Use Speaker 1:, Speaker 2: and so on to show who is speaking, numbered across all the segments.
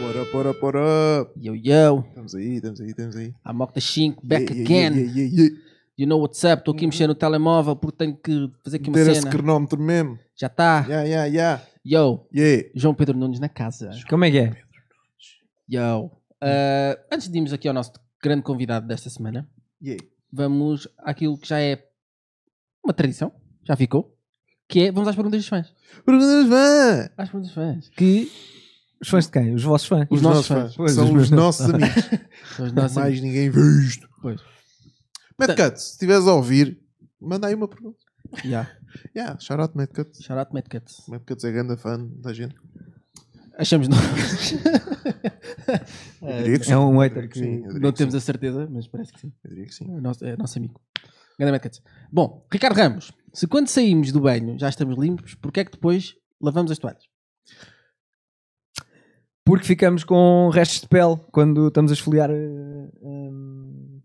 Speaker 1: What up, what up, what up?
Speaker 2: Yo, yo,
Speaker 1: Estamos aí, estamos aí, estamos aí.
Speaker 2: I'm Octa Shink, back
Speaker 1: Yeah, yeah,
Speaker 2: again.
Speaker 1: yeah, yeah, yeah, yeah.
Speaker 2: You know what's up? Estou aqui mexendo no telemóvel porque tenho que fazer aqui uma
Speaker 1: Ter Uhum. esse
Speaker 2: cena.
Speaker 1: cronómetro mesmo.
Speaker 2: Já está.
Speaker 1: Yeah, yeah, yeah.
Speaker 2: Yo,
Speaker 1: Yeah.
Speaker 2: João Pedro Nunes na casa.
Speaker 3: Como é que é?
Speaker 2: Yo. Uh, antes de irmos aqui ao nosso grande convidado desta semana,
Speaker 1: Yeah.
Speaker 2: vamos àquilo que já é uma tradição, já ficou, que é, vamos às perguntas dos fãs.
Speaker 1: Perguntas fãs!
Speaker 2: Às perguntas dos fãs. Que
Speaker 3: Os fãs de quem? Os vossos fãs?
Speaker 2: Os nossos fãs.
Speaker 3: Pois,
Speaker 1: São
Speaker 3: os
Speaker 1: os
Speaker 3: meus.
Speaker 1: nossos amigos.
Speaker 2: são
Speaker 1: Mais
Speaker 2: os nossos amigos.
Speaker 1: ninguém vê isto.
Speaker 2: Pois. Então-
Speaker 1: Mad Cut, se estiveres a ouvir, manda aí uma pergunta.
Speaker 2: Yeah.
Speaker 1: Yeah, shout out Mad Cut.
Speaker 2: Shout out Mad Cuts.
Speaker 1: Mad Cuts é grande fã da gente.
Speaker 2: Achamos nós. Eh,
Speaker 1: Eu diria que
Speaker 3: É um
Speaker 1: Eu diria
Speaker 3: hater
Speaker 1: que sim, eu
Speaker 3: que.
Speaker 1: diria
Speaker 2: Não
Speaker 1: que
Speaker 2: temos
Speaker 1: sim,
Speaker 2: a certeza, mas parece que sim.
Speaker 1: Eu diria que sim.
Speaker 2: É nosso, é nosso amigo. Grande Mad Cats. Bom, Ricardo Ramos, se quando saímos do banho já estamos limpos, porquê é que depois lavamos as toalhas?
Speaker 3: Porque ficamos com restos de pele quando estamos a esfoliar. eh, hum,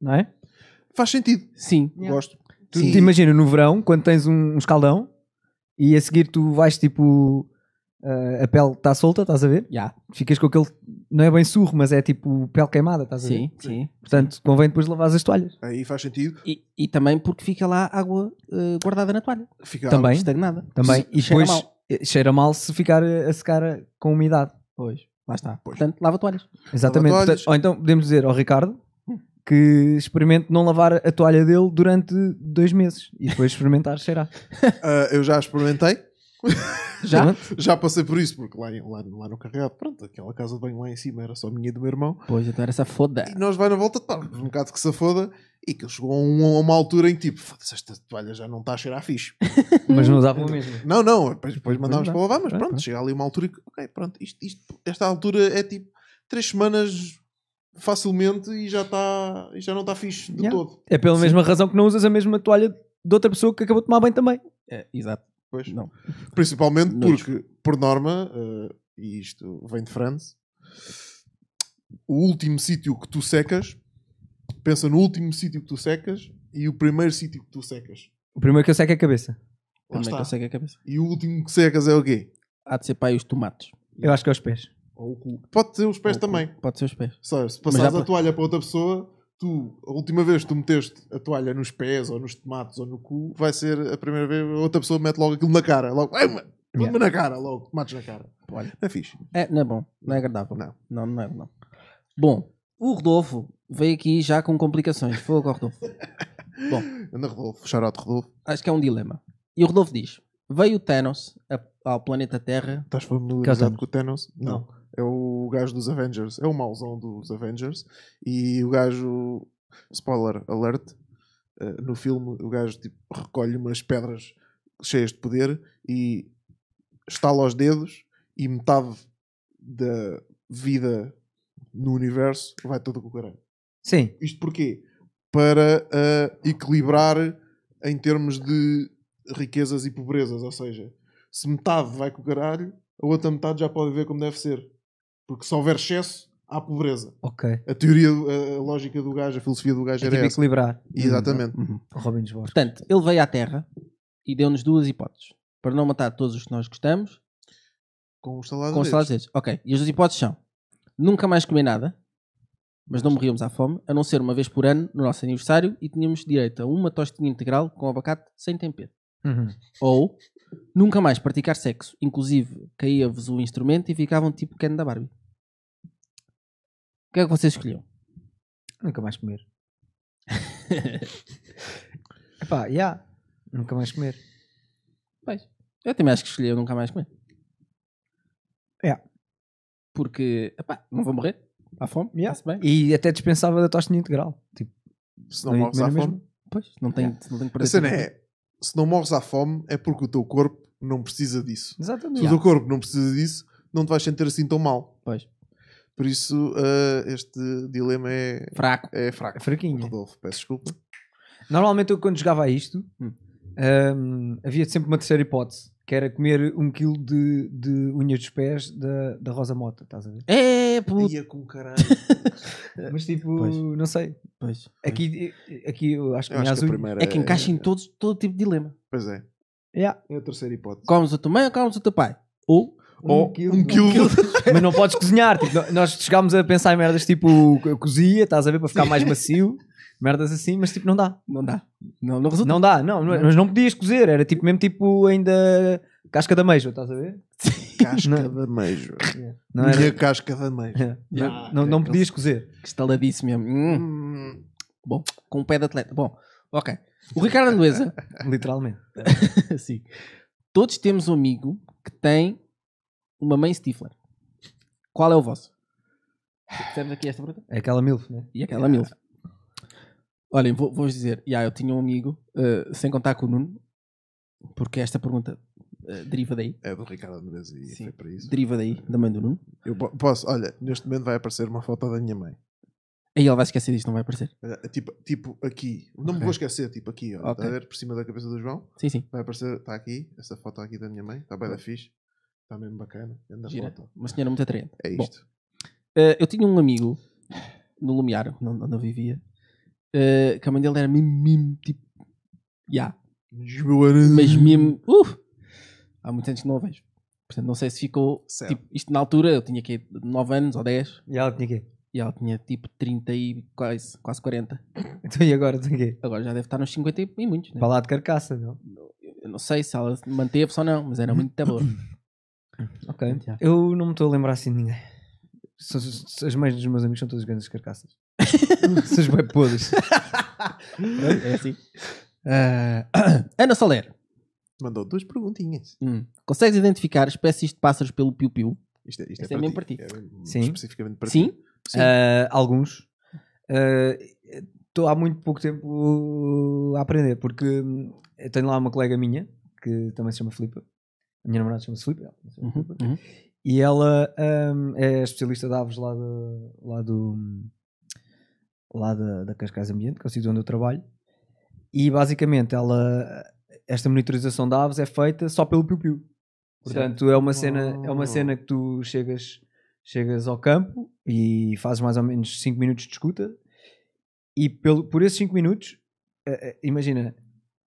Speaker 3: Não é?
Speaker 1: Faz sentido.
Speaker 2: Sim.
Speaker 1: Gosto.
Speaker 3: Tu
Speaker 1: Sim.
Speaker 3: te imagina no verão, quando tens um, um escaldão e a seguir tu vais tipo. eh, a pele está solta, estás a ver?
Speaker 2: Já.
Speaker 3: Ficas com aquele. Não é bem surro, mas é tipo pele queimada, estás a ver?
Speaker 2: Sim, sim.
Speaker 3: Portanto, convém depois lavar as toalhas.
Speaker 1: Aí faz sentido.
Speaker 2: E, e também porque fica lá água eh, guardada na toalha. Tá
Speaker 1: Fica
Speaker 3: Também.
Speaker 2: Estagnada.
Speaker 3: Também.
Speaker 2: E cheira mal.
Speaker 3: eh, cheira mal se ficar eh, a secar eh, com umidade.
Speaker 2: Pois. Lá está.
Speaker 1: Pois.
Speaker 2: Portanto, lava toalhas.
Speaker 3: Exatamente.
Speaker 1: Lava toalhas.
Speaker 3: Portanto, ou então podemos dizer ao Ricardo que experimente não lavar a toalha dele durante dois meses e depois experimentar cheirar.
Speaker 1: Ah, eu já experimentei.
Speaker 2: Já?
Speaker 3: Pronto.
Speaker 1: Já passei por isso, porque lá, em- lá, lá no carregado, pronto, aquela casa de banho lá em cima era só minha e do meu irmão.
Speaker 2: Pois, então era essa foda.
Speaker 1: E nós vai na volta, pá, um bocado que se foda. E que chegou a um- a uma altura em que tipo, foda-se, esta toalha já não está a cheirar fixe.
Speaker 3: Mas não usava o mesmo.
Speaker 1: Não, não, depois, depois mandámos
Speaker 3: não.
Speaker 1: para lavar, mas
Speaker 3: Pronto,
Speaker 1: pronto,
Speaker 3: pronto.
Speaker 1: chega ali uma altura e ok, pronto, isto, isto- esta altura é tipo três semanas facilmente e já está e já não está fixe de
Speaker 3: Yeah.
Speaker 1: todo.
Speaker 3: É pela mesma razão que não usas a mesma toalha de outra pessoa que acabou de tomar bem também.
Speaker 2: É, exato.
Speaker 1: Pois.
Speaker 2: Não.
Speaker 1: Principalmente
Speaker 2: Nojo.
Speaker 1: porque, por norma, eh, e isto vem de França, o último sítio que tu secas, pensa no último sítio que tu secas e o primeiro sítio que tu secas.
Speaker 3: O primeiro que eu seco é a cabeça.
Speaker 1: Lá
Speaker 2: Também
Speaker 1: está.
Speaker 2: consegue a cabeça.
Speaker 1: E o último que secas é o quê?
Speaker 2: Há de ser para aí os tomates.
Speaker 3: Eu acho que é os pés.
Speaker 1: Ou o cu. Pode ser os pés
Speaker 2: Ou-
Speaker 1: também.
Speaker 2: Pode ser os pés.
Speaker 1: Sabe, se
Speaker 2: Mas
Speaker 1: passares
Speaker 2: dá
Speaker 1: a
Speaker 2: pra-
Speaker 1: toalha para outra pessoa, tu, a última vez que tu meteste a toalha nos pés ou nos tomates ou no cu, vai ser a primeira vez a outra pessoa mete logo aquilo na cara. Logo, "Ai, mano, põe-me
Speaker 3: Yeah.
Speaker 1: na cara, logo, tomates na cara.
Speaker 2: Olha.
Speaker 1: Não é fixe.
Speaker 2: É, não é bom, não é agradável.
Speaker 1: Não.
Speaker 2: Não, não é não. Bom, o Rodolfo veio aqui já com complicações. Fogo ao Rodolfo.
Speaker 1: Anda Rodolfo, charote Rodolfo.
Speaker 2: Acho que é um dilema. E o Rodolfo diz: veio o Thanos a- ao planeta Terra.
Speaker 1: Estás
Speaker 3: Que é o
Speaker 1: familiarizado
Speaker 3: Thanos?
Speaker 1: com o Thanos? Não. É o gajo dos Avengers. É o mauzão dos Avengers. E o gajo. Spoiler alert. eh, no filme, o gajo tipo, recolhe umas pedras cheias de poder e estala os dedos e metade da vida no universo vai toda com o caralho.
Speaker 3: Sim.
Speaker 1: Isto porquê? Para ah, equilibrar em termos de riquezas e pobrezas. Ou seja, se metade vai com o caralho, a outra metade já pode ver como deve ser. Porque se houver excesso, há pobreza.
Speaker 3: Ok.
Speaker 1: A teoria, a a lógica do gajo, a filosofia do gajo
Speaker 3: É
Speaker 1: era
Speaker 3: tipo
Speaker 1: essa.
Speaker 3: equilibrar.
Speaker 1: Exatamente.
Speaker 2: Uhum.
Speaker 3: Robin dos Bosques.
Speaker 2: Portanto, ele veio à Terra e deu-nos duas hipóteses. Para não matar todos os que nós gostamos,
Speaker 1: Com o salado
Speaker 2: com os salados deles. Ok, e as duas hipóteses são: nunca mais comer nada, mas não morríamos à fome, a não ser uma vez por ano no nosso aniversário e tínhamos direito a uma tostinha integral com abacate sem tempero.
Speaker 3: Uhum.
Speaker 2: Ou nunca mais praticar sexo. Inclusive, caía-vos o instrumento e ficavam tipo Ken da Barbie. O que é que vocês escolhiam?
Speaker 3: Nunca mais comer. Epá, já. Yeah. Nunca mais comer.
Speaker 2: Pois. Eu também acho que escolhi eu nunca mais comer.
Speaker 3: É.
Speaker 2: Porque, epá, não vou morrer. Há fome.
Speaker 3: Yeah.
Speaker 2: está-se bem.
Speaker 3: E até dispensava da tostinha integral. Tipo,
Speaker 1: Se não
Speaker 3: ia
Speaker 1: morres
Speaker 3: comer
Speaker 1: à
Speaker 3: na
Speaker 1: fome.
Speaker 3: mesma.
Speaker 2: Pois, não tenho, não tenho que
Speaker 1: A
Speaker 2: perder
Speaker 1: cena
Speaker 2: tempo.
Speaker 1: é, se não morres à fome, é porque o teu corpo não precisa disso. Se
Speaker 3: Exatamente.
Speaker 1: o teu corpo não precisa disso, não te vais sentir assim tão mal.
Speaker 2: Pois.
Speaker 1: Por isso, ah, este dilema é,
Speaker 2: Fraco.
Speaker 1: é fraco.
Speaker 3: É fraquinho.
Speaker 1: Rodolfo, peço desculpa.
Speaker 3: Normalmente eu quando jogava a isto
Speaker 2: Hum.
Speaker 3: hum, havia sempre uma terceira hipótese que era comer um quilo de, de unhas dos pés da, da Rosa Mota, estás a ver?
Speaker 2: É, puto.
Speaker 1: Ia com caralho.
Speaker 3: Mas tipo,
Speaker 2: Pois.
Speaker 3: não sei.
Speaker 2: Pois.
Speaker 3: Aqui, aqui eu acho que
Speaker 1: Eu
Speaker 3: minha
Speaker 1: acho que a
Speaker 3: azul.
Speaker 1: primeira
Speaker 2: É que encaixa em
Speaker 1: é-
Speaker 2: todos, todo tipo de dilema.
Speaker 1: Pois é.
Speaker 3: Yeah.
Speaker 1: É a terceira hipótese.
Speaker 2: Comes o teu mãe ou comes o teu pai? Ou
Speaker 1: ou um
Speaker 3: quilo
Speaker 1: quilo,
Speaker 3: de- Mas não podes cozinhar. tipo, no- nós chegámos a pensar em merdas tipo co- cozia, estás a ver, para ficar mais macio. Merdas assim, mas tipo, não dá.
Speaker 2: Não dá. Não, não resulta.
Speaker 3: Não dá, não, não- mas não podias cozer, era tipo mesmo tipo ainda casca da meijo, estás a ver?
Speaker 1: casca
Speaker 3: Não.
Speaker 1: de ameijo.
Speaker 3: Não era-
Speaker 1: Minha casca de ameijo.
Speaker 3: Não- não, não podias cozer.
Speaker 2: Que estaladíssimo mesmo. Hum,
Speaker 1: Hum,
Speaker 2: bom, com um pé de atleta. Bom, ok. O Ricardo Andueza,
Speaker 3: Literalmente.
Speaker 2: assim, todos temos um amigo que tem uma mãe Stifler. Qual é o vosso? Temos aqui esta pergunta? Ah.
Speaker 3: É aquela milf, né?
Speaker 2: E aquela mil. Olhem, vou- vou-vos dizer, yeah, eu tinha um amigo, eh, sem contar com o Nuno, porque esta pergunta eh, deriva daí.
Speaker 1: É do Ricardo Andrés e
Speaker 2: Sim.
Speaker 1: foi para isso.
Speaker 2: Deriva daí, da mãe do Nuno.
Speaker 1: Eu po- posso, olha, neste momento vai aparecer uma foto da minha mãe.
Speaker 2: Aí ele vai esquecer disto, não vai aparecer.
Speaker 1: Olha, Tipo, tipo aqui. Não me
Speaker 2: Ok.
Speaker 1: vou esquecer, tipo aqui, olha.
Speaker 2: Ok.
Speaker 1: Está a ver por cima da cabeça do João?
Speaker 2: Sim, sim.
Speaker 1: Vai aparecer, está aqui, essa foto aqui da minha mãe, está bem da fixe, está mesmo bacana, anda
Speaker 2: Gira.
Speaker 1: foto.
Speaker 2: Uma senhora muito atraente.
Speaker 1: É
Speaker 2: Bom.
Speaker 1: isto.
Speaker 2: Eh, eu tinha um amigo no Lumiar, onde onde eu vivia, eh, que a mãe dele era mesmo, mesmo tipo. Ya, mas mesmo. Uh, há muitos anos que não a vejo. Portanto, não sei se ficou.
Speaker 1: Certo.
Speaker 2: Tipo, isto na altura, eu tinha aqui 9 anos ou 10,
Speaker 3: E ela tinha quê?
Speaker 2: e ela tinha tipo 30 e quase, quase 40.
Speaker 3: Então e agora tinha quê?
Speaker 2: Agora já deve estar nos 50 e e muitos. Né?
Speaker 3: Para lá de carcaça, não?
Speaker 2: Eu não sei se ela manteve-se ou não, mas era muito boa.
Speaker 3: Ok.
Speaker 2: Já.
Speaker 3: Eu não me estou a lembrar assim de ninguém. São- são- são- As mães dos meus amigos são todas grandes carcaças. São bem podres.
Speaker 2: é assim. Ah, Ana Soler,
Speaker 1: Mandou duas perguntinhas.
Speaker 2: hum, consegues identificar espécies de pássaros pelo piu-piu?
Speaker 1: Isto, é- isto é,
Speaker 2: Esta é mesmo para ti.
Speaker 1: É mesmo
Speaker 3: Sim.
Speaker 1: Especificamente para
Speaker 2: Sim?
Speaker 1: ti. Sim.
Speaker 3: Ah, alguns. Ah, Estou há muito pouco tempo a aprender, porque hum, eu tenho lá uma colega minha, que também se chama Filipa. A minha namorada chama-se Filipa. ela se chama
Speaker 2: Uhum,
Speaker 3: Filipa.
Speaker 2: uhum.
Speaker 3: E ela hum, é especialista de aves lá, do- lá do. lá da, da Cascais Ambiente, que é o sítio onde eu trabalho. E basicamente ela. Esta monitorização de aves é feita só pelo piu-piu. Portanto, é uma, cena, é uma
Speaker 1: Oh.
Speaker 3: cena que tu chegas, chegas ao campo e fazes mais ou menos 5 minutos de escuta. E pelo, por esses 5 minutos, eh, eh, imagina,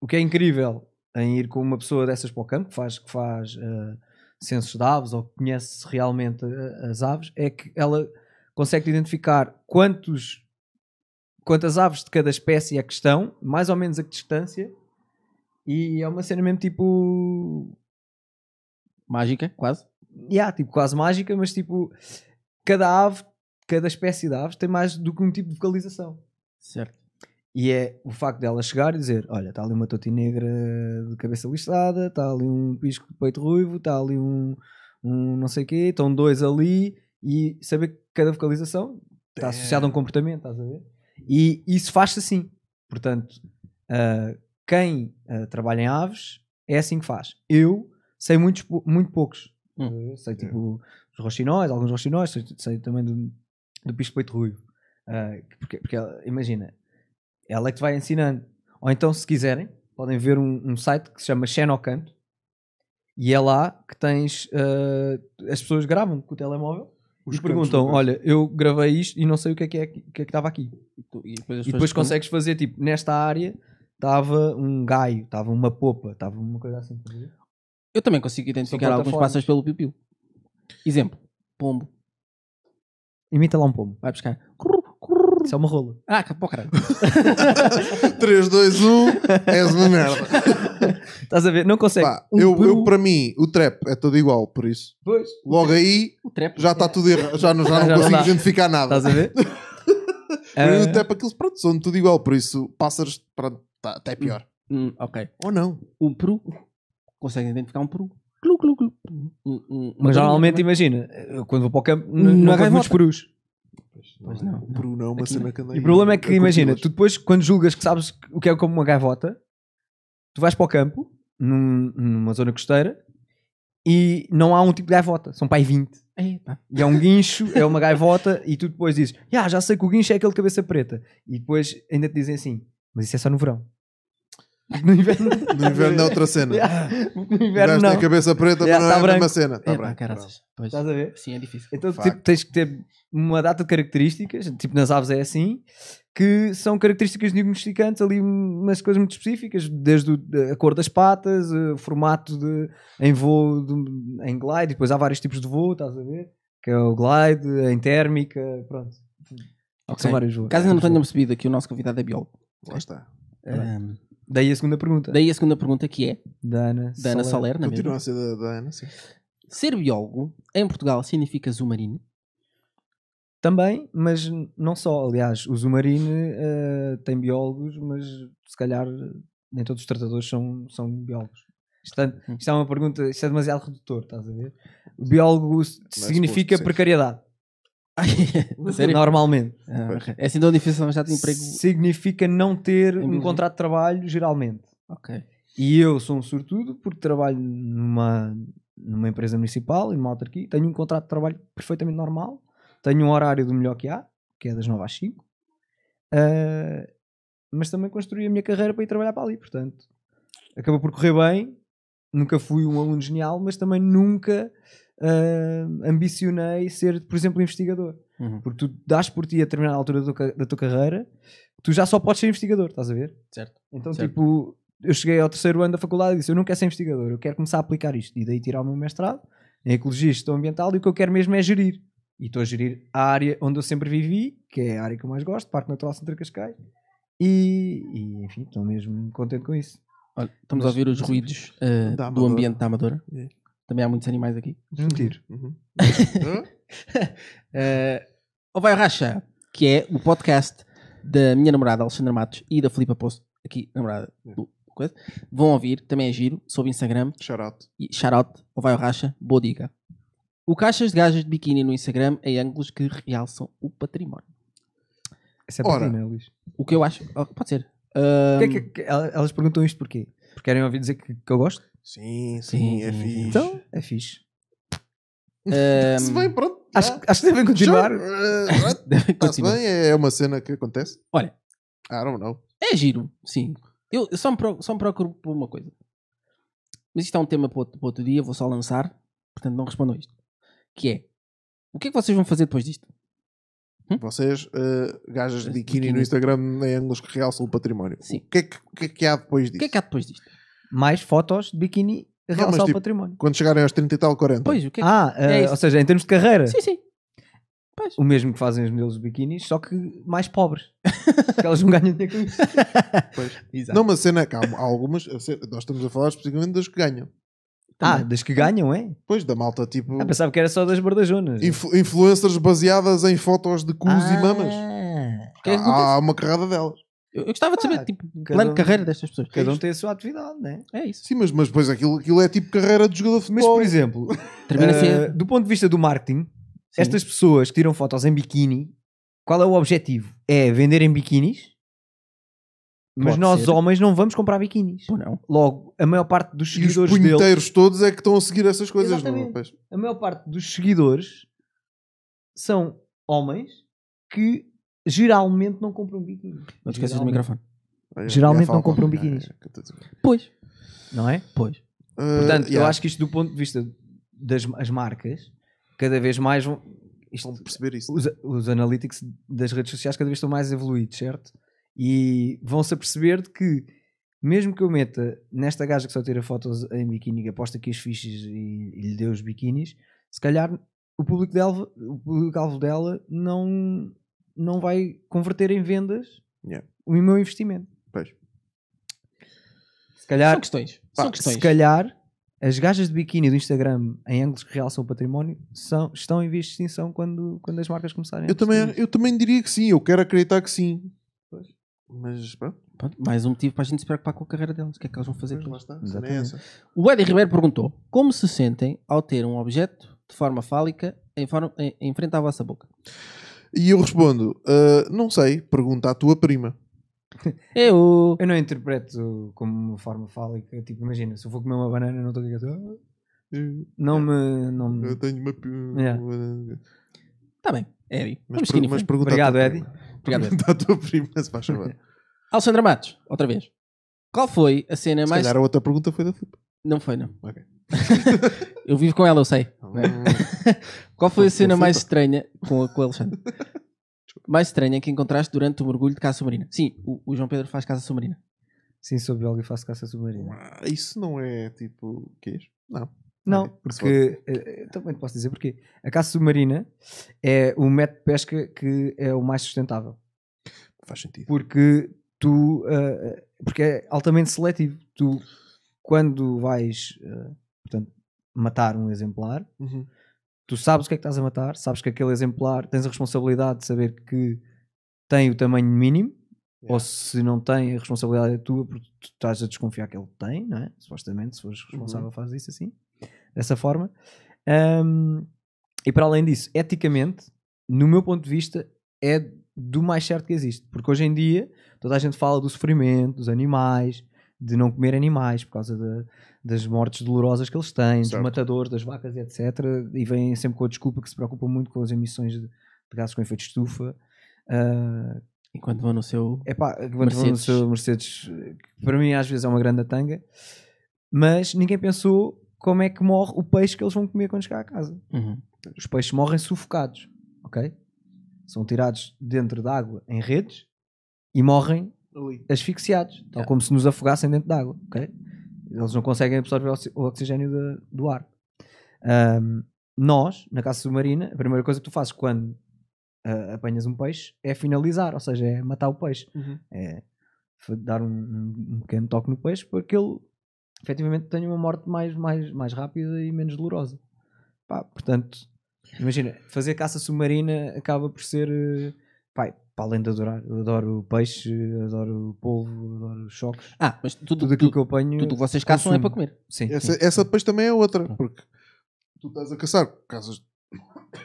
Speaker 3: o que é incrível em ir com uma pessoa dessas para o campo, que faz, que faz eh, censos de aves ou que conhece realmente eh, as aves, é que ela consegue identificar quantos, quantas aves de cada espécie é que estão, mais ou menos a que distância, e é uma cena mesmo tipo
Speaker 2: Mágica, quase.
Speaker 3: yeah, tipo, quase mágica, mas tipo, cada ave, cada espécie de aves tem mais do que um tipo de vocalização.
Speaker 2: Certo.
Speaker 3: E é o facto dela chegar e dizer: Olha, está ali uma totinegra de cabeça listada, está ali um pisco de peito ruivo, está ali um, um não sei quê, estão dois ali, e saber que cada vocalização
Speaker 1: É,
Speaker 3: está associada a um comportamento, estás a ver? E isso faz-se assim. Portanto, ah, quem ah, trabalha em aves é assim que faz. Eu sei muitos, pou- muito poucos.
Speaker 2: Hum.
Speaker 3: Estás a ver? Sei tipo os roxinóis, alguns roxinóis, sei, sei também do, do pisco de peito ruivo. Ah, porque, porque ela- imagina, ela é que te vai ensinando. Ou então, se quiserem, podem ver um, um site que se chama Xenocanto e é lá que tens. ah, as pessoas gravam com o telemóvel
Speaker 1: Os
Speaker 3: e perguntam:
Speaker 1: campos do-
Speaker 3: Olha, eu gravei isto e não sei o que é que, é, que- o que, é que estava aqui.
Speaker 2: E, tu- e depois, as
Speaker 3: E
Speaker 2: pessoas-
Speaker 3: depois consegues fazer, tipo, nesta área estava um gaio, estava uma popa, estava uma coisa assim. estás a ver?
Speaker 2: Eu também consigo identificar
Speaker 3: São
Speaker 2: alguns
Speaker 3: plataformas.
Speaker 2: pássaros pelo piu-piu. Exemplo. Pombo.
Speaker 3: Imita lá um pombo.
Speaker 2: Vai buscar. Curru, curru.
Speaker 3: Isso é uma rola.
Speaker 2: Ah, que pô, caralho.
Speaker 1: 3, 2, 1, és um, é uma merda.
Speaker 3: Estás a ver? Não consegue.
Speaker 1: Pá,
Speaker 3: Um
Speaker 1: eu, eu,
Speaker 3: peru-
Speaker 1: para mim, o trap é todo igual, por isso.
Speaker 3: Pois.
Speaker 1: Logo aí,
Speaker 2: O trap.
Speaker 1: já está tudo errado, já, não- já
Speaker 3: Já
Speaker 1: não
Speaker 3: não
Speaker 1: consigo
Speaker 3: dá. Tá-
Speaker 1: identificar nada.
Speaker 3: Estás a ver?
Speaker 1: Para mim,
Speaker 3: Ah,
Speaker 1: o trap, aqueles, pronto, são tudo igual, por isso, pássaros, pronto, tá, até pior.
Speaker 2: Hum, ok.
Speaker 1: Ou não?
Speaker 2: Um peru. Conseguem identificar um peru. Clu, clu, clu. Um- um- uma
Speaker 3: mas normalmente,
Speaker 2: galinha
Speaker 3: imagina, eu quando vou para o campo, n-
Speaker 2: Uma
Speaker 3: não vejo
Speaker 2: gaivota.
Speaker 3: muitos perus.
Speaker 2: Pois não, não.
Speaker 1: Peru não é uma
Speaker 2: Aqui
Speaker 1: cena que anda
Speaker 3: tipo E
Speaker 1: aí
Speaker 3: o problema é
Speaker 1: a
Speaker 3: que,
Speaker 1: curtir
Speaker 3: imagina,
Speaker 1: hoje.
Speaker 3: tu depois, quando julgas que sabes o que é como uma gaivota, tu vais para o campo, num- numa zona costeira, e não há um tipo de gaivota, são pai 20.
Speaker 2: também. Epá.
Speaker 1: Tá
Speaker 3: E é um guincho, é uma gaivota, e tu depois dizes, "Ya, já sei que o guincho é aquele de cabeça preta. E depois ainda te dizem assim, mas isso é só no verão. No inverno,
Speaker 1: No inverno é outra cena.
Speaker 3: Yeah. no
Speaker 1: O gajo
Speaker 3: inverno
Speaker 1: tem
Speaker 3: não.
Speaker 1: a cabeça preta,
Speaker 3: Yeah,
Speaker 1: mas não
Speaker 3: tá
Speaker 1: é a mesma
Speaker 3: branco.
Speaker 1: cena. Tá
Speaker 2: É, pá,
Speaker 1: branco,
Speaker 2: caraças. Pois.
Speaker 3: Estás a ver?
Speaker 2: Sim, é difícil.
Speaker 3: Então
Speaker 1: Facto.
Speaker 3: tipo, tens que ter uma data de características, tipo nas aves é assim, que são características diagnosticantes ali um, umas coisas muito específicas, desde o- a cor das patas, eh, o formato de, em voo, de- em glide, depois há vários tipos de voo, estás a ver? Que é o glide, em térmica, pronto.
Speaker 2: Ok.
Speaker 3: São vários voos.
Speaker 2: Caso ainda não tenham percebido aqui, o nosso convidado é biólogo.
Speaker 1: Lá está.
Speaker 2: Ahm,
Speaker 3: Daí a segunda pergunta.
Speaker 2: daí a segunda pergunta que é,
Speaker 3: Da Ana,
Speaker 2: da Ana
Speaker 3: Soler.
Speaker 2: Soler, na mesma.
Speaker 1: Continua a ser da, da Ana, sim.
Speaker 2: Ser biólogo em Portugal significa submarino.
Speaker 3: Também, mas não só. Aliás, o Zumarine eh, tem biólogos, mas se calhar eh, nem todos os tratadores são, são biólogos. Portanto,
Speaker 2: Hum.
Speaker 3: isto é uma pergunta, isto é demasiado redutor, estás a ver? O biólogo s- significa
Speaker 1: suposto que sim.
Speaker 3: precariedade,
Speaker 2: Sério?
Speaker 3: normalmente.
Speaker 2: Ah, ok. é assim tão difícil arranjar de emprego.
Speaker 3: Significa não ter um
Speaker 2: Emprego.
Speaker 3: contrato de trabalho, geralmente.
Speaker 2: Ok.
Speaker 3: E eu sou um sortudo porque trabalho numa, numa empresa municipal, numa autarquia, tenho um contrato de trabalho perfeitamente normal, tenho um horário do melhor que há, que é das 9 às 5, ah, mas também construí a minha carreira para ir trabalhar para ali, portanto, acabou por correr bem, nunca fui um aluno genial, mas também nunca ah, ambicionei ser, por exemplo, investigador.
Speaker 2: Uhum.
Speaker 3: Porque tu dás por ti a determinada altura da tua, ca- da tua carreira, tu já só podes ser investigador, estás a ver?
Speaker 2: Certo.
Speaker 3: Então,
Speaker 2: Certo.
Speaker 3: tipo, eu cheguei ao terceiro ano da faculdade e disse: Eu não quero ser investigador, eu quero começar a aplicar isto. E daí tirar o meu mestrado em Ecologia e Gestão Ambiental e o que eu quero mesmo é gerir. E estou a gerir a área onde eu sempre vivi, que é a área que eu mais gosto, Parque Natural Centro de Cascais. E, e, enfim, estou mesmo contente com isso.
Speaker 2: Olha, estamos
Speaker 1: Mas-
Speaker 2: a ouvir os
Speaker 1: mas-
Speaker 2: ruídos ah,
Speaker 1: Da
Speaker 2: do
Speaker 1: Amadora.
Speaker 2: ambiente da Amadora.
Speaker 1: É.
Speaker 2: Também há muitos animais aqui.
Speaker 3: Um tiro.
Speaker 1: Uhum. Hã?
Speaker 2: Uh, ou vai ao Racha, que é o podcast da minha namorada Alexandra Matos e da Filipa Poço, aqui, namorada do coisa. Vão ouvir, também é giro, sobre Instagram.
Speaker 1: Shout out.
Speaker 2: E shoutout ou vai ao Racha, boa dica. O caixas de gajas de biquíni no Instagram em ângulos que realçam o património.
Speaker 3: Essa é
Speaker 1: Ora.
Speaker 3: para ti, não é, Luís?
Speaker 2: O que eu acho. oh, pode ser.
Speaker 3: O
Speaker 2: Ahm,
Speaker 3: que é que- que- ela- elas perguntam isto porquê? Porque querem ouvir dizer que, que eu gosto?
Speaker 1: Sim, sim,
Speaker 2: Sim,
Speaker 1: é
Speaker 2: sim,
Speaker 1: fixe.
Speaker 2: sim.
Speaker 3: Então, é fixe.
Speaker 1: Se
Speaker 2: ahm,
Speaker 1: bem, pronto.
Speaker 3: Acho,
Speaker 1: já.
Speaker 3: acho que devem continuar.
Speaker 1: Sure. Eh, pronto,
Speaker 2: devem
Speaker 1: Está-se
Speaker 2: continuar.
Speaker 1: bem, é uma cena que acontece.
Speaker 2: Olha.
Speaker 1: I don't know.
Speaker 2: É giro, sim. Eu eu só me, pro- só me procuro por uma coisa. Mas isto é um tema para outro, para outro dia, vou só lançar. Portanto, não respondam isto. Que é, o que é que vocês vão fazer depois disto?
Speaker 1: Vocês, eh, gajas de
Speaker 2: De
Speaker 1: biquíni
Speaker 2: biquíni.
Speaker 1: no Instagram, em ângulos que realçam o património.
Speaker 2: Sim.
Speaker 1: O que, é que, o que é que há depois disso?
Speaker 2: O que é que há depois disto?
Speaker 3: Mais fotos de biquíni a
Speaker 1: Não,
Speaker 3: realçar
Speaker 1: mas,
Speaker 3: o
Speaker 1: tipo,
Speaker 3: património.
Speaker 1: Quando chegarem aos 30 e tal, 40.
Speaker 2: Pois, o que é que...
Speaker 3: Ah,
Speaker 2: é
Speaker 3: eh,
Speaker 2: isso.
Speaker 3: ou seja, em termos de carreira.
Speaker 2: sim, sim. Pois.
Speaker 3: o mesmo que fazem os modelos de biquínis, só que mais pobres. Porque elas não ganham dinheiro com isso.
Speaker 2: Exato.
Speaker 1: Não, mas a cena é que há, há algumas. a cena- nós estamos a falar especificamente das que ganham.
Speaker 3: Ah,
Speaker 2: Também.
Speaker 3: das que ganham, é?
Speaker 1: Pois, da malta tipo.
Speaker 2: É
Speaker 3: Ah, pensava que era só das bardajonas.
Speaker 1: influ- influencers baseadas em fotos de cus e mamas.
Speaker 2: O que Ah, é que acontece?
Speaker 1: Há, há uma carrada delas.
Speaker 2: eu, eu gostava de saber,
Speaker 3: Ah,
Speaker 2: tipo, o
Speaker 3: cada
Speaker 2: plano
Speaker 3: um-
Speaker 2: de carreira destas pessoas.
Speaker 3: Cada um tem a sua atividade, né?
Speaker 2: É isso.
Speaker 1: Sim, mas, mas depois aquilo, aquilo é tipo carreira de jogador de
Speaker 3: Mas,
Speaker 1: futebol.
Speaker 3: por exemplo,
Speaker 2: Termina a
Speaker 3: eh,
Speaker 2: ser...
Speaker 3: do ponto de vista do marketing,
Speaker 2: Sim.
Speaker 3: estas pessoas que tiram fotos em biquíni, qual é o objetivo? É venderem biquínis, mas
Speaker 2: Pode
Speaker 3: nós
Speaker 2: ser.
Speaker 3: homens não vamos comprar biquínis.
Speaker 2: Pô, não.
Speaker 3: Logo, a maior parte dos
Speaker 1: e os
Speaker 3: seguidores deles
Speaker 1: punheteiros todos é que estão a seguir essas coisas, não
Speaker 3: Exatamente.
Speaker 1: é? Pois.
Speaker 3: a maior parte dos seguidores são homens que geralmente não compram biquíni.
Speaker 2: Não te esqueças do
Speaker 3: Geralmente.
Speaker 2: microfone.
Speaker 1: Aí,
Speaker 3: Geralmente
Speaker 1: já falo
Speaker 3: não compram
Speaker 1: qualquer-
Speaker 3: biquínis.
Speaker 1: Ah, é, que eu tô a dizer.
Speaker 2: Pois.
Speaker 3: Não é?
Speaker 2: Pois. Uh,
Speaker 1: Ah,
Speaker 3: Portanto, eu
Speaker 1: yeah,
Speaker 3: acho que isto do ponto de vista das as marcas, cada vez mais vão. isto-
Speaker 1: vão perceber isso.
Speaker 3: os, os analytics das redes sociais cada vez estão mais evoluídos, certo? E vão-se aperceber de que, mesmo que eu meta nesta gaja que só tira fotos em biquíni, que aposta aqui as fichas e, e lhe dê os biquinis, se calhar o público dela, o público-alvo dela não, não vai converter em vendas
Speaker 1: Yeah.
Speaker 3: o meu investimento.
Speaker 1: Pois.
Speaker 3: Se calhar
Speaker 2: São questões.
Speaker 1: Pá,
Speaker 2: São questões.
Speaker 3: se calhar as gajas de biquíni do Instagram em ângulos que realçam o património são, estão em vias de extinção quando, quando as marcas começarem a
Speaker 1: Eu também,
Speaker 3: perceber
Speaker 1: eu também diria que sim, eu quero acreditar que sim.
Speaker 3: Pois.
Speaker 1: Mas pronto,
Speaker 2: Pronto, mais um motivo para a gente se preocupar com a carreira deles. O que é que eles vão fazer depois?
Speaker 1: lá está. a cena
Speaker 3: Exatamente.
Speaker 1: É essa.
Speaker 2: O Eddie Ribeiro perguntou: Como se sentem ao ter um objeto de forma fálica em, forma- em- em frente à vossa boca?
Speaker 1: E eu respondo: ah, não sei, pergunta à tua prima.
Speaker 2: Eu.
Speaker 3: isso. eu não interpreto como uma forma fálica tipo imagina se eu for comer uma banana não estou a dizer "Ah",
Speaker 1: Eu,
Speaker 3: não me não
Speaker 1: eu
Speaker 3: me
Speaker 1: tenho uma. pi-
Speaker 3: Yeah.
Speaker 1: uma-
Speaker 2: Está "Tá bem, Eddie.
Speaker 1: Mas,
Speaker 2: Vamos
Speaker 1: per,
Speaker 2: seguir em
Speaker 1: mas
Speaker 2: frente.
Speaker 1: pergunta
Speaker 3: obrigado
Speaker 1: à tua
Speaker 3: Eddie
Speaker 1: prima.
Speaker 2: Obrigado, Eddie.
Speaker 1: Pergunta à tua prima, se faz favor.
Speaker 2: Alexandra Matos, outra vez. Qual foi a cena
Speaker 3: É
Speaker 1: Se
Speaker 2: mais.
Speaker 1: calhar a outra pergunta foi da Filipe.
Speaker 2: Não foi, não.
Speaker 1: Ok.
Speaker 2: eu vivo com ela, eu sei. Qual foi a cena mais estranha com, com o Alexandre? mais estranha que encontraste durante o mergulho de casa submarina? Sim, o, o João Pedro faz casa submarina.
Speaker 3: Sim, sou belga e faço caça submarina.
Speaker 1: Ah, Isso não é tipo queijo? Não.
Speaker 3: Não,
Speaker 1: Ok,
Speaker 3: porque eh, eh, também te posso dizer porque a caça submarina é o método de pesca que é o mais sustentável.
Speaker 1: Faz sentido.
Speaker 3: porque tu ah, porque é altamente seletivo tu quando vais ah, portanto, matar um exemplar
Speaker 1: Uhum.
Speaker 3: tu sabes o que é que estás a matar sabes que aquele exemplar tens a responsabilidade de saber que tem o tamanho mínimo
Speaker 1: Yeah.
Speaker 3: ou se não tem a responsabilidade é tua porque tu estás a desconfiar que ele tem não é? supostamente se fores
Speaker 1: Uhum.
Speaker 3: responsável faz isso assim dessa forma Ahm, e para além disso eticamente no meu ponto de vista é do mais certo que existe. Porque hoje em dia toda a gente fala do sofrimento, dos animais, de não comer animais por causa da- das mortes dolorosas que eles têm,
Speaker 1: Certo.
Speaker 3: dos matadores, das vacas, etc. E vêm sempre com a desculpa que se preocupam muito com as emissões de, de gases com efeito de estufa. Ah,
Speaker 2: Enquanto vão no seu.
Speaker 3: Epá, quando vão no
Speaker 2: Mercedes.
Speaker 3: seu Mercedes, que para mim às vezes é uma grande tanga, mas ninguém pensou como é que morre o peixe que eles vão comer quando chegar à casa
Speaker 2: Uhum.
Speaker 3: os peixes morrem sufocados, ok? São tirados dentro de água em redes e morrem asfixiados, tal
Speaker 2: Yeah.
Speaker 3: como se nos afogassem dentro de água, ok? Eles não conseguem absorver oxi- o oxigênio da- do ar. Ahm, nós, na caça submarina, a primeira coisa que tu fazes quando ah, apanhas um peixe é finalizar, ou seja, é matar o peixe.
Speaker 1: Uhum.
Speaker 3: É fa- dar um, um- um pequeno toque no peixe para que ele efetivamente tenha uma morte mais, mais, mais rápida e menos dolorosa. Pá, portanto, imagina, fazer caça submarina acaba por ser. eh, Pá, para além de adorar, eu adoro peixe, adoro polvo, adoro choques.
Speaker 2: Ah, mas tudo,
Speaker 3: Tudo aquilo
Speaker 2: tudo-
Speaker 3: que eu apanho.
Speaker 2: tudo o que vocês caçam é
Speaker 3: consumo.
Speaker 2: para comer.
Speaker 3: Sim.
Speaker 1: Essa, essa depois também é outra, porque tu estás a caçar, caças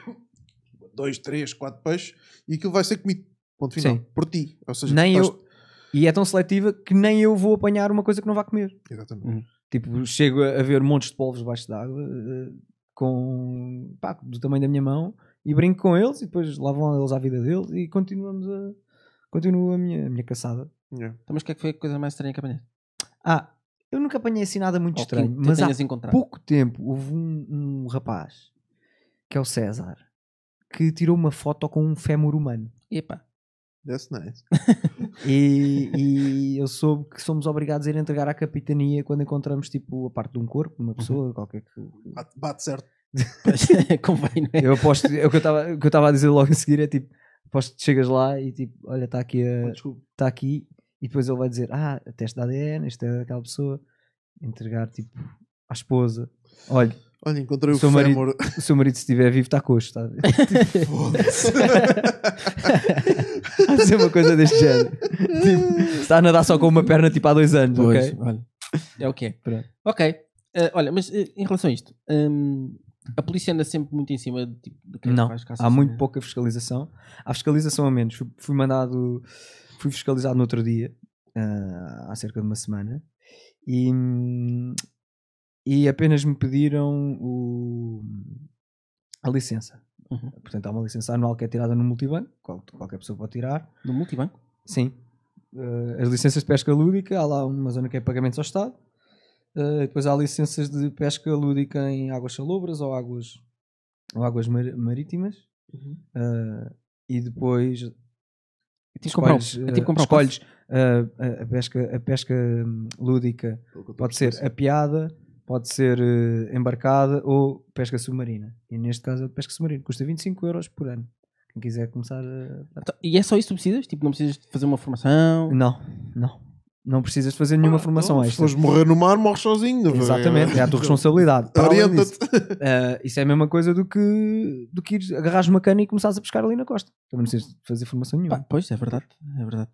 Speaker 1: dois, três, quatro peixes e aquilo vai ser comido. Ponto final.
Speaker 3: Sim.
Speaker 1: Por ti. Ou seja,
Speaker 3: Nem
Speaker 1: tu estás-
Speaker 3: eu, e é tão seletiva que nem eu vou apanhar uma coisa que não vá comer.
Speaker 1: Exatamente.
Speaker 3: Tipo, chego a a ver montes de polvos debaixo d'água eh, com pá, do tamanho da minha mão e brinco com eles e depois lá vão eles à vida deles e continuamos a continuo a minha, a minha caçada.
Speaker 1: Yeah.
Speaker 2: Então, mas o que é que foi a coisa mais estranha que apanhaste?
Speaker 3: Ah, eu nunca apanhei assim nada muito
Speaker 2: Ou que
Speaker 3: estranho,
Speaker 2: te
Speaker 3: mas há
Speaker 2: tenhas encontrado?
Speaker 3: pouco tempo houve um, um rapaz que é o César que tirou uma foto com um fémur humano.
Speaker 2: Epá,
Speaker 1: That's nice.
Speaker 3: E, e eu soube que somos obrigados a ir entregar à capitania quando encontramos tipo a parte de um corpo, de uma pessoa, qualquer que
Speaker 1: Bate, bate certo.
Speaker 2: pois, convém, não é?
Speaker 3: Eu aposto, é o que eu estava- o que eu estava a dizer logo a seguir é tipo, aposto que chegas lá e tipo, olha, está aqui, a-
Speaker 1: Desculpa.
Speaker 3: tá aqui, e depois ele vai dizer, ah, teste de ADN, isto é daquela pessoa, entregar tipo à esposa, olha,
Speaker 1: Olha, encontrei o
Speaker 3: Seu marido-
Speaker 1: fémur.
Speaker 3: o seu marido se estiver vivo está coxo, tá?" está a ver?
Speaker 1: Foda-se.
Speaker 3: Há de ser uma coisa deste género. Tipo, está a nadar só com uma perna tipo há dois anos,
Speaker 2: Pois,
Speaker 3: ok?
Speaker 2: olha. É o que é.
Speaker 3: Pronto.
Speaker 2: Ok. Eh, olha, mas eh, em relação a isto, hum, a polícia anda sempre muito em cima de, tipo, de quem
Speaker 3: Não,
Speaker 2: faz caça
Speaker 3: há muito
Speaker 2: submarina.
Speaker 3: pouca fiscalização. Há fiscalização a menos. Fui, fui mandado, fui fiscalizado no outro dia, ah, há cerca de uma semana, e, hum, e apenas me pediram o- a licença.
Speaker 2: Uhum.
Speaker 3: Portanto, há uma licença anual que é tirada no multibanco, qual- qualquer pessoa pode tirar.
Speaker 2: No multibanco?
Speaker 3: Sim. Eh, as licenças de pesca lúdica, há lá uma zona que é pagamentos ao Estado. Eh, depois há licenças de pesca lúdica em águas salobras ou águas, ou águas mar- marítimas.
Speaker 2: Uhum.
Speaker 3: Eh, e depois
Speaker 2: Eu tive que comprar um.
Speaker 3: escolhes,
Speaker 2: Eu
Speaker 3: eh,
Speaker 2: tive que comprar um
Speaker 3: escolhes, eh, a, a pesca, a pesca hum, lúdica. Pode ser É a piada, pode ser eh, embarcada ou pesca submarina. E neste caso é de pesca submarina. Custa 25 euros por ano. Quem quiser começar a
Speaker 2: passe. Então, E é só isso que tu precisas? Tipo, não precisas de fazer uma formação?
Speaker 3: Não, não. Não precisas fazer nenhuma formação
Speaker 1: Ah, então, Se
Speaker 3: extra.
Speaker 1: fores morrer no mar, morres sozinho. não é?
Speaker 3: Exatamente, é a tua responsabilidade. Para além disso,
Speaker 1: Orienta-te.
Speaker 3: eh, isso é a mesma coisa do que, do que ires, agarrares uma cana e começares a pescar ali na costa. Também não precisas de fazer formação
Speaker 2: Pá,
Speaker 3: nenhuma.
Speaker 2: pois, é verdade. É verdade.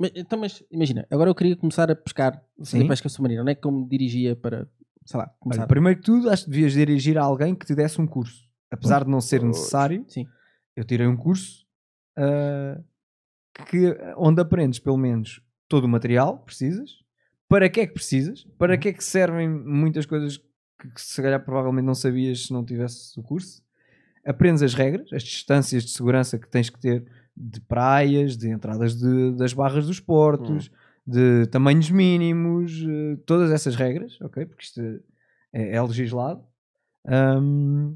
Speaker 2: Mas, então, mas imagina, agora eu queria começar a pescar, fazer
Speaker 3: Sim.
Speaker 2: pesca submarina. Não é como me dirigia para, sei lá, começar?
Speaker 3: Olha, primeiro que tudo, acho que devias dirigir a alguém que te desse um curso. Apesar de não ser
Speaker 1: Pois.
Speaker 3: necessário,
Speaker 2: Sim.
Speaker 3: eu tirei um curso eh, que, onde aprendes pelo menos todo o material que precisas, para que é que precisas, para
Speaker 2: Uhum.
Speaker 3: que é que servem muitas coisas que, que se calhar provavelmente não sabias se não tivesse o curso. Aprendes as regras, as distâncias
Speaker 2: Hum.
Speaker 3: de segurança que tens que ter de praias, de entradas de- das barras dos portos, de tamanhos mínimos, eh, todas essas regras, ok? Porque isto é, é legislado. Ahm,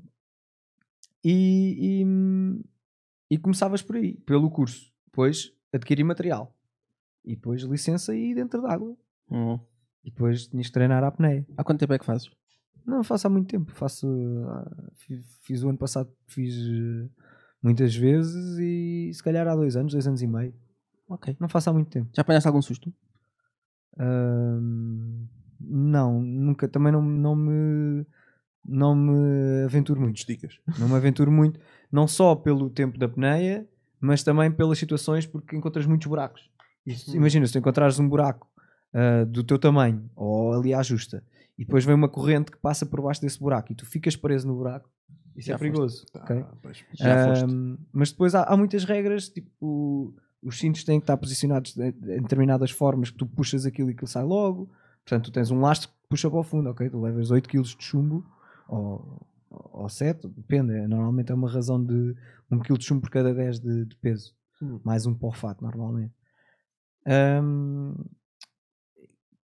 Speaker 3: e, e- e começavas por aí, pelo curso. Depois adquiri material. E depois licença e dentro d'água.
Speaker 2: Hum.
Speaker 3: E depois tinhas de treinar a apneia.
Speaker 2: Há quanto tempo é que fazes?
Speaker 3: Não, faço há muito tempo. Faço. ah, fi- Fiz o ano passado, fiz eh, muitas vezes e se calhar há dois anos, dois anos e meio.
Speaker 2: Ok.
Speaker 3: Não faço há muito tempo.
Speaker 2: Já apanhaste algum susto?
Speaker 3: Ahm, não, nunca. Também não, não me. Não me aventuro muito.
Speaker 1: Muitas dicas.
Speaker 3: Não me aventuro muito. Não só pelo tempo da apneia, mas também pelas situações porque encontras muitos buracos. E se-
Speaker 2: Uhum.
Speaker 1: Hum.
Speaker 3: Imagina, se tu encontrares um buraco ah, do teu tamanho ou ali à justa e depois vem uma corrente que passa por baixo desse buraco e tu ficas preso no buraco, isso
Speaker 2: Já
Speaker 3: é
Speaker 2: foste.
Speaker 3: perigoso.
Speaker 1: Tá,
Speaker 3: ok?
Speaker 1: pois,
Speaker 3: Ah,
Speaker 1: já foste.
Speaker 3: Mas depois há, há muitas regras, tipo, os cintos têm que estar posicionados de- de- em determinadas formas que tu puxas aquilo e aquilo sai logo. Portanto, tu tens um lastro que puxa para o fundo, ok? Tu levas 8 kg de chumbo ou, ou 7, depende. é- Normalmente é uma razão de 1 kg de chumbo por cada 10 de, de peso.
Speaker 1: Hum.
Speaker 3: Mais um para o fato, normalmente. Ahm,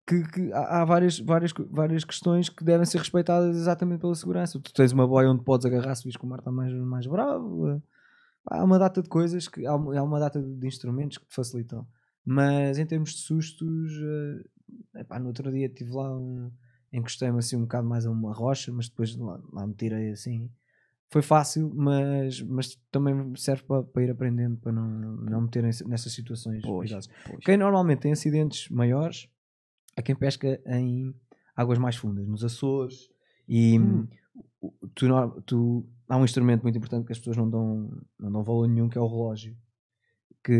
Speaker 3: que, que há, há várias, várias, co- várias questões que devem ser respeitadas exatamente pela segurança. Tu tens uma boia onde podes agarrar se vis que o mar está mais, mais bravo. eh, Há uma data de coisas, que, há, uma há uma data de instrumentos que te facilitam. Mas em termos de sustos, eh, epá, no outro dia tive lá um. Encostei-me assim um bocado mais a uma rocha, mas depois lá, lá me tirei assim. Foi fácil, mas, mas também serve para, para ir aprendendo, para não, não me terem nessas situações.
Speaker 2: Pois,
Speaker 3: perigosas.
Speaker 2: pois.
Speaker 3: Quem normalmente tem acidentes maiores é quem pesca em águas mais fundas, nos Açores. E
Speaker 1: Hum.
Speaker 3: o- o- tu, no- tu- há um instrumento muito importante que as pessoas não dão, não dão valor nenhum, que é o relógio. Que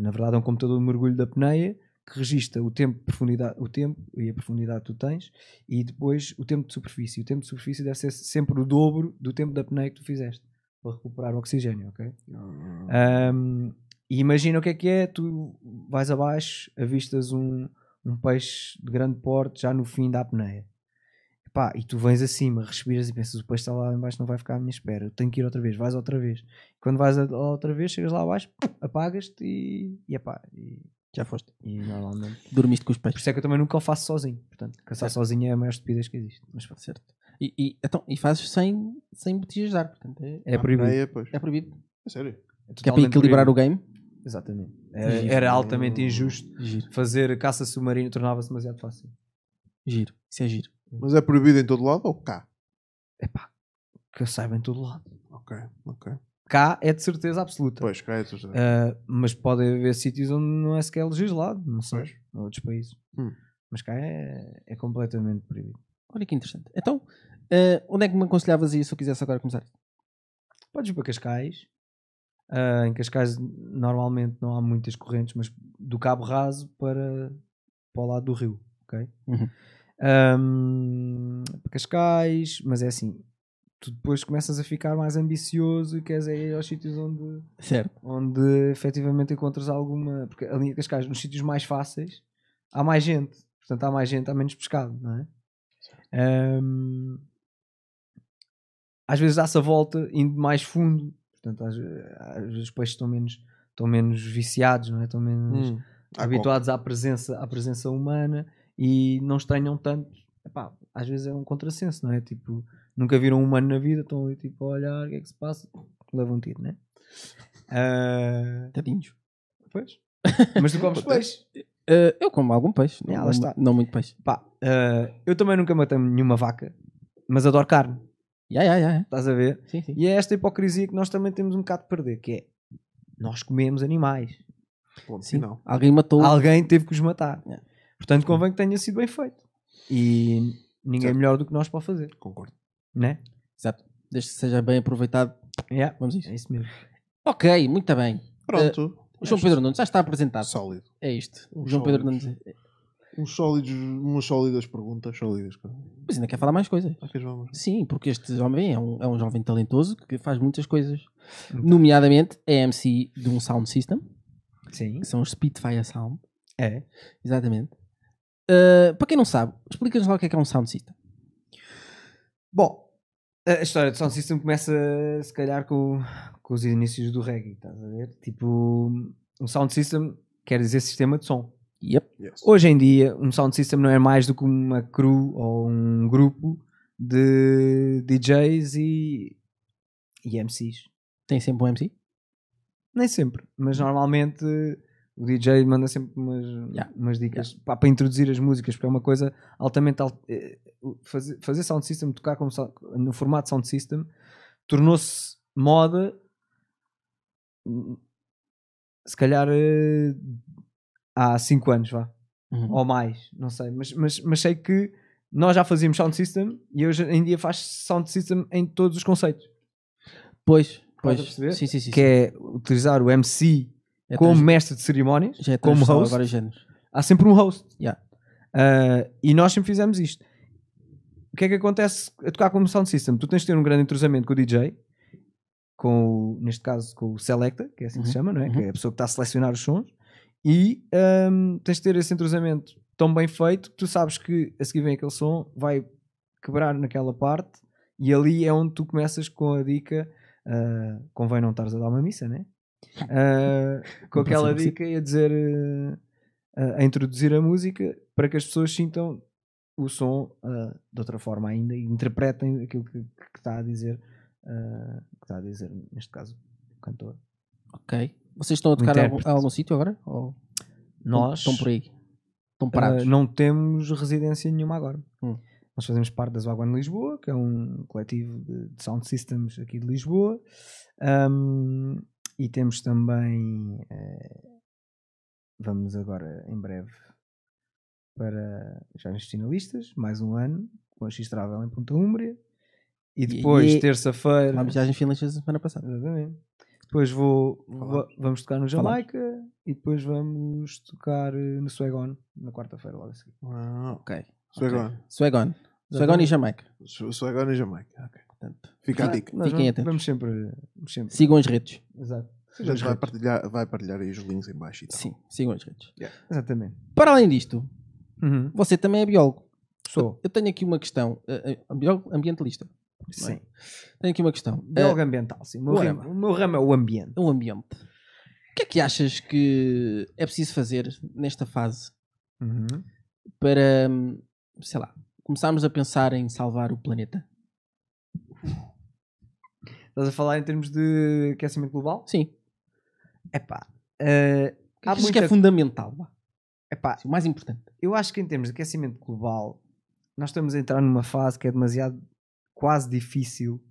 Speaker 3: na verdade é um computador de mergulho da peneia que registra o tempo, profundidade, o tempo e a profundidade que tu tens e depois o tempo de superfície. O tempo de superfície deve ser sempre o dobro do tempo da peneia que tu fizeste para recuperar o oxigênio, ok?
Speaker 1: Ah,
Speaker 3: Um, e imagina o que é que é: tu vais abaixo, avistas um, um peixe de grande porte já no fim da apneia. Epá, e tu vens acima, respiras e pensas: o peixe está lá em baixo, não vai ficar à minha espera, eu tenho que ir outra vez. Vais outra vez. Quando vais a- lá outra vez, chegas lá abaixo, apagas-te e, e, epá, e,
Speaker 2: Já foste.
Speaker 3: e normalmente.
Speaker 2: Dormiste com os
Speaker 3: Por
Speaker 2: peixes.
Speaker 3: isso é que eu também nunca o faço sozinho. Portanto, caçar sozinho é a maior estupidez que existe. Mas pronto.
Speaker 2: Certo. E, e, então, e fazes sem, sem botijas de ar. Portanto, é,
Speaker 3: É proibido.
Speaker 1: Meia, pois.
Speaker 2: é proibido.
Speaker 1: É sério.
Speaker 2: Que é para equilibrar o game.
Speaker 3: o. Exatamente. Era, era altamente injusto
Speaker 2: Giro,
Speaker 3: fazer caça submarina, tornava-se demasiado fácil.
Speaker 2: giro. Isso é giro.
Speaker 1: Mas é proibido em todo lado ou cá?
Speaker 3: Epá, que eu saiba em todo lado.
Speaker 1: Ok, ok.
Speaker 3: Cá é de certeza absoluta.
Speaker 1: Pois, cá é tudo.
Speaker 3: Ah, mas pode haver sítios onde não é sequer legislado, não sei,
Speaker 1: Pois.
Speaker 3: em outros países.
Speaker 1: Hum.
Speaker 3: Mas cá é, é completamente proibido.
Speaker 2: Olha que interessante. Então, eh, onde é que me aconselhavas ir se eu quisesse agora começar?
Speaker 3: Podes ir para Cascais. Ah, em Cascais normalmente não há muitas correntes, mas do Cabo Raso para, para o lado do rio, ok?
Speaker 2: Uhum.
Speaker 3: Ahm, para Cascais, mas é assim, tu depois começas a ficar mais ambicioso e queres é ir aos sítios onde
Speaker 2: Certo.
Speaker 3: onde efetivamente encontras alguma. Porque ali em Cascais, nos sítios mais fáceis, há mais gente. Portanto, há mais gente, há menos pescado, não é? Ahm, às vezes dá-se a volta indo mais fundo. Portanto, às, às vezes os peixes estão menos, estão menos viciados, não é? Estão menos
Speaker 1: Hum. Ah,
Speaker 3: habituados à presença, à presença humana e não estranham tanto. Epá, às vezes é um contrassenso, não é? Tipo, nunca viram um humano na vida, estão ali tipo a olhar, o que é que se passa? Levam um tiro, não é? Ah,
Speaker 2: Tadinhos.
Speaker 3: pois. Mas tu comes peixe.
Speaker 2: Eh, eu como algum peixe. Não,
Speaker 3: Ah, lá
Speaker 2: não,
Speaker 3: está.
Speaker 2: não muito peixe.
Speaker 3: Pá, ah, eu também nunca matei nenhuma vaca, mas adoro carne,
Speaker 2: Ya, ya, ya, ya.
Speaker 3: estás a ver?
Speaker 2: Sim, sim.
Speaker 3: E é esta hipocrisia que nós também temos um bocado de perder, que é nós comemos animais.
Speaker 1: com- ponto
Speaker 2: Sim.
Speaker 1: final.
Speaker 2: Alguém matou.
Speaker 3: Alguém teve que os matar.
Speaker 2: É.
Speaker 3: Portanto, convém que tenha sido bem feito. E ninguém
Speaker 1: Certo.
Speaker 3: melhor do que nós para fazer,
Speaker 1: Concordo.
Speaker 3: né?
Speaker 2: Exato. Desde que seja bem aproveitado.
Speaker 3: Yeah,
Speaker 2: Vamos a isso.
Speaker 3: é isso mesmo.
Speaker 2: Ok, muito bem.
Speaker 1: Pronto.
Speaker 2: O João Pedro Nunes já está apresentado.
Speaker 1: Sólido.
Speaker 2: É isto. O
Speaker 1: Um
Speaker 2: João Pedro Nunes. é-
Speaker 1: sólido. Eh, Uns sólidos, umas sólidas perguntas, sólidas. coisas.
Speaker 2: Mas ainda quer falar mais coisas.
Speaker 1: Ah, que as vamos.
Speaker 2: Sim, porque este homem é um, é um jovem talentoso que faz muitas coisas. Nomeadamente é MC de um sound system,
Speaker 3: Sim.
Speaker 2: que são os Spitfire Sound.
Speaker 3: É.
Speaker 2: Exatamente. Uh, para quem não sabe, explica-nos lá o que é que é um sound system.
Speaker 3: Bom, a história de Sound System começa se calhar com, com os inícios do reggae, estás a ver? Tipo, um Sound System quer dizer sistema de som.
Speaker 2: Yep.
Speaker 1: Yes.
Speaker 3: Hoje em dia, um sound system não é mais do que uma crew ou um grupo de DJs e, e MCs.
Speaker 2: Tem sempre um MC.
Speaker 3: Nem sempre, mas
Speaker 2: Uhum.
Speaker 3: normalmente o DJ manda sempre umas,
Speaker 2: Yeah.
Speaker 3: umas dicas pá, para introduzir as músicas, porque é uma coisa altamente. al- eh, o- Fazer, fazer sound system, tocar como sound- no formato sound system, tornou-se moda. hum, Se calhar eh, há 5 anos, vá
Speaker 2: Uhum.
Speaker 3: ou mais, não sei, mas, mas, mas sei que nós já fazíamos sound system e hoje em dia faz sound system em todos os conceitos,
Speaker 2: Pois,
Speaker 3: Estás
Speaker 2: pois.
Speaker 3: a perceber?
Speaker 2: Sim, sim, sim. sim.
Speaker 3: que é utilizar o MC
Speaker 2: É
Speaker 3: como
Speaker 2: trans-
Speaker 3: mestre de cerimónias,
Speaker 2: já é
Speaker 3: como
Speaker 2: transversal a
Speaker 3: host,
Speaker 2: vários géneros.
Speaker 3: há sempre um host.
Speaker 2: Yeah.
Speaker 3: Ah, e nós sempre fizemos isto. O que é que acontece a tocar como sound system? Tu tens de ter um grande entrosamento com o DJ, com o- neste caso com o Selecta, que é assim que
Speaker 2: Uhum,
Speaker 3: se chama, não é?
Speaker 2: uhum.
Speaker 3: Que é a pessoa que está a selecionar os sons, e ahm, tens de ter esse entrosamento tão bem feito que tu sabes que a seguir vem aquele som, vai quebrar naquela parte, e ali é onde tu começas com a dica. ah, convém não estares a dar uma missa, né? Ah, com
Speaker 2: Não pode ser
Speaker 3: aquela
Speaker 2: uma missa.
Speaker 3: dica e a dizer ah, a- a introduzir a música para que as pessoas sintam o som ah, de outra forma ainda e interpretem aquilo que, que está a dizer ah, que está a dizer neste caso o cantor
Speaker 2: Ok. Vocês estão a tocar a algum,
Speaker 3: intérprete.
Speaker 2: a algum sítio agora? Ou
Speaker 3: nós
Speaker 2: Estão por aí? Estão
Speaker 3: ah,
Speaker 2: parados?
Speaker 3: não temos residência nenhuma agora
Speaker 2: Hum.
Speaker 3: nós fazemos parte da Zaguan Lisboa que é um coletivo de, de sound systems aqui de Lisboa Ahm, e temos também eh, vamos agora em breve para já nos finalistas mais um ano com a X-Travel em Ponta Úmbria e depois
Speaker 2: e-
Speaker 3: terça-feira
Speaker 2: Vamos viagem finlandesa semana passada.
Speaker 3: Exatamente. Depois vou,
Speaker 1: Falamos.
Speaker 3: va- vamos tocar no
Speaker 2: Falamos.
Speaker 3: Jamaica e depois vamos tocar eh, no Swagon na quarta-feira logo a seguir.
Speaker 1: Ah,
Speaker 2: Ok.
Speaker 1: Swagon.
Speaker 2: Ok. Swagon. Swagon e Jamaica.
Speaker 1: Sou sou agora em Jamaica. ok.
Speaker 2: Portanto,
Speaker 1: Fica a dica.
Speaker 3: Nós
Speaker 2: Fiquem
Speaker 3: vamos-
Speaker 2: atentos.
Speaker 3: Vamos sempre. Vamos sempre.
Speaker 2: sigam as redes.
Speaker 3: Exato.
Speaker 1: A gente vai partilhar, vai partilhar aí os links em baixo e tal.
Speaker 2: Sim, sigam as redes.
Speaker 3: Exatamente.
Speaker 2: Para além disto,
Speaker 3: Uhum.
Speaker 2: você também é biólogo.
Speaker 3: Sou.
Speaker 2: Eu tenho aqui uma questão. eh, eh, biólogo ambientalista.
Speaker 3: Sim.
Speaker 2: Eh, Tenho aqui uma questão. eh,
Speaker 3: Biólogo ambiental, sim. O meu,
Speaker 2: whatever.
Speaker 3: ramo, o meu ramo é o ambiente.
Speaker 2: Eh, o ambiente. O que é que achas que é preciso fazer nesta fase
Speaker 3: Uhum.
Speaker 2: para, hum, sei lá, começarmos a pensar em salvar o planeta?
Speaker 3: Estás a falar em termos de aquecimento global?
Speaker 2: Sim.
Speaker 3: Epá.
Speaker 2: O
Speaker 3: eh,
Speaker 2: que é
Speaker 3: Há
Speaker 2: que achas que
Speaker 3: muita-
Speaker 2: é fundamental? vá?
Speaker 3: epá,
Speaker 2: Assim, o mais importante.
Speaker 3: eu acho que em termos de aquecimento global, nós estamos a entrar numa fase que é demasiado quase difícil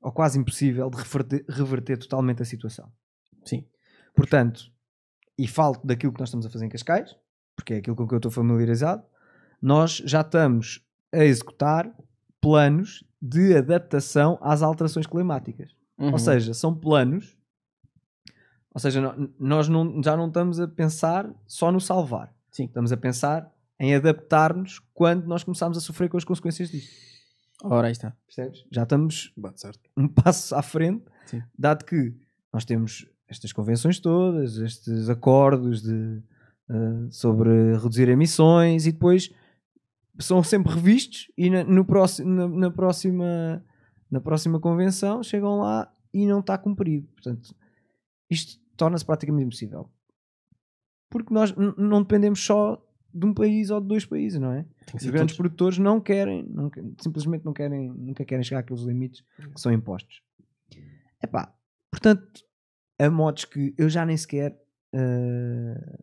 Speaker 3: ou quase impossível de reverter, reverter totalmente a situação.
Speaker 2: Sim.
Speaker 3: Portanto, e falo daquilo que nós estamos a fazer em Cascais, porque é aquilo com que eu estou familiarizado, nós já estamos a executar planos de adaptação às alterações climáticas.
Speaker 2: Uhum.
Speaker 3: Ou seja, são planos. Ou seja, no- nós não- já não estamos a pensar só no salvar.
Speaker 2: Sim.
Speaker 3: Estamos a pensar em adaptar-nos quando nós começarmos a sofrer com as consequências disto.
Speaker 2: Ora, aí está.
Speaker 3: Percebes? Já estamos
Speaker 1: Bate certo.
Speaker 3: um passo à frente,
Speaker 2: Sim.
Speaker 3: dado que nós temos estas convenções todas, estes acordos de, eh, sobre reduzir emissões e depois são sempre revistos e na, no próximo, na, na próxima, na próxima convenção chegam lá e não está cumprido. Portanto, isto torna-se praticamente impossível. Porque nós n- não dependemos só de um país ou de dois países, não é?
Speaker 2: Tem que
Speaker 3: Os
Speaker 2: ser todos.
Speaker 3: grandes produtores não querem, não que- simplesmente não querem, nunca querem chegar àqueles limites que são impostos. Epá, portanto, há modos que eu já nem sequer eh,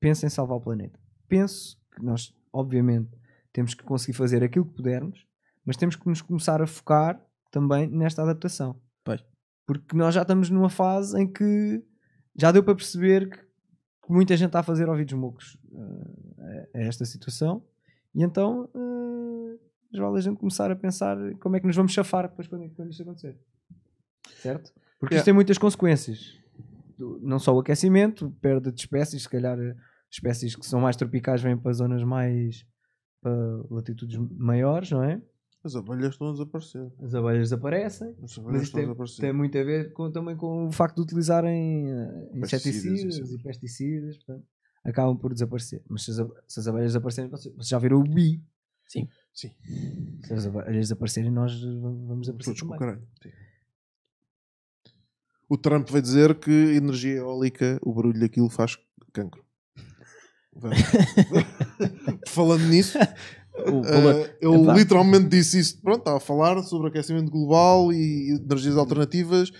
Speaker 3: penso em salvar o planeta. Penso que nós, obviamente, temos que conseguir fazer aquilo que pudermos, mas temos que nos começar a focar também nesta adaptação.
Speaker 2: Pois.
Speaker 3: Porque nós já estamos numa fase em que já deu para perceber que muita gente está a fazer ouvidos mocos eh, a a esta situação. E então eh, já vale a gente começar a pensar como é que nos vamos chafar depois quando, quando isto acontecer. Certo? Porque isto
Speaker 1: Yeah.
Speaker 3: tem muitas consequências. Do- Não só o aquecimento, perda de espécies, se calhar eh, espécies que são mais tropicais vêm para zonas mais para latitudes maiores, não é?
Speaker 1: As abelhas estão a desaparecer.
Speaker 3: As abelhas desaparecem.
Speaker 1: As
Speaker 3: Mas
Speaker 1: abelhas
Speaker 3: isto
Speaker 1: estão a
Speaker 3: tem,
Speaker 1: desaparecer.
Speaker 3: tem muito a ver com- também com o facto de utilizarem eh,
Speaker 1: Pesticidas,
Speaker 3: inseticidas
Speaker 1: etc.
Speaker 3: e pesticidas, portanto, acabam por desaparecer. Mas se as, ab- se as abelhas desaparecerem, vocês vocês já viram o bi.
Speaker 2: Sim.
Speaker 1: Sim.
Speaker 3: Se as abelhas desaparecerem, nós eh, vamos vamos desaparecer
Speaker 1: Todos com o
Speaker 3: também.
Speaker 1: caralho. Sim. O Trump vai dizer que energia eólica, o barulho daquilo faz cancro. Vamos. Falando nisso,
Speaker 2: O valor. É
Speaker 1: eh, eu
Speaker 2: Epá.
Speaker 1: literalmente disse isso. Pronto, estava a falar sobre aquecimento global e energias alternativas.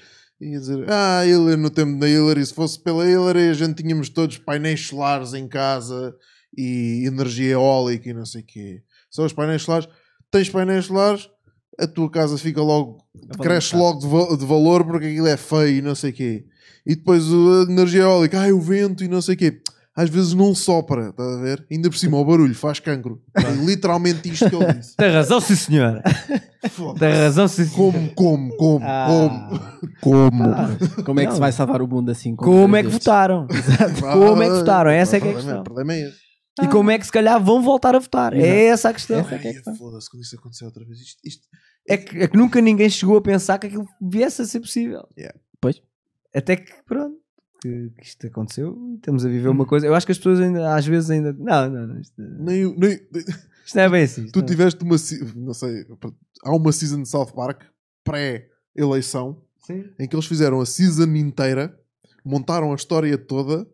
Speaker 1: E a dizer, ah, Hillary, no tempo da Hillary, se fosse pela Hillary, a gente tínhamos todos painéis solares em casa e energia eólica e não sei o quê. Só os painéis solares. Tens painéis solares, a tua casa fica logo, cresce logo de, va- de valor porque aquilo é feio e não sei o quê. E depois o- a energia eólica, ai, o vento e não sei o quê. Às vezes não sopra, estás a ver? Ainda por cima, o barulho faz cancro. É literalmente isto que ele disse.
Speaker 3: Tem razão, sim senhor.
Speaker 1: Foda-se.
Speaker 3: Tem razão, sim senhor.
Speaker 1: Como, como, como,
Speaker 3: Ah.
Speaker 1: como, como.
Speaker 2: Como é que se vai salvar o mundo assim? com
Speaker 3: Como é que
Speaker 2: três destes?
Speaker 3: votaram? Como é que votaram? Essa é que é a questão.
Speaker 1: O problema é esse.
Speaker 3: E como é que se calhar vão voltar a votar?
Speaker 2: Exato.
Speaker 3: É essa a questão.
Speaker 2: Essa é que é a questão.
Speaker 1: Foda-se, quando isso aconteceu outra vez. Isto, isto-
Speaker 3: É que, é que nunca ninguém chegou a pensar que aquilo viesse a ser possível.
Speaker 1: Yeah.
Speaker 2: Pois.
Speaker 3: Até que, pronto, que, que isto aconteceu e estamos a viver
Speaker 1: Uhum.
Speaker 3: uma coisa. Eu acho que as pessoas ainda, às vezes ainda. Não, não, não. Isto,
Speaker 1: É. nem, o- nem-
Speaker 3: isto não é bem assim. isto
Speaker 1: tu
Speaker 3: não-
Speaker 1: tiveste uma. se- Não sei. Há uma season de South Park pré-eleição
Speaker 3: Sim.
Speaker 1: em que eles fizeram a season inteira, montaram a história toda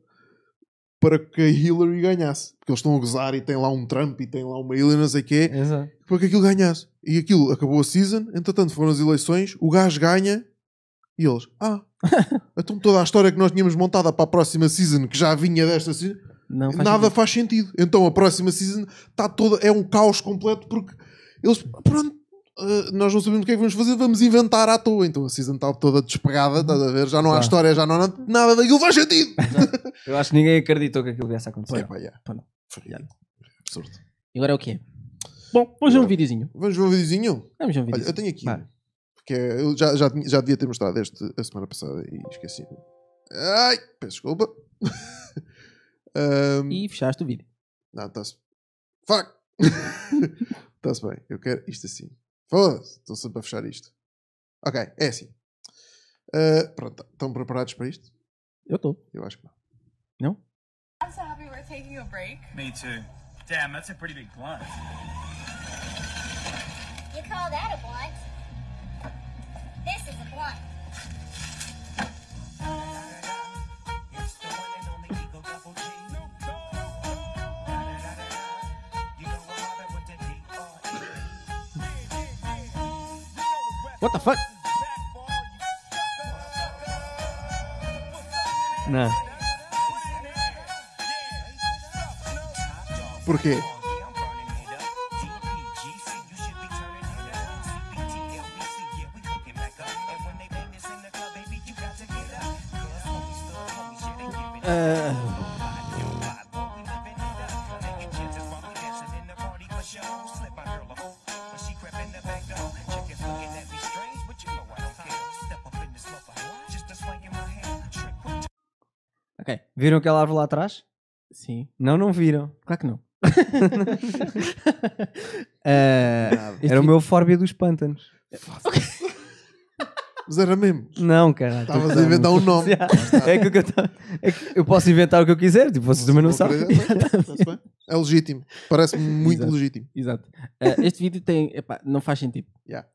Speaker 1: para que a Hillary ganhasse. Porque eles estão a gozar e tem lá um Trump e tem lá uma Hillary, não sei o quê,
Speaker 3: Exato.
Speaker 1: para que aquilo ganhasse. E aquilo acabou a season, entretanto foram as eleições, o gajo ganha e eles, ah, então toda a história que nós tínhamos montada para a próxima season, que já vinha desta season,
Speaker 2: Não faz
Speaker 1: nada
Speaker 2: sentido.
Speaker 1: faz sentido. Então a próxima season está toda, é um caos completo porque eles, pronto, eh, nós não sabemos o que é que vamos fazer, vamos inventar à toa. Então a season está toda despegada, estás a ver? Já não há
Speaker 3: Claro.
Speaker 1: história, já não há nada, nada daquilo faz sentido.
Speaker 3: Eu acho que ninguém acreditou que aquilo viesse a acontecer.
Speaker 1: Epá, yeah.
Speaker 2: Pá, não.
Speaker 1: Foi Absurdo.
Speaker 2: E agora é o quê? Bom, vamos ver um videozinho.
Speaker 1: Vamos ver um videozinho?
Speaker 2: Vamos ver um
Speaker 1: Olha, eu
Speaker 2: videozinho.
Speaker 1: tenho aqui.
Speaker 3: Vai.
Speaker 1: Porque eu já, já, tinha- já devia ter mostrado este a semana passada e esqueci. Ai, peço desculpa. Ahm,
Speaker 2: E fechaste o vídeo.
Speaker 1: Não, está-se. Fuck! Está-se bem, eu quero isto assim. Foda-se, estou sempre a fechar isto. Ok, é assim. Ah, pronto, estão preparados para isto?
Speaker 2: Eu estou.
Speaker 1: Eu acho que não.
Speaker 2: Não?
Speaker 4: I'm so happy we're taking a break.
Speaker 5: Me too. Damn, that's a pretty big blunt.
Speaker 6: You call that a blunt? This is a blunt.
Speaker 5: It's the one and only Eagle Double G. You know I'm mobbing with the D.R.E..
Speaker 2: What the fuck?
Speaker 3: Não.
Speaker 1: Porquê?
Speaker 5: Yeah, I'm burning it up. DPGC, you should be turning it up. CPTLBC, yeah, we cooking back up. And when they bang this in the club, baby, you got to get up. 'Cause homies love homies, yeah, they giving it up. Vibe, but we living it up. Taking chances while we dancing in the party for show. Slip my girl a hook, but she crept in the back door. Chickens looking at me strange, but you know I don't care. Step up in this motherfucker, just a swing in my hand. Trick, quick,
Speaker 2: Ok.
Speaker 3: Viram aquela árvore lá atrás?
Speaker 2: Sim.
Speaker 3: Não, não viram.
Speaker 2: Claro que não. Eh, este
Speaker 3: Ah, Era o
Speaker 2: vi-
Speaker 3: meu fórbia dos pântanos.
Speaker 1: Mas era mesmo.
Speaker 3: Não, caralho.
Speaker 1: Estavas a inventar um nome.
Speaker 3: é que o que eu tava- é que eu posso inventar o que eu quiser, tipo, vocês também não sabem.
Speaker 1: Está-se bem. É legítimo. Parece-me muito
Speaker 2: Exato.
Speaker 1: legítimo.
Speaker 2: Exato. Eh, este vídeo tem. epá, não faz sentido.
Speaker 1: Yeah.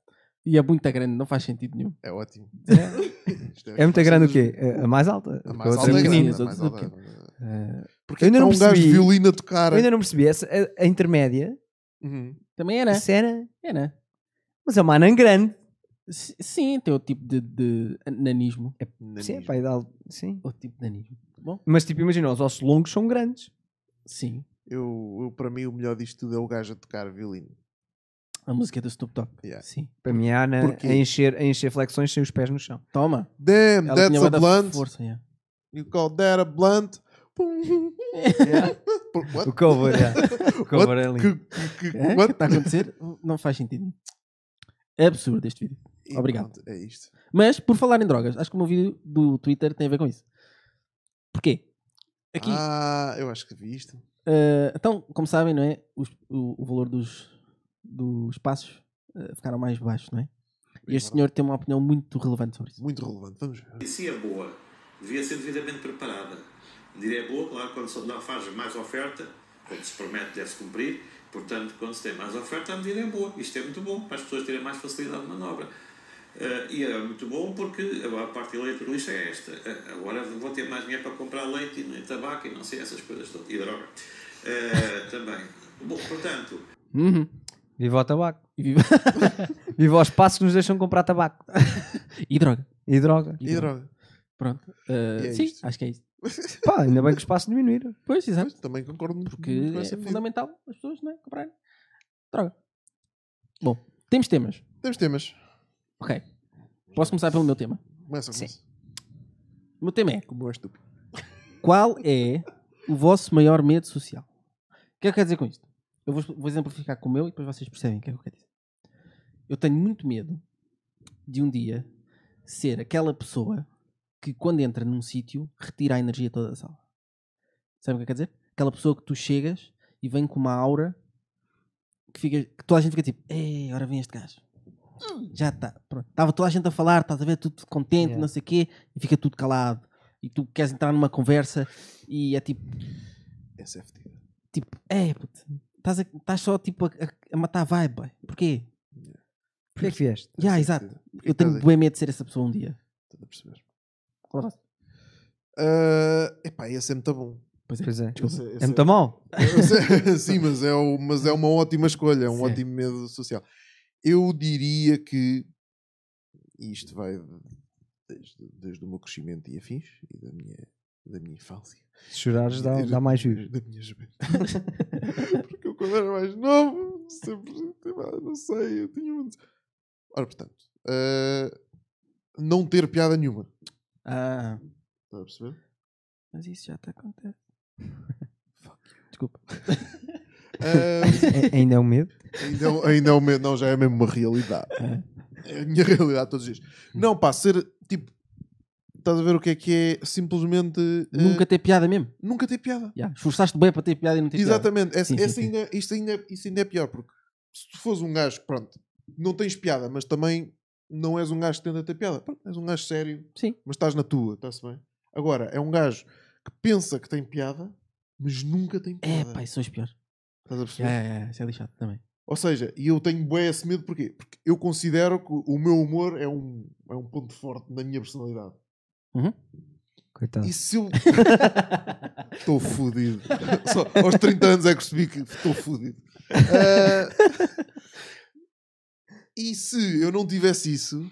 Speaker 2: E é muito grande, não faz sentido nenhum.
Speaker 1: É ótimo. Isto
Speaker 3: É muito grande o
Speaker 1: fácil de-
Speaker 3: quê? A- A mais alta?
Speaker 1: A
Speaker 3: Porque
Speaker 1: mais
Speaker 3: outra
Speaker 1: alta
Speaker 2: é
Speaker 1: é
Speaker 2: pequenina,
Speaker 1: grande.
Speaker 2: as
Speaker 1: a mais
Speaker 2: outras
Speaker 1: alta
Speaker 2: do
Speaker 1: é
Speaker 2: quê?
Speaker 1: grande.
Speaker 3: pequenina. Eh,
Speaker 1: Porque
Speaker 3: Eu ainda
Speaker 1: está
Speaker 3: não
Speaker 1: um gajo de
Speaker 3: percebi.
Speaker 1: violino a tocar.
Speaker 3: Eu ainda não percebi. Essa, a, a intermédia,
Speaker 1: Uhum.
Speaker 2: Também era.
Speaker 3: a cena,
Speaker 2: Era.
Speaker 3: mas é uma anã grande.
Speaker 2: S- Sim, tem outro tipo de, de nanismo.
Speaker 3: Sim, é pá, ideal. Sim.
Speaker 2: Outro tipo de nanismo. Bom,
Speaker 3: Mas tipo, imagina, os ossos longos são grandes.
Speaker 2: sim.
Speaker 1: Eu, eu, para mim, o melhor disto tudo é o gajo a tocar violino.
Speaker 2: A música do Snoop Dogg.
Speaker 1: Yeah.
Speaker 2: Sim.
Speaker 3: Para mim, a anã
Speaker 1: Porquê?
Speaker 3: a encher, a encher flexões sem os pés no chão.
Speaker 2: Toma.
Speaker 1: Damn,
Speaker 2: Ela
Speaker 1: that's
Speaker 2: tinha
Speaker 1: a
Speaker 2: bué da
Speaker 1: blunt.
Speaker 2: força. yeah.
Speaker 1: You call that a blunt? Pum. Por- what?
Speaker 3: O cover, é. O cover é
Speaker 1: What?
Speaker 3: lindo.
Speaker 1: Que- que- que-
Speaker 2: É, O que
Speaker 1: what?
Speaker 2: está a acontecer? não faz sentido. É absurdo este vídeo.
Speaker 1: E
Speaker 2: Obrigado.
Speaker 1: pronto, é isto.
Speaker 2: Mas, por falar em drogas, acho que o meu vídeo do Twitter tem a ver com isso. Porquê? Aqui,
Speaker 1: Ah, eu acho que vi isto.
Speaker 2: eh, então, como sabem, não é? Os- o, o valor dos, dos passos eh, ficaram mais baixos, não é? E este senhor tem uma opinião muito relevante sobre isso.
Speaker 1: Muito relevante. Vamos ver.
Speaker 7: em si é boa, devia ser devidamente preparada. A medida é boa, claro, quando se dá- faz mais oferta, quando se promete deve-se cumprir, portanto, quando se tem mais oferta, a medida é boa. Isto é muito bom, para as pessoas terem mais facilidade de manobra. Eh, e é muito bom porque a parte eleitoralista é esta. Eh, agora vou ter mais dinheiro para comprar leite e tabaco e não sei essas coisas todas. E droga. Eh, também. Bom, portanto,
Speaker 2: Uhum.
Speaker 3: Viva o tabaco.
Speaker 2: E viva-
Speaker 3: Viva os passos que nos deixam comprar tabaco
Speaker 2: E droga.
Speaker 3: e droga.
Speaker 1: E droga.
Speaker 2: Pronto. Uh,
Speaker 1: E é
Speaker 2: sim,
Speaker 1: isto.
Speaker 2: acho que é isso.
Speaker 3: Pá, ainda bem que os passos diminuíram.
Speaker 1: Mas
Speaker 2: Pois, exato.
Speaker 1: também concordo muito
Speaker 2: Porque
Speaker 1: muito com
Speaker 2: é
Speaker 1: essa medida.
Speaker 2: fundamental as pessoas não é? comprarem droga. Bom, temos temas.
Speaker 1: Temos temas.
Speaker 2: Ok. Posso começar pelo meu tema?
Speaker 1: Começa,
Speaker 2: Sim.
Speaker 1: começa.
Speaker 2: O meu tema é
Speaker 1: Como é estúpido.
Speaker 2: Qual é o vosso maior medo social? O que é que eu quero dizer com isto? Eu vou, expl- vou exemplificar com o meu e depois vocês percebem o que é que eu quero dizer. Eu tenho muito medo de um dia ser aquela pessoa que quando entra num sítio retira a energia toda da sala. Sabe o que eu quero dizer? Aquela pessoa que tu chegas e vem com uma aura que, fica, que toda a gente fica tipo, ei, ora vem este gajo. Já está. Estava toda a gente a falar, estás a ver, tudo contente,
Speaker 3: Yeah.
Speaker 2: não sei o quê, e fica tudo calado. E tu queres entrar numa conversa e é tipo,
Speaker 1: SFT.
Speaker 2: tipo, é, puto, estás, a- estás só tipo a, a- a matar a vibe, boy. Porquê?
Speaker 3: Porquê é que vieste?
Speaker 1: SFT.
Speaker 2: Yeah, exato.
Speaker 1: Porquê
Speaker 2: Eu
Speaker 1: que estás
Speaker 2: tenho
Speaker 1: aqui?
Speaker 2: bem medo de ser essa pessoa um dia.
Speaker 1: Estás a perceber?
Speaker 2: Qual é o vosso?
Speaker 1: Ah, epá, esse é muito bom.
Speaker 3: Pois é.
Speaker 1: Esse- esse
Speaker 3: É muito mal.
Speaker 1: Sim, Sim, mas é, o- mas é uma ótima escolha, é um
Speaker 2: Sim.
Speaker 1: ótimo medo social. Eu diria que e isto vai desde, desde o meu crescimento e afins e da minha, da minha infância.
Speaker 3: Se chorares, dá, dá mais juros.
Speaker 1: Da minha juventude. Porque eu, quando era mais novo, sempre. epá, Não sei, eu tinha muito. Ora, portanto, ah, não ter piada nenhuma.
Speaker 2: Ah,
Speaker 1: Estás a perceber?
Speaker 2: mas isso já está acontecendo. Desculpa.
Speaker 1: Ah,
Speaker 3: É- ainda é um medo.
Speaker 1: Ainda, é um- ainda é o meu, não, já é mesmo uma realidade. É a minha realidade todos os dias. Não, pá, ser tipo. Estás a ver o que é que é simplesmente. eh,
Speaker 2: Nunca ter piada mesmo.
Speaker 1: nunca ter piada.
Speaker 2: Yeah. Esforçaste bem para ter piada e não ter
Speaker 1: Exatamente. Essa,
Speaker 2: Sim, sim,
Speaker 1: essa
Speaker 2: sim.
Speaker 1: ainda, isto ainda, isso ainda é pior, porque se tu fores um gajo, pronto, não tens piada, mas também não és um gajo que tenta ter piada. Pronto, és um gajo sério,
Speaker 2: Sim.
Speaker 1: mas estás na tua, está-se bem. Agora, é um gajo que pensa que tem piada, mas nunca tem
Speaker 2: piada.
Speaker 1: piada.
Speaker 2: É, pá, isso são os piores.
Speaker 1: Estás a perceber?
Speaker 2: É, é, é, isso é lixado também.
Speaker 1: Ou seja, e eu tenho bué esse medo porquê? Porque eu considero que o meu humor é um, é um ponto forte na minha personalidade.
Speaker 3: Coitado.
Speaker 1: E se eu. Estou fodido. Só aos 30 anos é que percebi que estou fodido. Ah, E se eu não tivesse isso,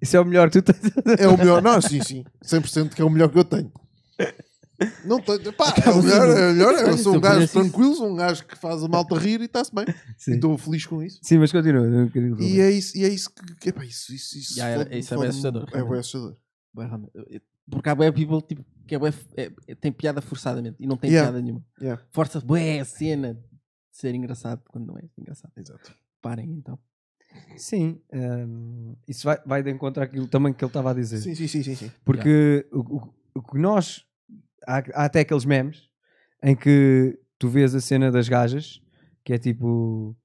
Speaker 3: Isso é o melhor que tu tens.
Speaker 1: é o melhor. Não, sim, sim. 100% que é o melhor que eu tenho. Não tenho. Pá, é o melhor. É o melhor. Eu sou um gajo tranquilo, sou um gajo que faz a malta rir e está-se bem. E
Speaker 3: Sim.
Speaker 1: estou feliz com isso. é
Speaker 3: Sim, mas continua. eu queria
Speaker 1: E
Speaker 3: resolver.
Speaker 1: é isso, e é isso que. que epá, isso, isso, isso,
Speaker 2: Já era-
Speaker 1: fode-
Speaker 2: isso é bué
Speaker 1: fode-me-
Speaker 2: assustador,
Speaker 1: É bué
Speaker 2: realmente.
Speaker 1: assustador.
Speaker 2: Bué ramo. Eu- eu- Porque há bué people tipo, que é bué f- é- é- tem piada forçadamente e não tem
Speaker 1: Yeah.
Speaker 2: piada nenhuma.
Speaker 1: Yeah.
Speaker 2: Força bué a cena de ser engraçado quando não é engraçado.
Speaker 1: Exato.
Speaker 2: Parem então.
Speaker 3: Sim. hum, isso vai, vai de encontro àquilo também que ele estava a dizer.
Speaker 1: Sim, sim, sim, sim. sim.
Speaker 3: Porque o, o- o que nós. Há, há até aqueles memes em que tu vês a cena das gajas que é tipo.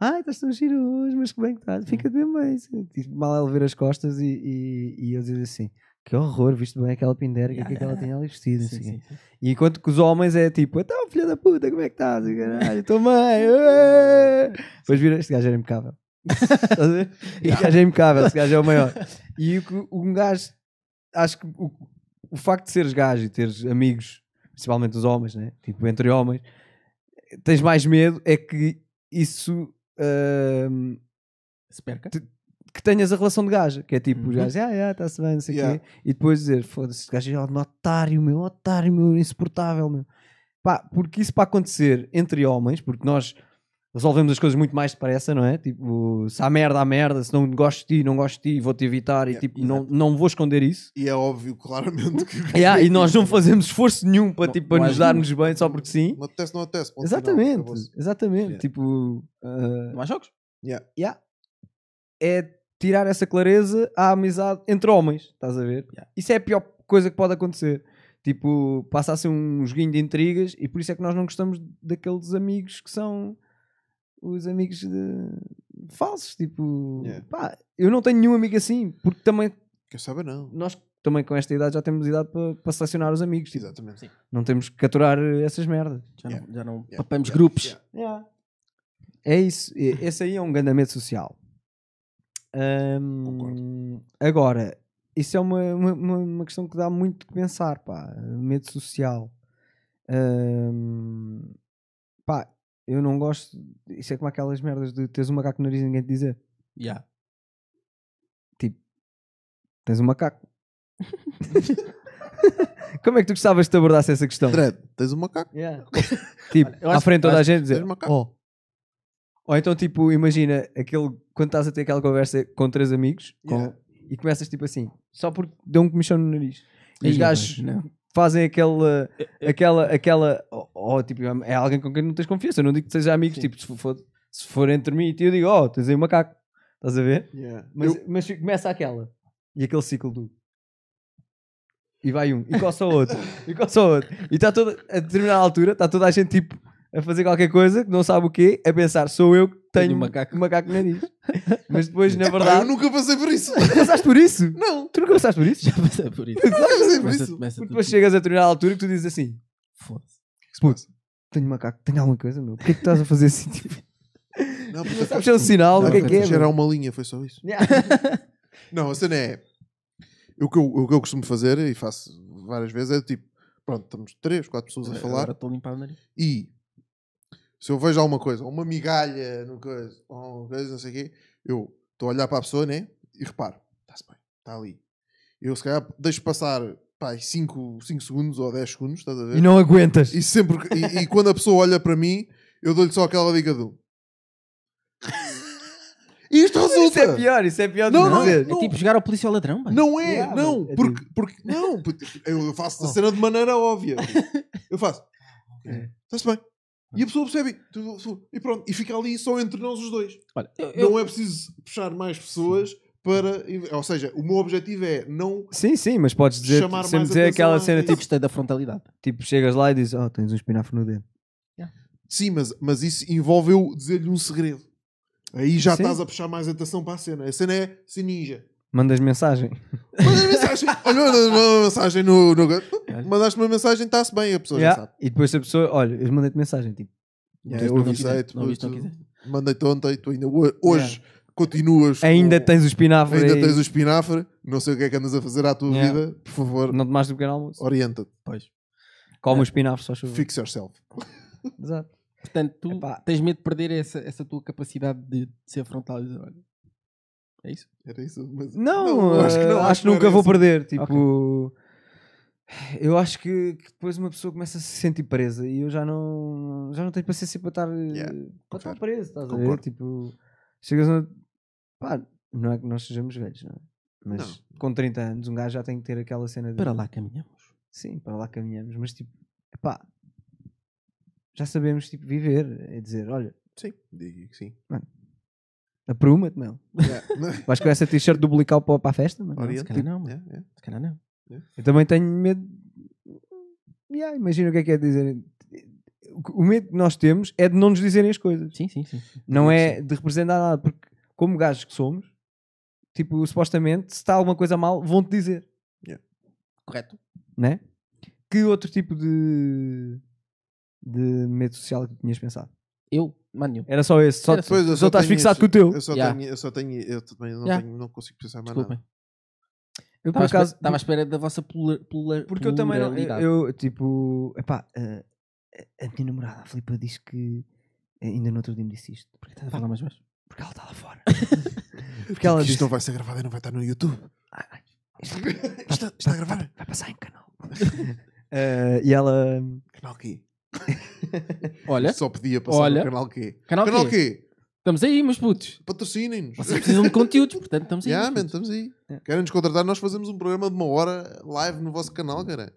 Speaker 3: Ai, estás tão giro hoje, mas que bem que
Speaker 2: Uhum.
Speaker 3: estás. Fica-te bem bem. assim, Tipo, mal ela ver as costas e, e, e eles dizem assim: Que horror, viste bem aquela pindera, o que é que aquela tinha ali vestida.
Speaker 2: Sim,
Speaker 3: assim.
Speaker 2: sim, sim.
Speaker 3: E enquanto que os homens é tipo, então filha da puta, como é que estás? E Caralho, tua mãe. ué." Depois vira, este gajo era impecável. Estás a ver? este gajo é impecável, este gajo é o maior. E o que- um gajo, acho que o, o facto de seres gajo e teres amigos, principalmente os homens, né? Tipo, entre homens, tens mais medo é que isso. hum,
Speaker 2: Se perca.
Speaker 3: que tenhas a relação de gajo, que é tipo, os
Speaker 2: Uhum.
Speaker 3: gajos, ah, já, está-se bem, não sei o
Speaker 1: Yeah.
Speaker 3: quê, e depois dizer, foda-se, este gajo é um otário, meu, otário, meu, insuportável, meu. Pá, porque isso para acontecer entre homens, porque nós resolvemos as coisas muito mais depressa, não é? Tipo, se há merda, há merda, se não gosto de ti, não gosto de ti, vou-te evitar e
Speaker 1: Yeah,
Speaker 3: tipo, não, não vou esconder isso.
Speaker 1: E é óbvio, claramente, que.
Speaker 3: Yeah, e nós não fazemos esforço nenhum para,
Speaker 2: Não-
Speaker 3: tipo, para
Speaker 2: não há
Speaker 3: nos darmos bem só porque sim.
Speaker 1: Não apetece, não apetece. ponto final,
Speaker 3: Exatamente,
Speaker 1: acabou-se.
Speaker 3: exatamente.
Speaker 1: Yeah.
Speaker 3: Tipo, ah,
Speaker 2: Não há jogos?
Speaker 3: é tirar essa clareza à amizade entre homens, estás a ver?
Speaker 2: Yeah.
Speaker 3: Isso é a pior coisa que pode acontecer. Tipo, passa a ser um joguinho de intrigas e por isso é que nós não gostamos daqueles amigos que são os amigos de- falsos. Tipo,
Speaker 1: Yeah.
Speaker 3: pá, eu não tenho nenhum amigo assim, porque também
Speaker 1: Que eu saiba, não.
Speaker 3: nós também com esta idade já temos idade para selecionar os amigos. tipo,
Speaker 1: Exatamente.
Speaker 3: não temos que aturar essas merdas.
Speaker 2: Já
Speaker 1: Yeah.
Speaker 2: não, já não
Speaker 1: Yeah.
Speaker 2: papamos
Speaker 1: Yeah.
Speaker 2: grupos.
Speaker 1: Yeah.
Speaker 3: É isso. E- Esse aí é um grande medo social. Ahm,
Speaker 1: Concordo.
Speaker 3: Agora, isso é uma, uma- uma, uma questão que dá muito que pensar, pá. Medo social. Ahm, pá, eu não gosto. Isso é como aquelas merdas de teres um macaco no nariz e ninguém te dizer.
Speaker 2: Yeah.
Speaker 3: Tens um macaco. como é que tu gostavas de te abordasse essa questão?
Speaker 1: Dredd, tens um macaco?
Speaker 3: Yeah. tipo,
Speaker 2: eu
Speaker 3: à
Speaker 2: acho-
Speaker 3: frente toda a
Speaker 2: acho-
Speaker 3: gente dizer.
Speaker 1: Tens um macaco?
Speaker 3: Oh. Ou então, tipo, imagina aquele, quando estás a ter aquela conversa com três amigos com-
Speaker 1: Yeah.
Speaker 3: e começas tipo assim, só porque deu um comichão no nariz. E os
Speaker 2: Aí,
Speaker 3: gajos
Speaker 2: pois, não.
Speaker 3: fazem aquela, aquela, aquela, ou ou, tipo, é alguém com quem não tens confiança. Eu não digo que seja amigos, tipo, se for, se for entre mim e ti, eu digo, oh, tens aí um macaco, estás a ver?
Speaker 1: Yeah.
Speaker 3: Mas,
Speaker 1: Eu-
Speaker 3: mas começa aquela e aquele ciclo do. E vai um, e coça o outro, e coça o outro. E está toda, a determinada altura, está toda a gente tipo a fazer qualquer coisa que não sabe o quê, a pensar, sou eu que tenho,
Speaker 2: Tenho um
Speaker 3: um
Speaker 2: macaco.
Speaker 3: macaco, no nariz. mas depois, na
Speaker 1: Epá, eu
Speaker 3: é verdade,
Speaker 1: nunca passei por isso.
Speaker 3: passaste por isso.
Speaker 1: Não,
Speaker 3: Tu nunca passaste por isso?
Speaker 2: Já passei por isso.
Speaker 1: nunca passei É por
Speaker 2: Começa-
Speaker 1: isso.
Speaker 2: começa
Speaker 3: Porque
Speaker 2: tudo. tipo,
Speaker 3: depois chegas a determinada altura que tu dizes assim:
Speaker 2: Foda-se.
Speaker 3: Puto, tenho um macaco, tenho alguma coisa, meu. Porquê que estás a fazer assim? Tipo,
Speaker 1: Não,
Speaker 3: não sabes se é um sinal, o que é que é?
Speaker 1: Gerar
Speaker 3: meu?
Speaker 1: uma linha, foi só isso.
Speaker 3: Yeah.
Speaker 1: Não, a cena é. O que, eu, o que eu costumo fazer, e faço várias vezes, é tipo: pronto, estamos três, quatro pessoas a falar,
Speaker 2: Agora estou a limpar o nariz.
Speaker 1: e se eu vejo alguma coisa, ou uma migalha, no coisa, ou uma coisa, não sei o quê, eu estou a olhar para a pessoa, né? E reparo: está-se bem, está ali. Eu, se calhar, deixo passar 5 segundos ou 10 segundos, estás a ver?
Speaker 3: E não é aguentas.
Speaker 1: E sempre que- e, e quando a pessoa olha para mim, eu dou-lhe só aquela dica do. E isto
Speaker 3: Isso
Speaker 1: resulta!
Speaker 3: é pior, isso é pior
Speaker 1: Não,
Speaker 3: de
Speaker 1: não,
Speaker 3: dizer.
Speaker 1: não.
Speaker 2: É tipo jogar ao polícia ao ladrão, mano.
Speaker 1: Não é,
Speaker 3: Yeah,
Speaker 1: não,
Speaker 3: mas é
Speaker 1: porque, porque não, porque eu faço a
Speaker 3: Oh. É.
Speaker 1: cena de maneira óbvia. Eu faço. Está-se bem. E a pessoa percebe. Tu- tu- E pronto, e fica ali só entre nós os dois.
Speaker 2: Olha, eu, eu-
Speaker 1: Não é preciso puxar mais pessoas para. Ou seja, o meu objetivo é não.
Speaker 3: Sim, sim, mas podes dizer,
Speaker 1: Chamar
Speaker 3: sempre
Speaker 1: mais
Speaker 3: dizer
Speaker 1: atenção
Speaker 3: aquela
Speaker 1: a
Speaker 3: cena
Speaker 1: isso.
Speaker 2: eu
Speaker 3: tipo,
Speaker 2: gostei é da frontalidade.
Speaker 3: tipo, chegas lá e dizes, oh, tens um espinafre no dedo.
Speaker 1: Sim, mas, mas isso envolve eu dizer-lhe um segredo. Aí já
Speaker 3: Sim.
Speaker 1: estás a puxar mais atenção para a cena. A cena é ser ninja.
Speaker 3: Mandas mensagem.
Speaker 1: Manda mensagem. Olha, manda uma mensagem no. no... Mandaste uma mensagem, está-se bem, a pessoa já
Speaker 3: Yeah.
Speaker 1: sabe.
Speaker 3: E depois a pessoa, olha, eu mandei-te mensagem, tipo,
Speaker 1: Yeah, eu
Speaker 2: Não
Speaker 1: ouvi
Speaker 2: quiser,
Speaker 1: sei, tu-
Speaker 2: não ouvi, não
Speaker 1: tu-
Speaker 2: quiser.
Speaker 1: Mandei-te ontem, tu ainda ho- hoje continuas.
Speaker 3: ainda
Speaker 1: com-
Speaker 3: tens o espinafre
Speaker 1: Tipo, ainda
Speaker 3: aí,
Speaker 1: tens o espinafre, não sei o que é que andas a fazer à tua
Speaker 3: Yeah.
Speaker 1: vida, por favor,
Speaker 3: não tomaste o pequeno almoço.
Speaker 1: orienta-te,
Speaker 2: Pois.
Speaker 3: Come o espinafre, só chuva.
Speaker 1: fix yourself.
Speaker 3: Exato.
Speaker 2: Portanto, tu
Speaker 3: Epá.
Speaker 2: tens medo de perder essa, essa tua capacidade de ser frontal e dizer, olha, é isso?
Speaker 1: Era isso, mas-
Speaker 3: Não, eh,
Speaker 1: eu
Speaker 3: acho que,
Speaker 1: não, não era
Speaker 3: nunca
Speaker 1: assim.
Speaker 3: vou
Speaker 1: isso.
Speaker 3: perder, tipo... Eu acho que, que depois uma pessoa começa a se sentir presa e eu já não, já não tenho paciência para estar, eh,
Speaker 1: Yeah,
Speaker 3: para estar
Speaker 1: confere.
Speaker 3: preso, estás a ver?
Speaker 1: Concordo.
Speaker 3: Tipo, chegas a... Pá, não é que nós sejamos velhos, não é? Mas com 30 anos um gajo já tem que ter aquela cena de...
Speaker 2: Para lá caminhamos.
Speaker 3: Sim, para lá caminhamos, mas tipo, pá, já sabemos tipo, viver. É dizer, olha,
Speaker 1: Sim, digo que sim.
Speaker 3: apruma-te, meu.
Speaker 1: Yeah.
Speaker 3: Vais com essa t-shirt do Blical para, para a festa, mano.
Speaker 2: Olha. se
Speaker 1: Orienta-te.
Speaker 2: calhar não, mas-
Speaker 1: Yeah, yeah.
Speaker 2: Se calhar não.
Speaker 3: Eu também tenho medo. Yeah, imagina o que é que é dizer. O que- O medo que nós temos é de não nos dizerem as coisas.
Speaker 2: Sim, sim, sim.
Speaker 3: Não é de representar nada, porque como gajos que somos, tipo, supostamente, se está alguma coisa mal, vão-te dizer.
Speaker 2: Correto.
Speaker 3: né? Que outro tipo de, de medo social é que tu tinhas pensado?
Speaker 2: Eu, mano, eu-
Speaker 3: Era só esse, só,
Speaker 2: Era só
Speaker 1: Pois, eu
Speaker 3: só estás
Speaker 1: tenho
Speaker 3: fixado
Speaker 1: este-
Speaker 3: com o teu.
Speaker 1: Eu só
Speaker 2: Yeah.
Speaker 1: tenho, eu só tenho, eu também não,
Speaker 2: Yeah.
Speaker 1: tenho- não consigo pensar mais
Speaker 2: desculpem.
Speaker 1: nada.
Speaker 3: Eu, por
Speaker 2: Estava à espe-
Speaker 3: acaso,
Speaker 2: Estava à espera da vossa plura, plura,
Speaker 3: porque eu também não, eh,
Speaker 2: pluralidade.
Speaker 3: eu, eu, tipo, epá, eh, a, a minha namorada, a Filipa, diz que ainda no outro dia me disse isto,
Speaker 2: Por que estás a falar mais baixo?
Speaker 3: porque ela está lá fora. porque ela
Speaker 1: Isto
Speaker 3: disse, Tá,
Speaker 1: não vai ser gravado e não vai estar no YouTube.
Speaker 3: "Ai, ai, isto
Speaker 1: Está,
Speaker 3: tá,
Speaker 1: está a gravar?
Speaker 3: vai passar em canal. Eh, e ela,
Speaker 1: Canal Q.
Speaker 2: Olha,
Speaker 1: Só podia passar
Speaker 2: Olha.
Speaker 1: no Canal Q.
Speaker 2: canal,
Speaker 1: Canal
Speaker 2: Q.
Speaker 1: Q,
Speaker 2: Estamos aí, meus putos.
Speaker 1: patrocinem-nos.
Speaker 2: Vocês precisam de conteúdos, portanto estamos aí.
Speaker 1: Yeah,
Speaker 2: meus
Speaker 1: man,
Speaker 2: putos.
Speaker 1: estamos aí.
Speaker 3: É.
Speaker 1: Querem nos contratar? Nós fazemos um programa de uma hora live no vosso canal, cara.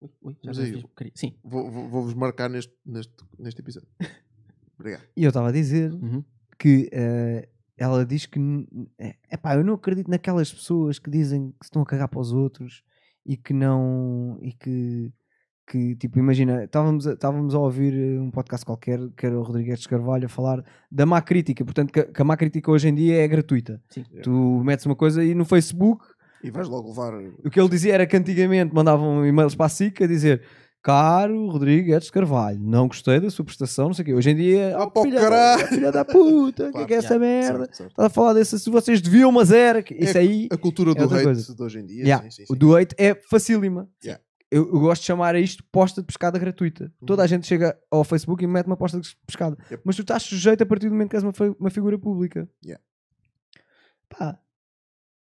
Speaker 2: Ui, ui, já
Speaker 1: Estamos
Speaker 2: já
Speaker 1: aí.
Speaker 2: fiz porcaria. Sim.
Speaker 1: Vou- vou- Vou-vos marcar neste, neste, neste episódio. Obrigado.
Speaker 3: e eu estava a dizer
Speaker 2: Uhum.
Speaker 3: que eh, ela diz que é pá, eu não acredito naquelas pessoas que dizem que se estão a cagar para os outros e que não e que, que tipo, imagina, estávamos a, estávamos a ouvir eh, um podcast qualquer que era o Rodrigues de Carvalho a falar da má crítica, portanto que, que a má crítica hoje em dia é gratuita.
Speaker 2: Sim.
Speaker 3: Tu metes uma coisa e no Facebook
Speaker 1: E vais logo levar.
Speaker 3: o que ele dizia era que antigamente mandavam e-mails para a SIC a dizer Caro Rodrigo Guedes Carvalho, não gostei da sua prestação, não sei o quê. Hoje em dia,
Speaker 1: Ah,
Speaker 3: oh,
Speaker 1: pá,
Speaker 3: filha,
Speaker 1: caralho.
Speaker 3: da, filha da puta, o que é
Speaker 1: Claro,
Speaker 3: que é essa
Speaker 1: yeah, É
Speaker 3: merda?
Speaker 1: certo, certo.
Speaker 3: Estás a falar desse, se vocês deviam, mas era. que- Isso aí,
Speaker 1: A cultura do
Speaker 3: É outra
Speaker 1: hate
Speaker 3: coisa.
Speaker 1: de hoje em dia.
Speaker 3: yeah,
Speaker 1: sim, sim,
Speaker 3: o
Speaker 1: sim.
Speaker 3: do hate é facílima.
Speaker 1: Yeah.
Speaker 3: Eu, eu gosto de chamar a isto posta de pescada gratuita.
Speaker 2: Uhum.
Speaker 3: Toda a gente chega ao Facebook e mete uma posta de pescada.
Speaker 1: Yep.
Speaker 3: Mas tu estás sujeito a partir do momento que és uma, fi- uma figura pública.
Speaker 1: Yeah.
Speaker 3: Pá,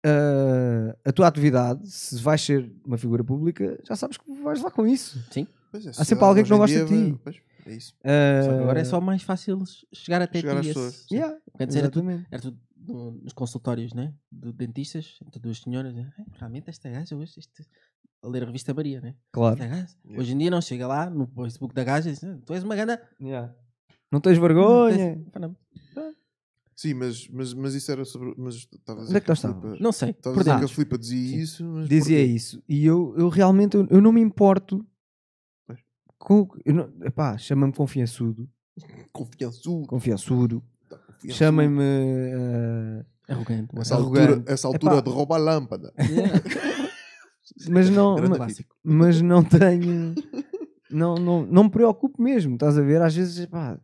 Speaker 3: ah, a tua atividade, se vais ser uma figura pública, já sabes que vais lá com isso.
Speaker 1: Pois é,
Speaker 3: há sempre alguém que não
Speaker 1: hoje em
Speaker 3: gosta de
Speaker 1: dia,
Speaker 3: ti.
Speaker 1: pois, é isso.
Speaker 3: Ah,
Speaker 2: Só que agora é só mais fácil chegar até
Speaker 1: Chegar às
Speaker 2: ti. esse-
Speaker 1: pessoas.
Speaker 3: Eh, Yeah,
Speaker 2: Antes era tudo,
Speaker 3: exatamente.
Speaker 2: era tudo no- nos consultórios, né? De dentistas, entre duas senhoras. né? "Ai, Realmente, esta gaja hoje, este... a ler a revista Maria, né?
Speaker 3: Claro.
Speaker 2: Esta gaja, Hoje em dia não chega lá no Facebook da gaja e diz: "Ah, Tu és uma ganda.
Speaker 3: Não tens vergonha.
Speaker 2: Pá, Não,
Speaker 1: Sim, mas, mas, mas isso era sobre. Mas estava a
Speaker 3: Onde é
Speaker 1: dizer
Speaker 3: que nós
Speaker 1: a Filipa-
Speaker 3: estávamos?
Speaker 2: não sei.
Speaker 1: Estavas a dizer
Speaker 2: Perdão.
Speaker 1: que a Filipa dizia
Speaker 3: Sim.
Speaker 1: isso, mas.
Speaker 3: Dizia
Speaker 1: porquê?
Speaker 3: isso. E eu, eu realmente eu, eu não me importo.
Speaker 1: Pois.
Speaker 3: Com, eu não- epá, chama-me confiançudo.
Speaker 1: Confiançudo.
Speaker 3: Confiançudo.
Speaker 1: confiançudo.
Speaker 3: Chamem-me. ah,
Speaker 2: Arrogante.
Speaker 1: Essa altura,
Speaker 3: arrogante.
Speaker 1: essa altura
Speaker 3: Epá.
Speaker 1: de rouba a lâmpada.
Speaker 3: mas não.
Speaker 1: Grande
Speaker 3: ma-
Speaker 1: clássico.
Speaker 3: mas não tenho. não, não, não me preocupo mesmo, estás a ver? Às vezes, pá,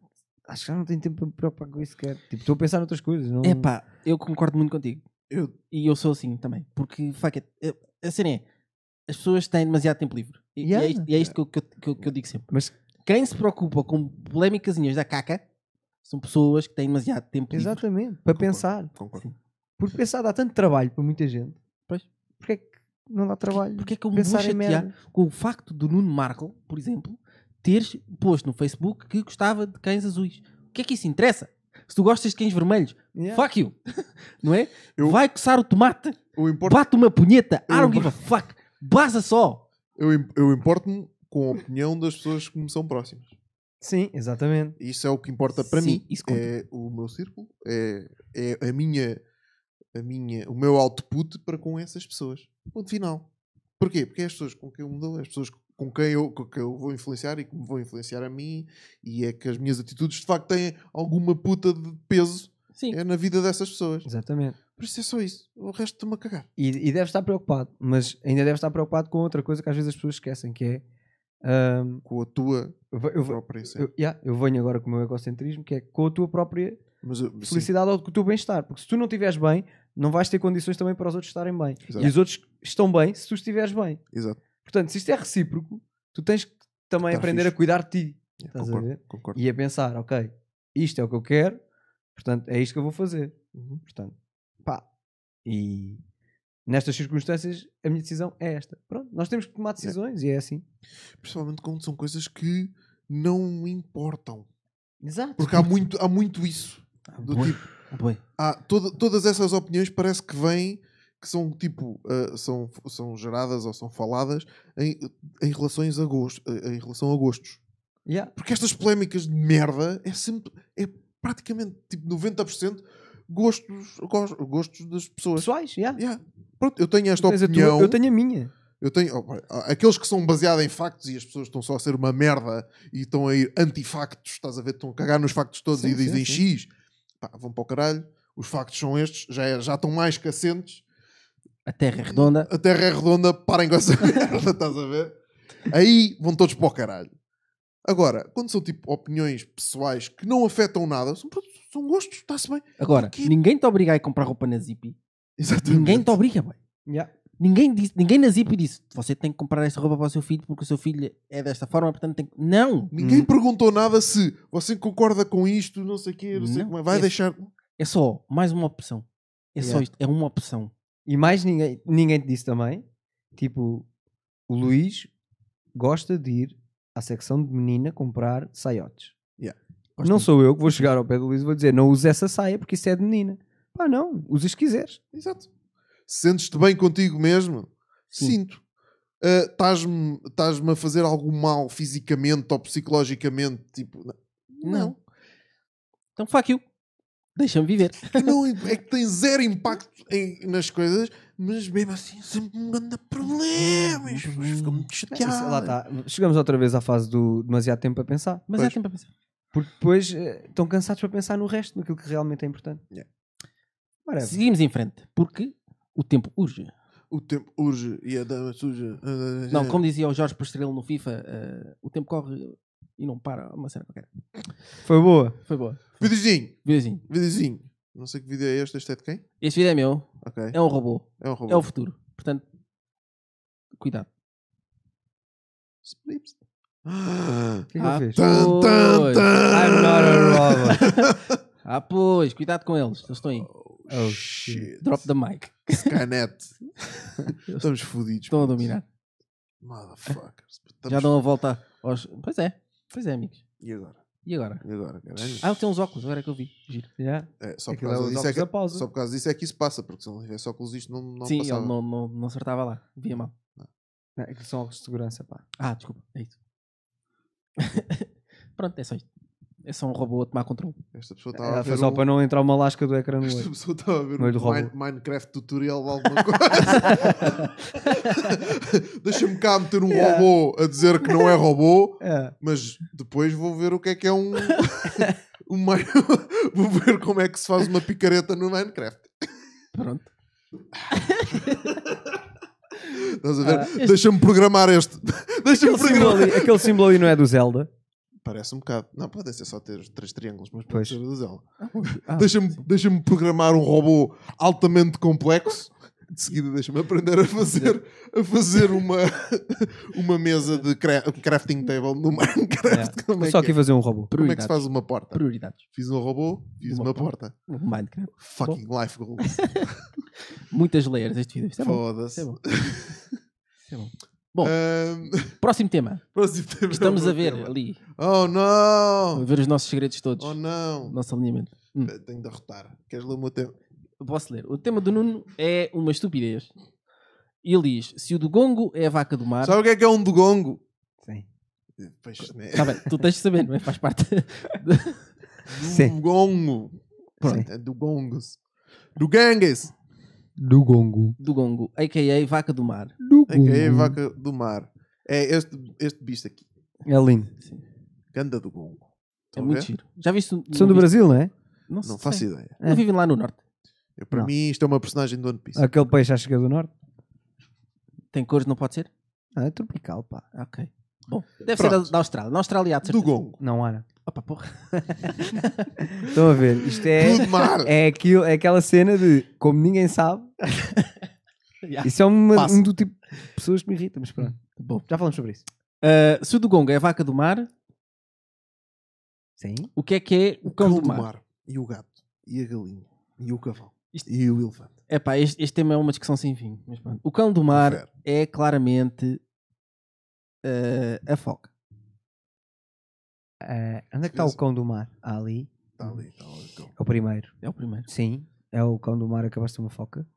Speaker 3: acho que já não tenho tempo para me preocupar com isso sequer. Tipo, estou a pensar noutras coisas. Não...
Speaker 2: É pá, eu concordo muito contigo.
Speaker 1: Eu-
Speaker 2: E eu sou assim também. Porque, fuck it. Eu- A cena é: as pessoas têm demasiado tempo livre. E, e
Speaker 3: Yeah.
Speaker 2: é isto, e é isto que, eu, que eu- que eu- que eu digo sempre.
Speaker 3: Mas, tipo,
Speaker 2: Quem se preocupa com polémicasinhas da caca são pessoas que têm demasiado tempo livre.
Speaker 3: exatamente, para pensar.
Speaker 1: Concordo.
Speaker 3: Porque pensar dá tanto trabalho para muita gente.
Speaker 2: Pois.
Speaker 3: Porque é que não dá trabalho?
Speaker 2: Porque é que eu me vou
Speaker 3: pensar em
Speaker 2: chatear
Speaker 3: merda.
Speaker 2: com o facto do Nuno Marco, por exemplo, teres posto no Facebook que gostava de cães azuis? O que é que isso interessa? Se tu gostas de cães vermelhos,
Speaker 3: Yeah.
Speaker 2: fuck you! Não é?
Speaker 1: Eu-
Speaker 2: Vai coçar o tomate,
Speaker 1: Eu importo
Speaker 2: bate uma punheta, I
Speaker 1: Eu-
Speaker 2: don't give a fuck, baza só!
Speaker 1: Eu, im- eu importo-me com a opinião das pessoas que me são próximas.
Speaker 3: Sim, exatamente.
Speaker 1: Isso é o que importa para
Speaker 2: Sim,
Speaker 1: mim.
Speaker 2: isso conta.
Speaker 1: é o meu círculo, é, é a minha, a minha, o meu output para com essas pessoas. Ponto final. Porquê? Porque é as pessoas com quem eu me dou, é as pessoas com quem eu, com quem eu vou influenciar e que me vão influenciar a mim, e é que as minhas atitudes de facto têm alguma puta de peso
Speaker 2: Sim,
Speaker 1: é na vida dessas pessoas.
Speaker 3: Exatamente.
Speaker 1: Por isso é só isso. O resto estou-me a cagar.
Speaker 3: E, e deve estar preocupado, mas ainda deve estar preocupado com outra coisa que às vezes as pessoas esquecem, que é ahm,
Speaker 1: Com a tua
Speaker 3: eu, ve- eu, ve-
Speaker 1: própria essência.
Speaker 3: eu, yeah, eu venho agora com o meu egocentrismo, que é com a tua própria
Speaker 1: Mas eu- sim,
Speaker 3: felicidade ou com o teu bem-estar. Porque se tu não estiveres bem, não vais ter condições também para os outros estarem bem.
Speaker 1: Exato.
Speaker 3: E os outros estão bem se tu estiveres bem.
Speaker 1: exato.
Speaker 3: Portanto, se isto é recíproco, tu tens que também
Speaker 1: Tá
Speaker 3: aprender
Speaker 1: fixe.
Speaker 3: a cuidar de ti Estás a
Speaker 1: Concordo,
Speaker 3: ver?
Speaker 1: concordo.
Speaker 3: e a pensar, ok, isto é o que eu quero, portanto, é isto que eu vou fazer. Uhum, Portanto, pá. E nestas circunstâncias, a minha decisão é esta. Pronto, nós temos que tomar decisões e é assim.
Speaker 1: Principalmente quando são coisas que não importam.
Speaker 3: Exato.
Speaker 1: Porque há muito, há muito isso. Do
Speaker 2: bué.
Speaker 1: tipo,
Speaker 2: boi.
Speaker 1: há toda- todas essas opiniões parece que vêm, que são tipo, ah, são, são geradas ou são faladas em, em, relações a gosto, eh, em relação a gostos.
Speaker 3: Yeah.
Speaker 1: Porque estas polémicas de merda é sempre, é praticamente tipo 90% gostos, gos- gostos das pessoas.
Speaker 3: Pessoais, yeah.
Speaker 1: Yeah. Pronto, eu tenho esta
Speaker 3: Tens a tua,
Speaker 1: opinião.
Speaker 3: eu tenho a minha.
Speaker 1: Eu tenho oh, pá, há aqueles que são baseados em factos e as pessoas estão só a ser uma merda e estão a ir anti-factos, estás a ver? Estão a cagar nos factos todos
Speaker 3: Sim,
Speaker 1: e dizem
Speaker 3: sim, sim.
Speaker 1: X, pá, vão para o caralho. Os factos são estes, já, é- já estão mais que assentes.
Speaker 2: A terra é redonda.
Speaker 1: A terra é redonda, parem com essa merda, estás a ver? Aí vão todos para o caralho. Agora, quando são tipo opiniões pessoais que não afetam nada, são, pronto, são gostos, está-se bem.
Speaker 2: Agora,
Speaker 1: Que-
Speaker 2: ninguém te obriga a comprar roupa na Zippy.
Speaker 1: Exatamente.
Speaker 2: Ninguém te obriga, boy.
Speaker 3: Yeah.
Speaker 2: Ninguém, disse, ninguém na Zippy disse: Você tem que comprar esta roupa para o seu filho porque o seu filho é desta forma, portanto tem que. Não!
Speaker 1: Ninguém
Speaker 3: Hum.
Speaker 1: perguntou nada se você concorda com isto, não sei o quê, não, sei
Speaker 2: Não,
Speaker 1: como é. Vai
Speaker 2: é-
Speaker 1: deixar.
Speaker 2: É só mais uma opção. É só
Speaker 3: Yeah.
Speaker 2: isto, é uma opção.
Speaker 3: E mais ninguém, ninguém te disse também. Tipo, o Luís gosta de ir à secção de menina comprar saiotes.
Speaker 1: Yeah.
Speaker 2: Gosto
Speaker 3: Não
Speaker 2: muito.
Speaker 3: sou eu que vou chegar ao pé do Luís e vou dizer, não uses essa saia porque isso é de menina. Pá, não, usas se quiseres.
Speaker 1: Exato. Sentes-te bem contigo mesmo?
Speaker 2: Sim.
Speaker 1: Sinto. Ah, Estás-me estás-me a fazer algum mal fisicamente ou psicologicamente? Tipo, n- não.
Speaker 2: Então fuck you. Deixa-me viver.
Speaker 1: Que não é que tem zero impacto em- nas coisas, mas mesmo assim sempre um grande
Speaker 2: Hum,
Speaker 1: problema. As pessoas ficam muito chateadas.
Speaker 2: tá.
Speaker 3: Lá está. tá- Chegamos outra vez à fase do demasiado tempo para pensar.
Speaker 2: Mas
Speaker 1: Pois.
Speaker 2: é tempo a pensar.
Speaker 3: Porque depois eh, estão cansados para pensar no resto, naquilo que realmente é importante.
Speaker 1: Yeah.
Speaker 3: Whatever.
Speaker 2: Seguimos em frente, porque o tempo urge.
Speaker 1: o tempo urge e a dama suja. eh,
Speaker 2: Não, como dizia o Jorge Pastrello no FIFA, eh, o tempo corre e não para. Uma cena qualquer.
Speaker 3: Foi boa.
Speaker 2: Foi boa.
Speaker 1: Videozinho,
Speaker 2: Vizinho.
Speaker 1: videozinho. Não sei que vídeo é este, este é de quem?
Speaker 2: Este vídeo é meu.
Speaker 1: Ok.
Speaker 2: É um robô.
Speaker 1: É um
Speaker 2: É
Speaker 1: robô.
Speaker 2: o futuro. Portanto, cuidado.
Speaker 1: Splips. Ah,
Speaker 3: O que é que
Speaker 2: Ah,
Speaker 3: ele fez?
Speaker 1: tan, tan, tan.
Speaker 3: I'm not a robot.
Speaker 2: Ah, pois. Cuidado com eles. Eles estão aí. É
Speaker 3: Oh,
Speaker 1: shit.
Speaker 2: Drop the mic.
Speaker 1: Skynet. Estamos fodidos.
Speaker 2: Estão a
Speaker 1: puto.
Speaker 2: dominar.
Speaker 1: Motherfuckers. Estamos
Speaker 2: Já dão a volta aos. Pois é. Pois é, amigos.
Speaker 1: E agora?
Speaker 2: E agora?
Speaker 1: E agora, caralho?
Speaker 2: Ah, ele tem uns óculos. Agora é que eu vi. Giro.
Speaker 3: Yeah.
Speaker 1: É, só, por
Speaker 3: Aquilo é
Speaker 1: causa
Speaker 3: os
Speaker 1: disso é
Speaker 3: óculos
Speaker 1: que,
Speaker 3: da pausa.
Speaker 1: só por causa disso é que isso passa, porque se não tivesse óculos isto não, não
Speaker 2: Sim,
Speaker 1: passava.
Speaker 2: ele não, não, não acertava lá. Via mal.
Speaker 3: Não, é que são óculos de segurança, pá.
Speaker 2: Ah, desculpa. É isso. Pronto, é só isto. É só um robô a tomar controle.
Speaker 1: Esta pessoa estava a
Speaker 3: Era
Speaker 1: ver
Speaker 3: só
Speaker 1: um-
Speaker 3: para não entrar uma lasca do ecrã no
Speaker 1: Esta
Speaker 3: olho.
Speaker 1: pessoa estava a ver
Speaker 3: No olho é do
Speaker 1: um
Speaker 3: robô.
Speaker 1: Mine- Minecraft tutorial de alguma coisa. Deixa-me cá meter um
Speaker 3: Yeah.
Speaker 1: robô a dizer que não é robô,
Speaker 3: É.
Speaker 1: mas depois vou ver o que é que é um. um Mine- vou ver como é que se faz uma picareta no Minecraft.
Speaker 2: Pronto.
Speaker 1: Estás a
Speaker 2: Ah,
Speaker 1: ver? Deixa-me programar este. Deixa-me
Speaker 3: Aquele, símbolo
Speaker 1: programar.
Speaker 3: ali, aquele símbolo ali não é do Zelda.
Speaker 1: Parece um bocado. Não, pode ser só ter os três triângulos, mas pode
Speaker 3: Pois.
Speaker 1: ser do Zelda.
Speaker 2: Ah,
Speaker 1: Deixa-me deixa programar um robô altamente complexo. De seguida, deixa-me aprender a fazer, a fazer uma, uma mesa de cra- crafting table no Minecraft. Como, é
Speaker 3: Só
Speaker 1: que
Speaker 3: aqui
Speaker 1: é?
Speaker 3: fazer um
Speaker 1: Como é
Speaker 3: robô.
Speaker 1: que se
Speaker 2: prioridades.
Speaker 1: faz uma porta?
Speaker 2: Prioridades.
Speaker 1: Fiz um robô, fiz
Speaker 2: Uma
Speaker 1: uma, porta.
Speaker 2: Minecraft.
Speaker 1: Fucking life goal.
Speaker 2: Muitas layers este vídeo. Isto é bom. Isto
Speaker 1: Foda-se.
Speaker 2: é bom. Isto é bom. Bom,
Speaker 1: Ahm,
Speaker 2: próximo tema.
Speaker 1: próximo tema,
Speaker 2: Estamos a
Speaker 1: meu
Speaker 2: ver
Speaker 1: tema.
Speaker 2: ali.
Speaker 1: Oh
Speaker 2: A
Speaker 1: não!
Speaker 2: ver os nossos segredos todos.
Speaker 1: Oh não!
Speaker 2: Nosso alinhamento.
Speaker 1: Tenho de derrotar. Queres ler o meu tema?
Speaker 2: Eu Posso ler. O tema do Nuno é uma estupidez. Ele diz: se o do Gongo é a vaca do mar.
Speaker 1: Sabe o que é que é um dugongo?
Speaker 3: Sim.
Speaker 1: Pois, né?
Speaker 2: Tá bem, tu tens de saber, não é? Faz parte.
Speaker 3: Sim.
Speaker 1: Dugongo. Pronto, é dugongos. Dugangues.
Speaker 3: Do gongo.
Speaker 2: do gongo, a.k.a. vaca do mar.
Speaker 3: Do
Speaker 1: É que é a vaca do mar. É este, este bicho aqui.
Speaker 3: É lindo.
Speaker 1: Ganda do gongo.
Speaker 2: É
Speaker 1: Estão a
Speaker 2: muito
Speaker 1: ver?
Speaker 2: giro. Já viste? um-
Speaker 3: São do
Speaker 2: viste-
Speaker 3: Brasil, não é?
Speaker 2: Não,
Speaker 1: Não
Speaker 2: sei.
Speaker 1: faço ideia.
Speaker 2: Não vivem lá no norte.
Speaker 1: Eu, para
Speaker 3: Não.
Speaker 1: mim, isto é uma personagem do One Piece.
Speaker 3: Aquele peixe acho que é do norte.
Speaker 2: Tem cores, não pode ser?
Speaker 3: Ah, é tropical, pá.
Speaker 2: Ah, Ok. Bom, deve ser
Speaker 1: Pronto.
Speaker 2: da, da Austrália. Na Austrália há de
Speaker 1: do
Speaker 2: certeza.
Speaker 1: gongo.
Speaker 3: Não, Ana.
Speaker 2: Opa, porra.
Speaker 3: Estão a ver? Isto
Speaker 1: Do
Speaker 3: é,
Speaker 1: mar.
Speaker 3: é, aquilo, é aquela cena de como ninguém sabe.
Speaker 2: Já.
Speaker 3: Isso é uma,
Speaker 1: Passa.
Speaker 3: um do tipo de pessoas que me irritam, mas pronto.
Speaker 2: Bom.
Speaker 3: Já falamos sobre isso.
Speaker 2: Ah, se o do gongo é a vaca do mar,
Speaker 3: Sim.
Speaker 2: o que é que é o cão do mar?
Speaker 1: E o gato. E a galinha. E o cavalo.
Speaker 2: Isto-
Speaker 1: E o elefante.
Speaker 2: Epá, este, este tema é uma discussão sem fim. Mas pronto. O cão do mar
Speaker 1: Fera.
Speaker 2: é claramente ah, a foca.
Speaker 3: Ah, onde é que está o cão do mar? Ah, ali.
Speaker 1: Está
Speaker 2: Hum.
Speaker 1: ali, está ali o cão.
Speaker 3: É o primeiro.
Speaker 2: É o primeiro.
Speaker 3: Sim. É o cão do mar, acabaste de uma foca.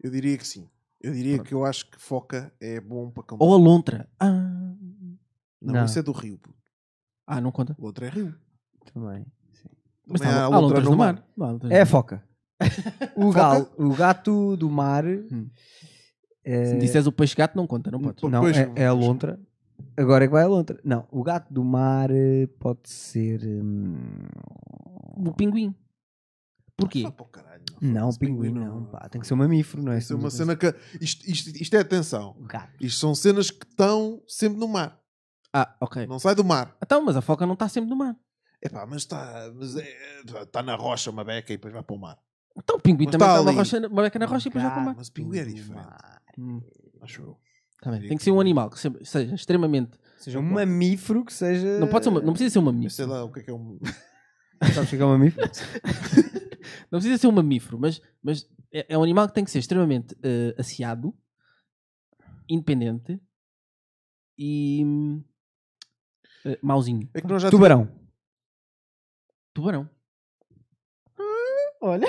Speaker 1: Eu diria que sim. Eu diria que eu acho que foca é bom para cão.
Speaker 2: Ou a lontra. Ah,
Speaker 1: não,
Speaker 3: Não.
Speaker 1: isso é do rio. puto.
Speaker 2: ah não conta.
Speaker 1: O outro é rio.
Speaker 3: Também.
Speaker 2: Mas
Speaker 1: Também
Speaker 2: tá,
Speaker 1: há
Speaker 2: há
Speaker 1: outra
Speaker 2: lontras
Speaker 1: no
Speaker 2: no
Speaker 1: mar.
Speaker 2: mar. Não há lontras
Speaker 3: É a
Speaker 2: no
Speaker 3: foca. O,
Speaker 1: Foca? Hum.
Speaker 3: galo, o gato do mar.
Speaker 2: mar. Se
Speaker 3: eh,
Speaker 2: disseres o peixe-gato, não conta, não podes.
Speaker 3: não,
Speaker 1: Pois,
Speaker 3: é, é a lontra. Agora é que vai a lontra. Não, o gato do mar eh, pode ser. hum,
Speaker 2: O pinguim. Porquê?
Speaker 1: Vá para o caralho, meu.
Speaker 3: Não,
Speaker 1: Esse
Speaker 3: pinguim
Speaker 1: pinguim
Speaker 3: não.
Speaker 1: não.
Speaker 3: pá, tem que ser um mamífero, não é?
Speaker 1: Isso é uma cena que. Isto, isto, isto é atenção.
Speaker 3: O gato.
Speaker 1: Isto são cenas que estão sempre no mar.
Speaker 2: Ah, ok.
Speaker 1: Não sai do mar.
Speaker 2: Então, mas a foca não está sempre no mar.
Speaker 1: Epá, mas está mas é, tá na rocha uma beca e depois vai para o mar.
Speaker 2: Então o pinguim
Speaker 1: Mas
Speaker 2: também
Speaker 1: tá
Speaker 2: está uma,
Speaker 1: ali.
Speaker 2: rocha, uma beca na rocha e depois vai para o mar.
Speaker 1: mas o pinguim é
Speaker 3: do
Speaker 1: diferente. é
Speaker 3: mar.
Speaker 2: Hum,
Speaker 1: Acho eu.
Speaker 2: tá bem. Tem que ser um animal que sempre- seja extremamente.
Speaker 3: Seja um mamífero que seja.
Speaker 2: Não, pode ser uma- não precisa ser um
Speaker 1: Eh, Eu
Speaker 2: mamífero.
Speaker 1: sei lá o que é que é um.
Speaker 3: Sabes o que é que é um mamífero?
Speaker 2: Não precisa ser um mamífero, mas, mas é, é um animal que tem que ser extremamente eh, aciado, independente e. hum, eh, mauzinho.
Speaker 1: É que nós já
Speaker 3: Tubarão.
Speaker 2: Tubarão. Olha.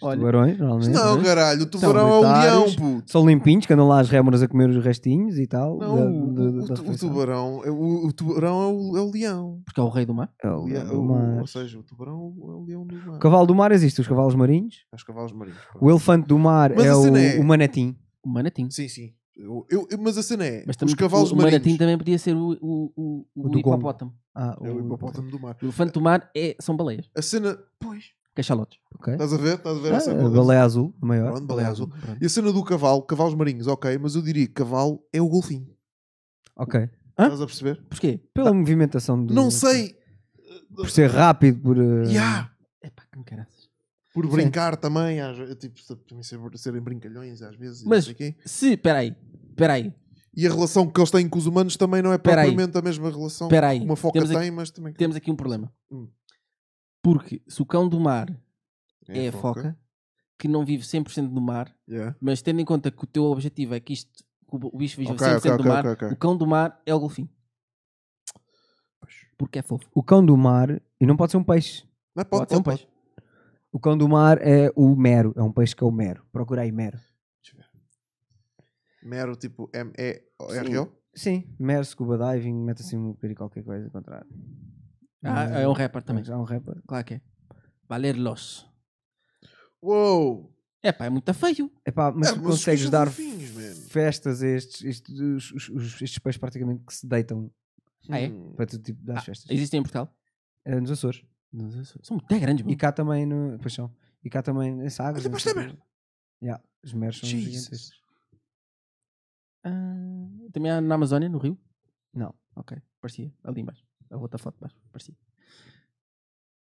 Speaker 2: Olha.
Speaker 3: Tubarões,
Speaker 1: tivemos-
Speaker 3: normalmente.
Speaker 1: Não,
Speaker 3: né?
Speaker 1: caralho, o tubarão é um
Speaker 3: solitários.
Speaker 1: leão, puto.
Speaker 3: São limpinhos que andam lá as rémoras a comer os restinhos e tal.
Speaker 1: Não,
Speaker 3: da-
Speaker 1: o-
Speaker 3: da-
Speaker 1: o,
Speaker 3: da
Speaker 1: tu- o
Speaker 3: refeição.
Speaker 1: tubarão. é o, o tubarão é o, é o leão.
Speaker 2: Porque é o rei do mar.
Speaker 3: É o
Speaker 1: O
Speaker 3: leão
Speaker 1: leão-
Speaker 3: do
Speaker 1: o-
Speaker 3: mar.
Speaker 1: ou seja, o tubarão é o leão do mar.
Speaker 3: O cavalo do mar existe, os cavalos marinhos.
Speaker 1: Aos cavalos marinhos. pronto.
Speaker 3: O elefante do mar
Speaker 1: Mas
Speaker 3: é
Speaker 1: a
Speaker 3: o,
Speaker 1: cena é-
Speaker 3: o manatim.
Speaker 2: O manatim.
Speaker 1: Sim, sim. Eu, eu- eu- mas a cena é:
Speaker 2: Mas
Speaker 1: os
Speaker 2: também, tipo,
Speaker 1: cavalos
Speaker 2: o, o
Speaker 1: marinhos.
Speaker 2: manatim também podia ser o, o, o, o
Speaker 3: do gongo.
Speaker 2: hipopótamo.
Speaker 3: Ah,
Speaker 1: É o É hipopótamo do mar.
Speaker 2: O elefante do mar é, são baleias.
Speaker 1: A cena. Pois.
Speaker 2: Cachalotes.
Speaker 3: Ok.
Speaker 1: Estás a ver? Estás Tá a ver
Speaker 2: é
Speaker 1: essa
Speaker 3: Ah,
Speaker 1: mudança?
Speaker 3: baleia azul, a maior.
Speaker 1: Pronto, baleia azul.
Speaker 3: Pronto.
Speaker 1: E a cena do cavalo, cavalos marinhos, ok, mas eu diria que cavalo é o golfinho.
Speaker 3: Ok.
Speaker 2: Hã?
Speaker 1: Estás a perceber?
Speaker 2: Porquê?
Speaker 3: Pela movimentação do.
Speaker 1: Não sei,
Speaker 3: Por ser rápido, por.
Speaker 2: É.
Speaker 3: eh,
Speaker 1: Ya!
Speaker 2: Epá, que caraças.
Speaker 1: por brincar também, às, ve- tipo, também ser- serem brincalhões às vezes. e não
Speaker 2: Mas-
Speaker 1: sei quê.
Speaker 2: Se, peraí, peraí,
Speaker 1: E a relação que eles têm com os humanos também não é
Speaker 2: Espera aí.
Speaker 1: propriamente a mesma relação
Speaker 2: Espera aí.
Speaker 1: que uma foca
Speaker 2: Temos aqui-
Speaker 1: tem, mas também
Speaker 2: temos aqui um problema.
Speaker 1: Hum.
Speaker 2: Porque se o cão do mar é, a foca, que não vive 100% no mar,
Speaker 1: Yeah.
Speaker 2: mas tendo em conta que o teu objetivo é que isto, que o bicho viva
Speaker 1: Ok,
Speaker 2: 100%
Speaker 1: ok,
Speaker 2: do
Speaker 1: ok,
Speaker 2: mar,
Speaker 1: ok, ok.
Speaker 2: o cão do mar é o golfinho. Porque é fofo.
Speaker 3: O cão do mar. E não pode ser um peixe.
Speaker 1: Não é,
Speaker 2: Pode,
Speaker 1: pode,
Speaker 2: ser um
Speaker 1: pode,
Speaker 2: peixe.
Speaker 3: O cão do mar é o mero. É um peixe que é o mero. Procura aí mero.
Speaker 1: pode. Mero tipo M-E-R-O.
Speaker 3: Sim. Mero, scuba diving, mete assim um bocadinho qualquer coisa encontrar.
Speaker 2: Ah, é um rapper também.
Speaker 3: Já é um rapper.
Speaker 2: Claro que é. Valer los.
Speaker 1: Uou!
Speaker 2: É pá, é muito feio.
Speaker 3: Epá, mas
Speaker 1: É,
Speaker 3: tu
Speaker 1: mas os
Speaker 3: consegues
Speaker 1: cães são
Speaker 3: dar
Speaker 1: fofinhos, man.
Speaker 3: festas a estes, estes, os- os- os- estes peixes praticamente que se deitam
Speaker 2: Ah, é?
Speaker 1: Hum.
Speaker 3: para tu tipo, dar festas.
Speaker 2: Existem em Portugal?
Speaker 3: É, nos Açores.
Speaker 2: São muito grandes,
Speaker 3: E
Speaker 2: mano.
Speaker 3: cá também no. Pois são. E cá também nessa água.
Speaker 1: Olha para esta merda.
Speaker 3: os meros são
Speaker 1: Jesus.
Speaker 3: gigantescos.
Speaker 2: Ah, também há na Amazónia, no Rio?
Speaker 3: Não.
Speaker 2: Ok, parecia. Ali embaixo. A outra foto de baixo, parecia.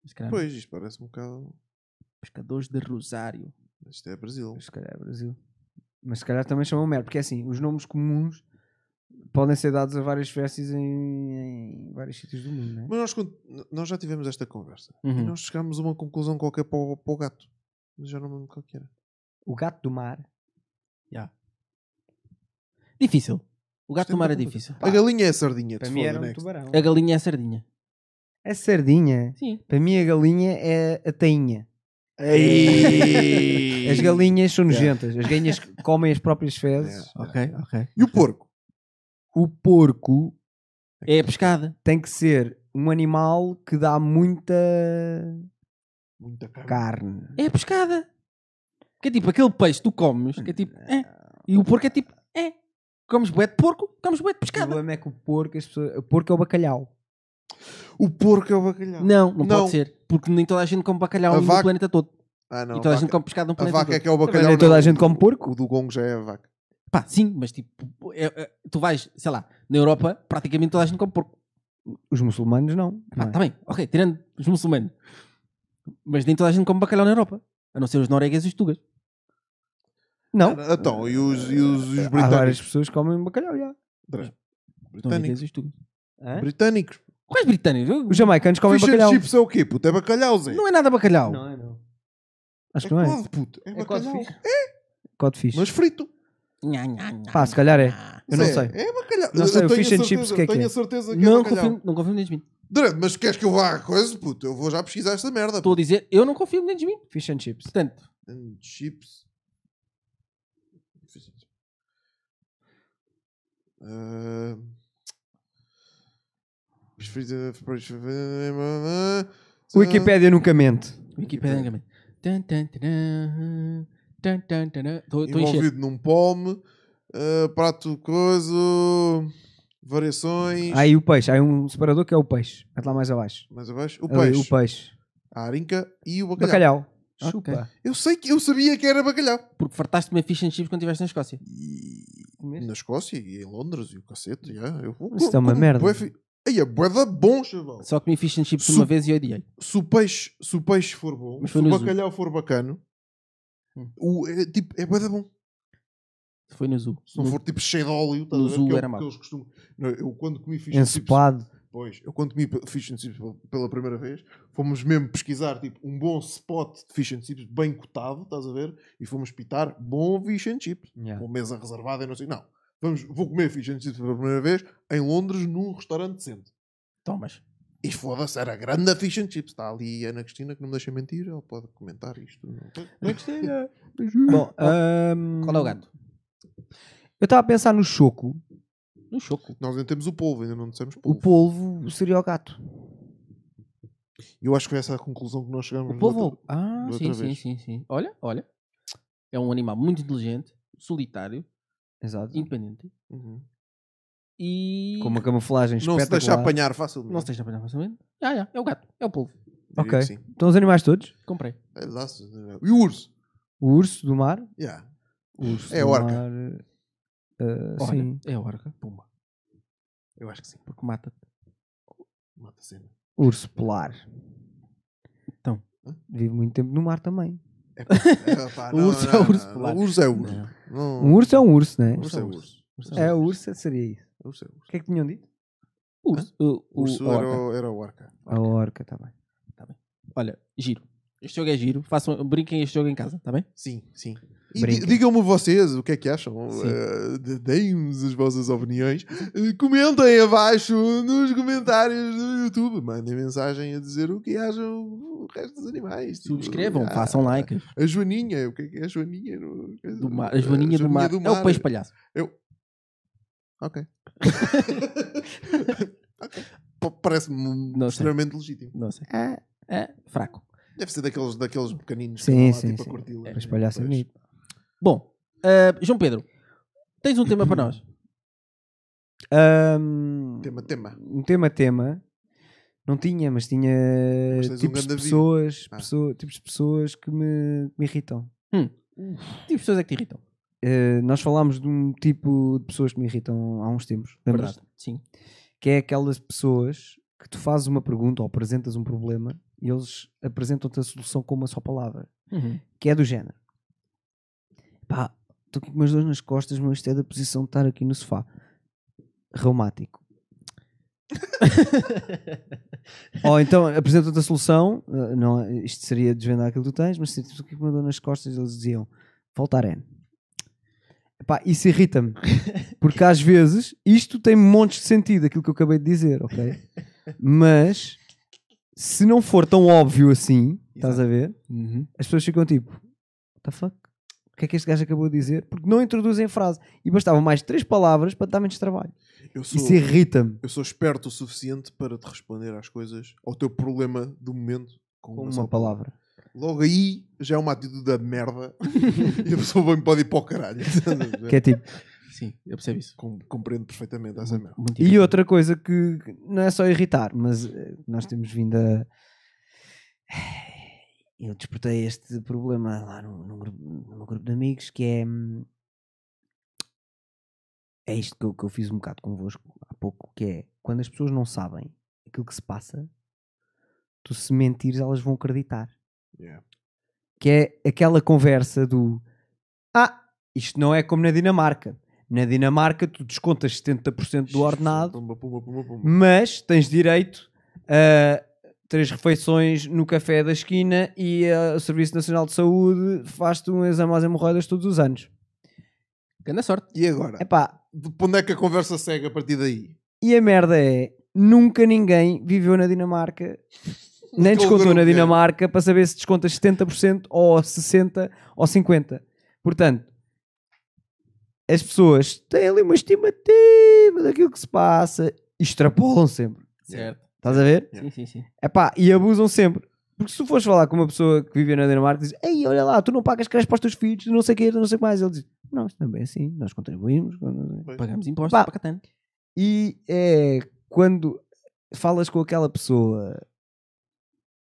Speaker 2: Mas
Speaker 3: É.
Speaker 2: caralho,
Speaker 1: Pois, isto parece um bocado.
Speaker 2: pescadores de Rosário.
Speaker 1: Isto é Brasil.
Speaker 3: Mas se calhar é Brasil. Mas se calhar também chamam mero, porque é assim, os nomes comuns podem ser dados a várias espécies em, em vários sítios do mundo, né?
Speaker 1: Mas nós, con- nós já tivemos esta conversa. E
Speaker 3: Hum.
Speaker 2: Uhum.
Speaker 1: nós chegámos a uma conclusão qualquer para o, para o gato. Mas já não me lembro qual que era.
Speaker 3: O gato do mar.
Speaker 2: Difícil. O gato
Speaker 1: Isto é
Speaker 2: do mar é
Speaker 1: muito
Speaker 2: difícil.
Speaker 1: A galinha é a sardinha.
Speaker 3: Para
Speaker 1: te
Speaker 3: mim
Speaker 1: foda,
Speaker 3: era um
Speaker 1: next.
Speaker 3: tubarão.
Speaker 2: A galinha é a sardinha.
Speaker 3: A sardinha.
Speaker 2: Sim.
Speaker 3: Para mim a galinha é a tainha.
Speaker 1: Ei! É,
Speaker 3: As galinhas são nojentas. As galinhas comem as próprias fezes.
Speaker 2: Ok, ok.
Speaker 1: E o porco?
Speaker 3: O porco
Speaker 2: É a pescada.
Speaker 3: tem que ser um animal que dá muita
Speaker 1: Muita carne.
Speaker 3: carne.
Speaker 2: É a pescada. Que é tipo aquele peixe que tu comes, que é tipo. É. E o porco é tipo. É. Comes bué de porco, comes bué de
Speaker 3: O
Speaker 2: pescada.
Speaker 3: problema é que o porco, as pessoas- o porco é o bacalhau.
Speaker 1: O porco é o bacalhau.
Speaker 2: Não, não,
Speaker 1: Não.
Speaker 2: pode ser. Porque nem toda a gente come bacalhau
Speaker 1: A
Speaker 2: no
Speaker 1: vaca-
Speaker 2: planeta todo.
Speaker 1: Ah, não.
Speaker 2: e toda a,
Speaker 1: a
Speaker 3: um
Speaker 2: gente
Speaker 1: vaca,
Speaker 2: come pescada no
Speaker 1: a
Speaker 2: planeta
Speaker 1: vaca é
Speaker 2: todo.
Speaker 1: que é o
Speaker 3: Também
Speaker 1: bacalhau.
Speaker 3: nem toda
Speaker 1: não.
Speaker 3: a gente come porco.
Speaker 1: O do gongo já é a vaca.
Speaker 2: Pá, sim, mas tipo, é- é- tu vais, sei lá, na Europa praticamente toda a gente come porco.
Speaker 3: Os muçulmanos não. não
Speaker 1: Ah,
Speaker 2: Pá,
Speaker 3: é?
Speaker 2: tá bem, ok, tirando os muçulmanos. Mas nem toda a gente come bacalhau na Europa. A não ser os noruegueses e os tugas.
Speaker 3: Não. Ah,
Speaker 1: Ah, Então, e os, e os, e os
Speaker 3: Há várias
Speaker 1: britânicos?
Speaker 3: pessoas que comem bacalhau, já.
Speaker 2: Os
Speaker 1: Britânicos.
Speaker 2: noruegueses e os tugas.
Speaker 1: Britânicos.
Speaker 2: Quais britânicos? Eu-
Speaker 3: Os jamaicanos é? comem
Speaker 1: Fish and
Speaker 3: bacalhau.
Speaker 1: chips é o quê, puto? É bacalhau, Zé?
Speaker 2: Não é nada bacalhau.
Speaker 3: Não é, não. Acho
Speaker 1: é
Speaker 3: que não é.
Speaker 1: codre, puto. É,
Speaker 3: É
Speaker 1: bacalhau. É.
Speaker 3: codfish. Codfish.
Speaker 1: Mas frito.
Speaker 2: Nha, nha, nha,
Speaker 3: Pá, se calhar é. Eu não
Speaker 1: Zé,
Speaker 3: sei.
Speaker 1: É bacalhau.
Speaker 3: Não sei, o
Speaker 1: eu tenho
Speaker 3: fish
Speaker 1: a
Speaker 3: and chips,
Speaker 1: certeza-
Speaker 3: o que é que
Speaker 1: Tenho
Speaker 3: é?
Speaker 1: a certeza que é
Speaker 2: Não
Speaker 1: bacalhau.
Speaker 2: confio, não confio nem de mim.
Speaker 1: Durante, mas queres que eu vá a coisa, puto? Eu vou já pesquisar esta merda.
Speaker 2: Estou a dizer, eu não confio nem de mim.
Speaker 3: Fish and chips.
Speaker 2: Portanto,
Speaker 1: and chips. Uh,
Speaker 3: Wikipédia nunca mente.
Speaker 2: Wikipedia. é Tan, tan, taran, tan, tan, taran. Estou estou a encher.
Speaker 1: envolvido num palme, uh, prato coiso, variações.
Speaker 3: Há aí o peixe. Há aí um separador que é o peixe. Vai lá mais abaixo.
Speaker 1: Mais abaixo, o
Speaker 3: Ali,
Speaker 1: peixe,
Speaker 3: O peixe.
Speaker 1: a arinca e o bacalhau.
Speaker 3: Bacalhau.
Speaker 2: Ok.
Speaker 3: Chupa.
Speaker 1: Eu sei que eu sabia que era bacalhau.
Speaker 2: Porque fartaste-me a fish and chips quando estiveste na Escócia.
Speaker 1: Na Escócia e em Londres e o cacete, yeah, eu vou.
Speaker 3: Isso é uma
Speaker 1: como
Speaker 3: merda.
Speaker 1: bué fi- Ei, a bué da bom, chaval.
Speaker 2: Só comi fish and chips
Speaker 1: Su-
Speaker 2: uma vez e odiei.
Speaker 1: se o peixe, se o peixe for bom,
Speaker 2: Mas
Speaker 1: se
Speaker 2: foi
Speaker 1: o
Speaker 2: no zoo.
Speaker 1: bacalhau for bacano,
Speaker 2: Hum.
Speaker 1: o, é, tipo, é bué da bom.
Speaker 2: Foi no zoo.
Speaker 1: Se não
Speaker 2: No-
Speaker 1: for tipo cheio de óleo, estás
Speaker 2: no
Speaker 1: a ver?
Speaker 2: zoo
Speaker 1: Que é o
Speaker 2: era
Speaker 1: que
Speaker 2: mau.
Speaker 1: eles costumam- Não, eu quando comi fish and chips,
Speaker 3: Encepado.
Speaker 1: pois, eu quando comi fish and chips pel- pela primeira vez, fomos mesmo pesquisar tipo, um bom spot de fish and chips bem cotado, estás a ver? E fomos pitar bom fish and chips,
Speaker 3: Yeah.
Speaker 1: com mesa reservada e não sei. Não, vamos, vou comer fish and chips pela primeira vez em Londres num restaurante decente.
Speaker 2: Tomas.
Speaker 1: E foda-se, era grande a fish and chips. Está ali a Ana Cristina que não me deixa mentir, ela pode comentar isto. não é sei.
Speaker 3: Bom, ah, ahm,
Speaker 2: Qual é o gato?
Speaker 3: Eu estava a pensar no choco.
Speaker 2: No choco.
Speaker 1: Nós ainda temos o polvo, ainda não dissemos
Speaker 3: O
Speaker 1: polvo.
Speaker 3: polvo seria o gato.
Speaker 1: Eu acho que foi essa a conclusão que nós chegamos.
Speaker 2: O povo.
Speaker 1: noutra-
Speaker 2: Ah,
Speaker 1: outra
Speaker 2: sim, sim,
Speaker 1: vez.
Speaker 2: sim, sim. Olha, olha. É um animal muito inteligente, solitário,
Speaker 3: Exato.
Speaker 2: independente
Speaker 1: Uhum.
Speaker 2: e.
Speaker 3: Com uma camuflagem
Speaker 1: Não se deixa
Speaker 3: é espetacular.
Speaker 1: apanhar facilmente.
Speaker 2: Não se deixa apanhar facilmente. Ah, é, é o gato, é o polvo.
Speaker 1: Diria
Speaker 3: Ok.
Speaker 1: que sim.
Speaker 3: Estão os animais todos?
Speaker 2: Comprei.
Speaker 1: assim. É, laços, né? E o urso?
Speaker 3: O urso do mar?
Speaker 1: Yeah.
Speaker 3: O urso
Speaker 1: É
Speaker 3: do
Speaker 1: orca.
Speaker 3: mar, eh,
Speaker 2: Olha,
Speaker 3: sim.
Speaker 2: é a orca. Pumba. Eu acho que sim, porque mata-te.
Speaker 1: Mata cena.
Speaker 3: Urso polar.
Speaker 2: Então.
Speaker 3: Vive muito tempo no mar também.
Speaker 1: É, pá, pá,
Speaker 2: O
Speaker 1: não,
Speaker 2: urso é
Speaker 1: não,
Speaker 2: o urso
Speaker 1: não,
Speaker 2: polar.
Speaker 1: O urso é o urso. Não.
Speaker 3: Um urso é um urso, né?
Speaker 1: O urso é o urso.
Speaker 3: É, o urso seria isso.
Speaker 1: O urso é o
Speaker 3: O
Speaker 1: urso.
Speaker 3: que é que tinham dito?
Speaker 2: O urso, o-
Speaker 1: O
Speaker 2: o-
Speaker 1: urso
Speaker 2: a
Speaker 1: era
Speaker 2: orca.
Speaker 1: o- era o orca.
Speaker 3: A orca, está bem.
Speaker 2: Olha, giro. Este jogo é giro. Façam, brinquem este jogo em casa, está bem?
Speaker 1: Sim, sim. E di-
Speaker 3: Brinquem.
Speaker 1: digam-me vocês o que é que acham.
Speaker 2: Sim.
Speaker 1: eh, de- Deem-nos as vossas opiniões. Eh, Comentem abaixo nos comentários do YouTube. Mandem mensagem a dizer o que acham o resto dos animais. Tipo,
Speaker 2: Subscrevam,
Speaker 1: ah,
Speaker 2: façam like.
Speaker 1: A Joaninha, o que é que é a Joaninha? no-
Speaker 2: Do mar, a joaninha do mar. É o peixe palhaço.
Speaker 1: Ok. Ok. Pa- Parece-me um
Speaker 2: Não sei.
Speaker 1: extremamente legítimo.
Speaker 2: Não sei. É, é fraco.
Speaker 1: Deve ser daqueles, daqueles pequeninos que
Speaker 3: Sim,
Speaker 1: andam lá,
Speaker 3: sim,
Speaker 1: tipo,
Speaker 3: sim.
Speaker 1: a
Speaker 2: É,
Speaker 1: curti-la.
Speaker 3: Para espalhar
Speaker 1: Pois.
Speaker 3: é bonito.
Speaker 2: Bom, ah, João Pedro, tens um tema para nós.
Speaker 3: Ahm,
Speaker 1: Tema, tema.
Speaker 3: um tema tema não tinha mas tinha
Speaker 1: Mas tens um
Speaker 3: tipos de
Speaker 1: grande aviso.
Speaker 3: pessoas,
Speaker 1: Ah.
Speaker 3: pessoa- tipos de pessoas que me, que me irritam
Speaker 2: Que tipo de pessoas é que te irritam?
Speaker 3: Eh, nós falámos de um tipo de pessoas que me irritam há uns tempos lembras
Speaker 2: Verdade. Sim.
Speaker 3: que é aquelas pessoas que tu fazes uma pergunta ou apresentas um problema e eles apresentam-te a solução com uma só palavra
Speaker 2: Uhum.
Speaker 3: que é do género pá estou aqui com umas dores nas costas mas isto é da posição de estar aqui no sofá reumático Ou então apresenta-te a solução, eh, não, é- isto seria desvendar aquilo que tu tens, mas se tu que mandou nas costas, eles diziam voltar N. Epá, isso irrita-me, porque às vezes isto tem montes de sentido, aquilo que eu acabei de dizer, ok? Mas se não for tão óbvio assim, estás a ver?
Speaker 2: Uhum.
Speaker 3: As pessoas ficam tipo, what the fuck? O que é que este gajo acabou de dizer? Porque não introduzem a frase e bastavam mais três palavras para dar menos trabalho.
Speaker 1: Eu sou,
Speaker 3: Isso irrita-me.
Speaker 1: eu sou esperto o suficiente para te responder às coisas, ao teu problema do momento, com,
Speaker 3: Com
Speaker 1: uma só
Speaker 3: uma palavra.
Speaker 1: Logo aí já é uma atitude da merda e a pessoa bem pode ir para o caralho.
Speaker 3: Que é tipo,
Speaker 2: Sim, eu percebo isso.
Speaker 1: Com- compreendo perfeitamente essa merda.
Speaker 2: Muito
Speaker 3: E outra coisa que que não é só irritar, mas eh, nós temos vindo a. Eu despertei este problema lá num, num grupo, num grupo de amigos que é. hum, É isto que eu, que eu fiz um bocado convosco há pouco, que é quando as pessoas não sabem aquilo que se passa, tu se mentires, elas vão acreditar.
Speaker 1: Yeah.
Speaker 3: Que é aquela conversa do Ah, isto não é como na Dinamarca. Na Dinamarca tu descontas 70% do ordenado Hum.
Speaker 1: Pumba, pumba, pumba, pumba.
Speaker 3: mas tens direito a três refeições no café da esquina e uh, o Serviço Nacional de Saúde faz-te um exame às hemorroidas todos os anos.
Speaker 2: Grande sorte.
Speaker 1: E agora?
Speaker 3: Epá,
Speaker 1: De para onde é que a conversa segue a partir daí?
Speaker 3: e a merda é, nunca ninguém viveu na Dinamarca, nem
Speaker 1: Nunca
Speaker 3: descontou
Speaker 1: ouviram
Speaker 3: na
Speaker 1: o que é.
Speaker 3: Dinamarca para saber se descontas 70% ou 60% ou 50%. Portanto, as pessoas têm ali uma estimativa daquilo que se passa e extrapolam sempre.
Speaker 2: Certo.
Speaker 3: Estás a ver?
Speaker 2: Sim, sim, sim.
Speaker 3: Epá, e abusam sempre. Porque se tu fores falar com uma pessoa que vive na Dinamarca diz Ei, olha lá, tu não pagas creche para os teus filhos, tu não sei o que, não sei o que mais. Ele diz, não, isto também é assim, nós contribuímos.
Speaker 2: Pagamos impostos
Speaker 3: Pá.
Speaker 2: para Catano.
Speaker 3: E é quando falas com aquela pessoa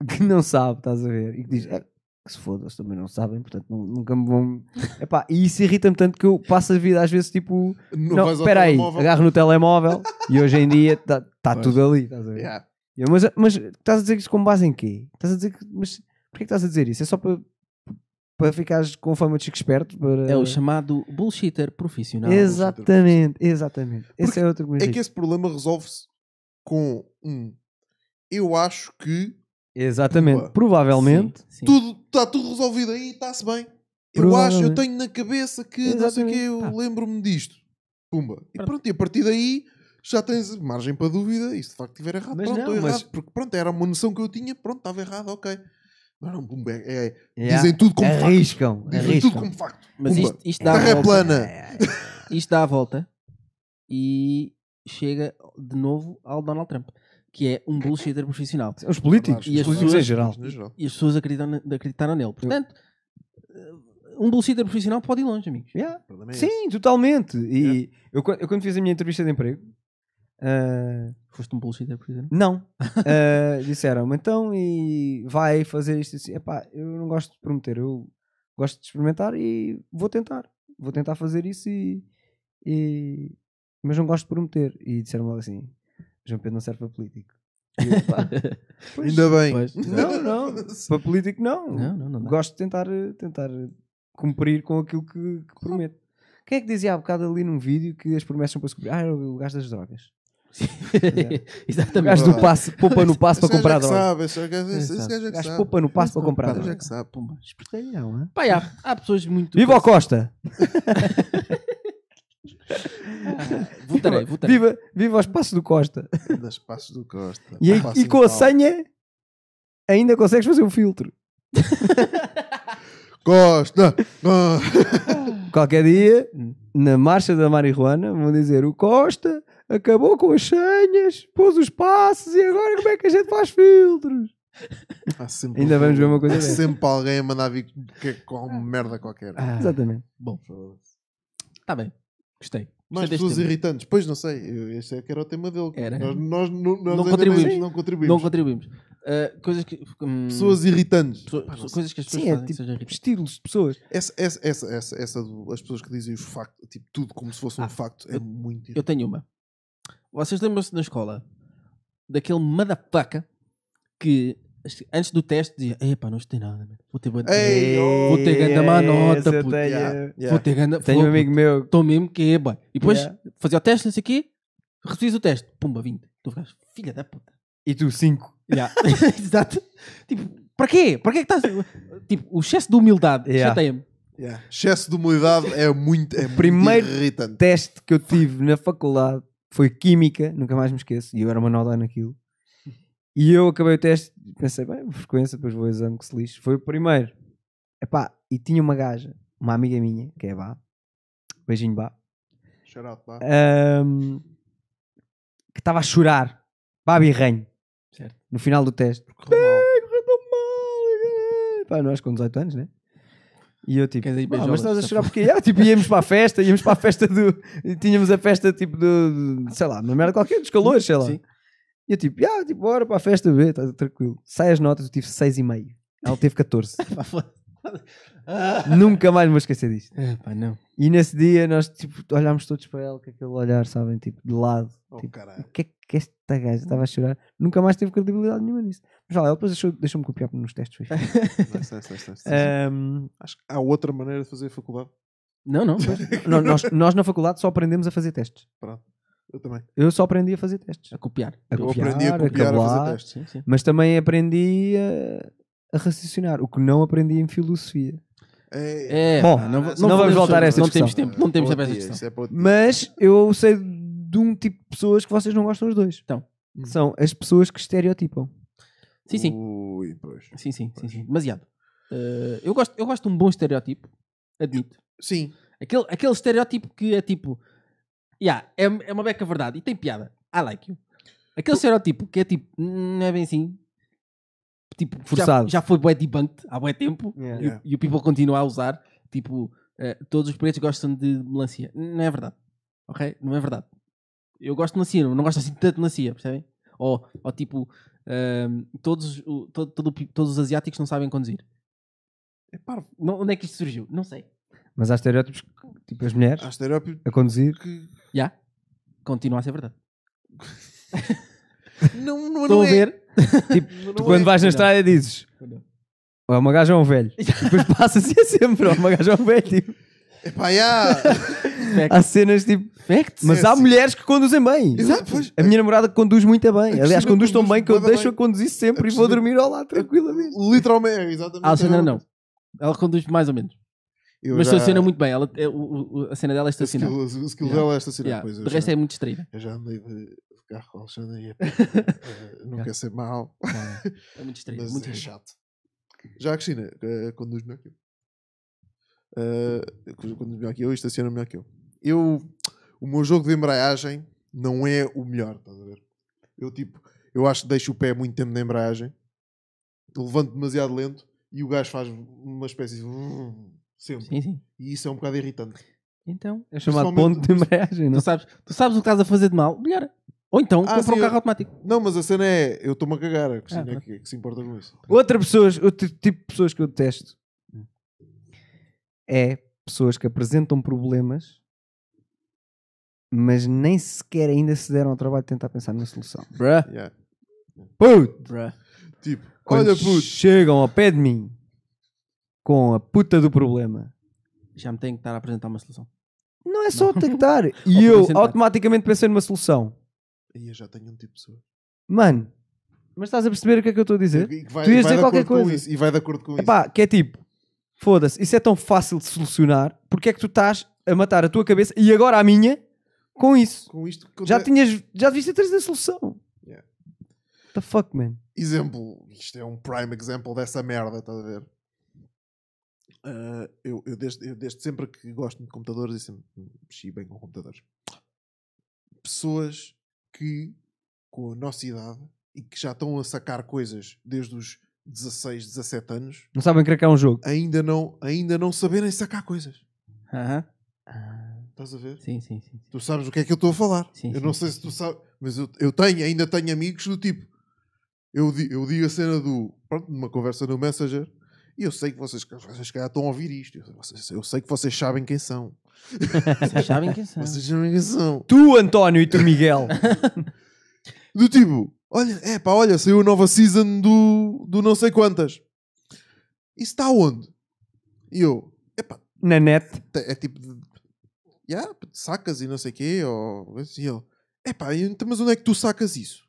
Speaker 3: que não sabe, estás a ver, e que diz, é, que se foda, eles também não sabem, portanto nu- nunca me vão... Epá, e isso irrita-me tanto que eu passo a vida às vezes tipo, não,
Speaker 1: vais ao
Speaker 3: espera aí,
Speaker 1: telemóvel?
Speaker 3: agarro no telemóvel e hoje em dia está
Speaker 1: Pois.
Speaker 3: tudo ali, estás a ver.
Speaker 1: Yeah.
Speaker 3: Eu, mas, mas estás a dizer isso com base em quê? Estás a dizer que. Mas porquê que estás a dizer isso? É só para, para ficares com fama de chico esperto? Para...
Speaker 2: É o chamado bullshitter profissional.
Speaker 3: Eh, Exatamente, exatamente. Esse é outro que me
Speaker 1: É que
Speaker 3: irrita.
Speaker 1: esse problema resolve-se com um. Eu acho que
Speaker 3: Exatamente.
Speaker 1: Boa.
Speaker 3: Provavelmente.
Speaker 2: Sim, sim.
Speaker 1: tudo está tudo resolvido aí, está-se bem. Eu acho, eu
Speaker 3: Provavelmente.
Speaker 1: tenho na cabeça que não sei o que,
Speaker 3: Exatamente, Ah.
Speaker 1: eu
Speaker 3: pá.
Speaker 1: lembro-me disto. Pumba. E pronto, e a partir daí já tens margem para dúvida. E se de facto estiver errado,
Speaker 3: Mas
Speaker 1: pronto,
Speaker 3: não,
Speaker 1: estou errado.
Speaker 3: mas-
Speaker 1: Porque pronto, era uma noção que eu tinha, pronto, estava errado, ok. Mas não, pumba, é, é-
Speaker 3: Yeah.
Speaker 1: dizem tudo como facto.
Speaker 3: Arriscam,
Speaker 1: Dizem tudo
Speaker 3: arriscam.
Speaker 1: como facto.
Speaker 2: Mas
Speaker 1: Pumba.
Speaker 2: isto, isto dá
Speaker 1: Terra
Speaker 2: a
Speaker 1: é
Speaker 2: volta.
Speaker 1: plana.
Speaker 2: Isto dá a volta e chega de novo ao Donald Trump, que é um bullshitter profissional.
Speaker 3: é, Os políticos,
Speaker 1: Verdade,
Speaker 3: os
Speaker 2: as
Speaker 3: políticos em
Speaker 2: pessoas-
Speaker 3: geral.
Speaker 1: No geral.
Speaker 2: E as pessoas acreditam ne- acreditaram nele. Portanto, um bullshitter profissional pode ir longe, amigos.
Speaker 3: Yeah.
Speaker 1: O problema é esse.
Speaker 3: Sim, totalmente. E eu, quan- eu quando fiz a minha entrevista de emprego, Ah,
Speaker 2: Foste um bullshitter, por exemplo.
Speaker 3: não. Ah, Disseram-me então e vai fazer isto assim. Epá, eu não gosto de prometer, eu gosto de experimentar e vou tentar. Vou tentar fazer isso e. e- Mas não gosto de prometer. E disseram logo assim: João Pedro não serve para político. E eu, pá, pois,
Speaker 1: Ainda bem.
Speaker 2: Pois,
Speaker 3: Ah, Não, não. Para político, não.
Speaker 2: Não, não, não. dá.
Speaker 3: Gosto de tentar, eh, tentar eh, cumprir com aquilo que, que prometo. Quem é que dizia há bocado ali num vídeo que as promessas são para se cumprir? Ah, era o gajo das drogas. é O
Speaker 2: Exatamente.
Speaker 3: gajo do passe, poupa no passe para
Speaker 1: Esse gajo
Speaker 3: comprar
Speaker 1: é que
Speaker 3: drogas.
Speaker 1: sabe, esse gajo esse- esse gajo é que
Speaker 3: O gajo
Speaker 1: sabe.
Speaker 3: poupa no passe para comprar
Speaker 1: Esse gajo é
Speaker 3: drogas.
Speaker 1: que sabe.
Speaker 2: Pumba.
Speaker 3: Espertalhão, hã?
Speaker 2: Pá, há, há pessoas muito.
Speaker 3: Viva o Costa!
Speaker 2: Votarei,
Speaker 3: Viva-
Speaker 2: votarei.
Speaker 3: Viva, viva os passos do Costa.
Speaker 1: Das passos do Costa.
Speaker 3: E, aí-
Speaker 1: Passo
Speaker 3: e
Speaker 1: em
Speaker 3: com
Speaker 1: pau.
Speaker 3: a senha ainda consegues fazer um filtro.
Speaker 1: Costa! Ah.
Speaker 3: Qualquer dia, na marcha da marihuana, vão dizer o Costa acabou com as senhas, pôs os passos e agora como é que a gente faz filtros?
Speaker 1: Há sempre um
Speaker 3: Ainda vamos ver uma coisa
Speaker 1: há
Speaker 3: dessa.
Speaker 1: sempre alguém a mandar vir que- é com alguma merda qualquer.
Speaker 2: Ah,
Speaker 3: Exatamente.
Speaker 2: Está bem. Gostei.
Speaker 1: Mais
Speaker 2: Gostei deste
Speaker 1: pessoas
Speaker 2: tema.
Speaker 1: irritantes. Pois, não sei. eu- Este é que era o tema dele.
Speaker 2: Era.
Speaker 1: Nós, nós, nu- nós
Speaker 2: Não
Speaker 1: ainda nem-
Speaker 2: contribuímos.
Speaker 1: não
Speaker 2: Não
Speaker 1: contribuímos.
Speaker 2: contribuímos. Ah, coisas que. hum,
Speaker 1: Pessoas irritantes.
Speaker 2: pessoa-
Speaker 1: Pá, não sei.
Speaker 2: coisas que as pessoas
Speaker 3: Sim, é
Speaker 2: fazem que
Speaker 3: tipo
Speaker 2: sejam irritantes.
Speaker 3: estilos de pessoas.
Speaker 1: Essa, essa, essa, essa, essa do- as pessoas que dizem os factos, tipo, tudo como se fosse um
Speaker 2: Ah,
Speaker 1: facto, é
Speaker 2: eu-
Speaker 1: muito
Speaker 2: Eu tenho uma. Vocês lembram-se na escola daquele motherfucker que antes do teste dizia: Epá, não estudei nada, man. vou ter boa
Speaker 1: Ei,
Speaker 2: Vou ter grande má nota,
Speaker 3: Essa eu
Speaker 2: puto.
Speaker 3: tenho.
Speaker 1: Yeah.
Speaker 2: Vou ter grande.
Speaker 3: Tenho um amigo meu.
Speaker 2: Estou mesmo que é, boy. E depois
Speaker 3: Yeah.
Speaker 2: fazia o teste, não sei o quê, refiz o teste, pumba, 20. Tu ficas, filha da puta.
Speaker 3: E tu, 5.
Speaker 2: Exato. Tipo, para quê? Para quê que estás. Tipo, o excesso de humildade
Speaker 3: Yeah.
Speaker 2: chateia-me.
Speaker 1: Yeah. Excesso de humildade é muito, é muito
Speaker 3: Primeiro-
Speaker 1: irritante.
Speaker 3: Teste que eu tive na faculdade foi química, nunca mais me esqueço. E eu era uma nova naquilo. E eu acabei o teste e pensei, bem, frequência, depois vou ao exame que se lixe. Foi o primeiro. Epá, e tinha uma gaja, uma amiga minha, que é a Bá. Beijinho, Bá.
Speaker 1: Shout out,
Speaker 2: É,
Speaker 1: pá.
Speaker 3: Ahm, que estava a chorar. Babi Ranho.
Speaker 2: Certo.
Speaker 3: No final do teste.
Speaker 1: Correu mal.
Speaker 3: Correu tão mal. eh. Pá, nós com 18 anos, né? E eu tipo,
Speaker 2: Queres ir
Speaker 3: "Pá, mas
Speaker 2: beijolas,
Speaker 3: estás a
Speaker 2: tá
Speaker 3: chorar porque ah, tipo, íamos para a festa, íamos para a festa do. Tínhamos a festa tipo do. Sei lá, uma merda qualquer, dos calores, sei lá.
Speaker 2: Sim.
Speaker 3: E eu tipo, ah, tipo, bora para a festa ver, tá tranquilo. Sai as notas, eu tive 6,5. Ela teve 14. Nunca mais me vou esquecer disto.
Speaker 2: Epá, É, não.
Speaker 3: E nesse dia nós tipo, olhámos todos para ela com aquele olhar, sabem, tipo, de lado.
Speaker 1: Oh,
Speaker 3: tipo,
Speaker 1: caralho.
Speaker 3: o que é que esta gaja estava a chorar? Nunca mais teve credibilidade nenhuma nisso. Mas olha, ela depois deixou- deixou-me copiar nos testes. foi fixe.
Speaker 1: Nice, nice, nice, nice.
Speaker 2: É.
Speaker 3: Ahm,
Speaker 1: Acho que há outra maneira de fazer faculdade.
Speaker 2: Não, não.
Speaker 3: nó- nós, nós na faculdade só aprendemos a fazer testes.
Speaker 1: Eu também.
Speaker 3: Eu só aprendi a fazer testes.
Speaker 2: A copiar.
Speaker 3: A
Speaker 1: Eu
Speaker 3: copiar,
Speaker 1: aprendi a copiar, a
Speaker 3: cabelar,
Speaker 1: fazer testes.
Speaker 2: Sim, sim.
Speaker 3: Mas também aprendi a, a raciocinar, o que não aprendi em filosofia.
Speaker 1: É,
Speaker 2: É,
Speaker 3: Bom,
Speaker 2: pá,
Speaker 1: não
Speaker 2: va-
Speaker 1: vamos
Speaker 2: falemos
Speaker 3: voltar
Speaker 2: sobre-
Speaker 3: a essa
Speaker 2: Não temos
Speaker 3: discussão.
Speaker 2: tempo, não temos tempo
Speaker 1: para
Speaker 2: para essa
Speaker 1: dia,
Speaker 2: discussão.
Speaker 1: isso é para outro dia.
Speaker 3: Mas eu sei de um tipo de pessoas que vocês não gostam os dois.
Speaker 2: Então.
Speaker 3: Que são as pessoas que estereotipam. é
Speaker 2: Sim, sim.
Speaker 1: Ui, pois.
Speaker 2: Sim, sim, sim, sim. Demasiado. Eh, eu, gosto, eu gosto de um bom estereótipo, admito.
Speaker 1: Sim.
Speaker 2: Aquele, aquele estereótipo que é tipo. Yeah, é, é uma beca verdade e tem piada. I like you. Aquele estereótipo que é tipo. "Hum, Não é bem assim. Tipo, já-
Speaker 3: Forçado.
Speaker 2: Já, foi bué debunked há bué tempo
Speaker 3: Yeah.
Speaker 2: e, o- e o people continua a usar. Tipo, eh, todos os pretos gostam de melancia. Não é verdade. Ok? Não é verdade. Eu gosto de melancia, não gosto assim tanto de melancia, percebem? Ou, ou tipo, ehm, todos, o- todo- todo o pi- todos os asiáticos não sabem conduzir.
Speaker 1: É parvo.
Speaker 2: Não- onde é que isto surgiu? Não sei.
Speaker 3: Mas há estereótipos, que, tipo as mulheres,
Speaker 1: Há estereótipo
Speaker 3: a conduzir.
Speaker 1: que.
Speaker 2: Já? Continua a ser verdade.
Speaker 1: Não, não,
Speaker 2: Estão
Speaker 1: não
Speaker 2: a
Speaker 1: é.
Speaker 2: ver?
Speaker 3: Tipo,
Speaker 1: Não
Speaker 3: tu
Speaker 1: é.
Speaker 3: quando vais na
Speaker 2: Não.
Speaker 3: estrada dizes
Speaker 2: Não.
Speaker 3: ou é uma gaja ou um velho. E depois passa-se e é sempre ou é uma gaja ou um velho. Tipo,
Speaker 1: É pá, já.
Speaker 3: há cenas tipo.
Speaker 2: Facts.
Speaker 3: Mas
Speaker 1: É
Speaker 3: há
Speaker 1: assim.
Speaker 3: mulheres que conduzem bem.
Speaker 1: Exato, pois.
Speaker 3: A minha namorada conduz muito bem.
Speaker 1: A
Speaker 3: Aliás,
Speaker 1: Cristina
Speaker 3: conduz tão
Speaker 1: conduz
Speaker 3: bem que eu
Speaker 1: bué da
Speaker 3: deixo a
Speaker 1: bem.
Speaker 3: conduzir
Speaker 1: A
Speaker 3: sempre e vou
Speaker 1: Cristina-
Speaker 3: dormir ao lado tranquilamente.
Speaker 1: Literalmente, é, exatamente.
Speaker 2: Ah, A Alexandra
Speaker 1: era-
Speaker 2: não. Ela conduz mais ou menos.
Speaker 1: Eu
Speaker 2: mas
Speaker 1: já-
Speaker 2: estaciona muito bem. Ela, é, o- o- o- a cena dela
Speaker 1: O
Speaker 2: é estacionar.
Speaker 1: skill, o skill
Speaker 2: Yeah.
Speaker 1: dela é estacionar.
Speaker 2: Yeah.
Speaker 1: Pois, eu
Speaker 2: De resto
Speaker 1: já-
Speaker 2: é muito distraída.
Speaker 1: Eu já andei de de carro com a Alexandra e é, eh, não
Speaker 3: Yeah.
Speaker 1: quer ser mau,
Speaker 2: É muito distraída.
Speaker 1: mas
Speaker 2: muito
Speaker 1: é
Speaker 2: distraída.
Speaker 1: chato. Já a Cristina eh, conduz melhor que eu. Eh, conduz melhor que eu e estaciona melhor que eu. Eu, o meu jogo de embreagem não é o melhor, estás a ver? Eu tipo, eu acho que deixo o pé muito tempo na embreagem, levanto demasiado lento e o gajo faz uma espécie de vrum, sempre.
Speaker 2: Sim, sim.
Speaker 1: E isso é um bocado irritante.
Speaker 2: Então,
Speaker 3: É chamado
Speaker 1: Principalmente-
Speaker 3: ponto de embreagem, não?
Speaker 2: tu sabes, tu sabes o que estás a fazer de mal, melhora. Ou então
Speaker 1: Ah,
Speaker 2: compra
Speaker 1: sim,
Speaker 2: um carro
Speaker 1: eu-
Speaker 2: automático.
Speaker 1: Não, mas a cena é. Eu estou-me a cagar, a Cristina é
Speaker 3: Ah,
Speaker 2: pronto.
Speaker 1: que, que se importa com isso.
Speaker 3: Outra pessoas, outro tipo de pessoas que eu detesto é pessoas que apresentam problemas, mas nem sequer ainda se deram ao trabalho de tentar pensar na solução.
Speaker 2: Bruh.
Speaker 1: Yeah.
Speaker 3: Puto,
Speaker 2: Bruh.
Speaker 1: Tipo,
Speaker 3: quando
Speaker 1: olha puto.
Speaker 3: chegam ao pé de mim com a puta do problema,
Speaker 2: Já me tenho que estar a apresentar uma solução.
Speaker 3: não é só tentar.
Speaker 2: Ou
Speaker 3: E eu
Speaker 2: apresentar.
Speaker 3: automaticamente pensei numa solução.
Speaker 1: Aí eu já tenho um tipo de pessoa.
Speaker 3: Mano, mas estás a perceber o que é que eu estou a dizer?
Speaker 1: E que vai,
Speaker 3: Tu
Speaker 1: vai
Speaker 3: ias dizer
Speaker 1: de
Speaker 3: qualquer
Speaker 1: acordo com
Speaker 3: coisa.
Speaker 1: isso, e vai de acordo com
Speaker 3: Epá, que é tipo, foda-se, isso é tão fácil de solucionar, porque é que tu estás a matar a tua cabeça e agora a minha com isso?
Speaker 1: isso. Com isto que
Speaker 3: Já
Speaker 2: é-
Speaker 1: acontece-
Speaker 3: tinhas, já devias ter trazido a solução.
Speaker 1: Yeah.
Speaker 3: The fuck, man.
Speaker 1: exemplo, isto é um prime example dessa merda, estás a ver? Ah, eu, eu desde, eu desde sempre que gosto de computadores e sempre me mexi bem com computadores. Pessoas que, com a nossa idade, e que já estão a sacar coisas desde os 16, 17 anos,
Speaker 3: Não sabem cracar um jogo.
Speaker 1: ainda não, ainda não saberem sacar coisas.
Speaker 2: Aham.
Speaker 1: Estás a ver?
Speaker 2: Ah. Sim, sim, sim.
Speaker 1: Tu sabes o que é que eu estou a falar.
Speaker 2: Sim,
Speaker 1: eu
Speaker 2: sim,
Speaker 1: não sei se tu sabes, mas eu, eu tenho, ainda tenho amigos do tipo. Eu, di- eu digo a cena do. Pronto, numa conversa no Messenger. E eu sei que vocês, vocês se calhar estão a ouvir isto. Eu, vocês- eu sei que vocês sabem quem são.
Speaker 2: Vocês sabem quem são. Então,
Speaker 1: Vocês sabem quem são.
Speaker 3: Tu, António, e tu, Miguel.
Speaker 1: Do tipo, olha, é pá, olha, saiu a nova season do, do não sei quantas. Isso está onde? E eu, é pá,
Speaker 3: Na net.
Speaker 1: Te- é tipo de, "Ya, p- sacas e não sei o quê, ou assim, ele, epá, e então, mas onde é que tu sacas isso?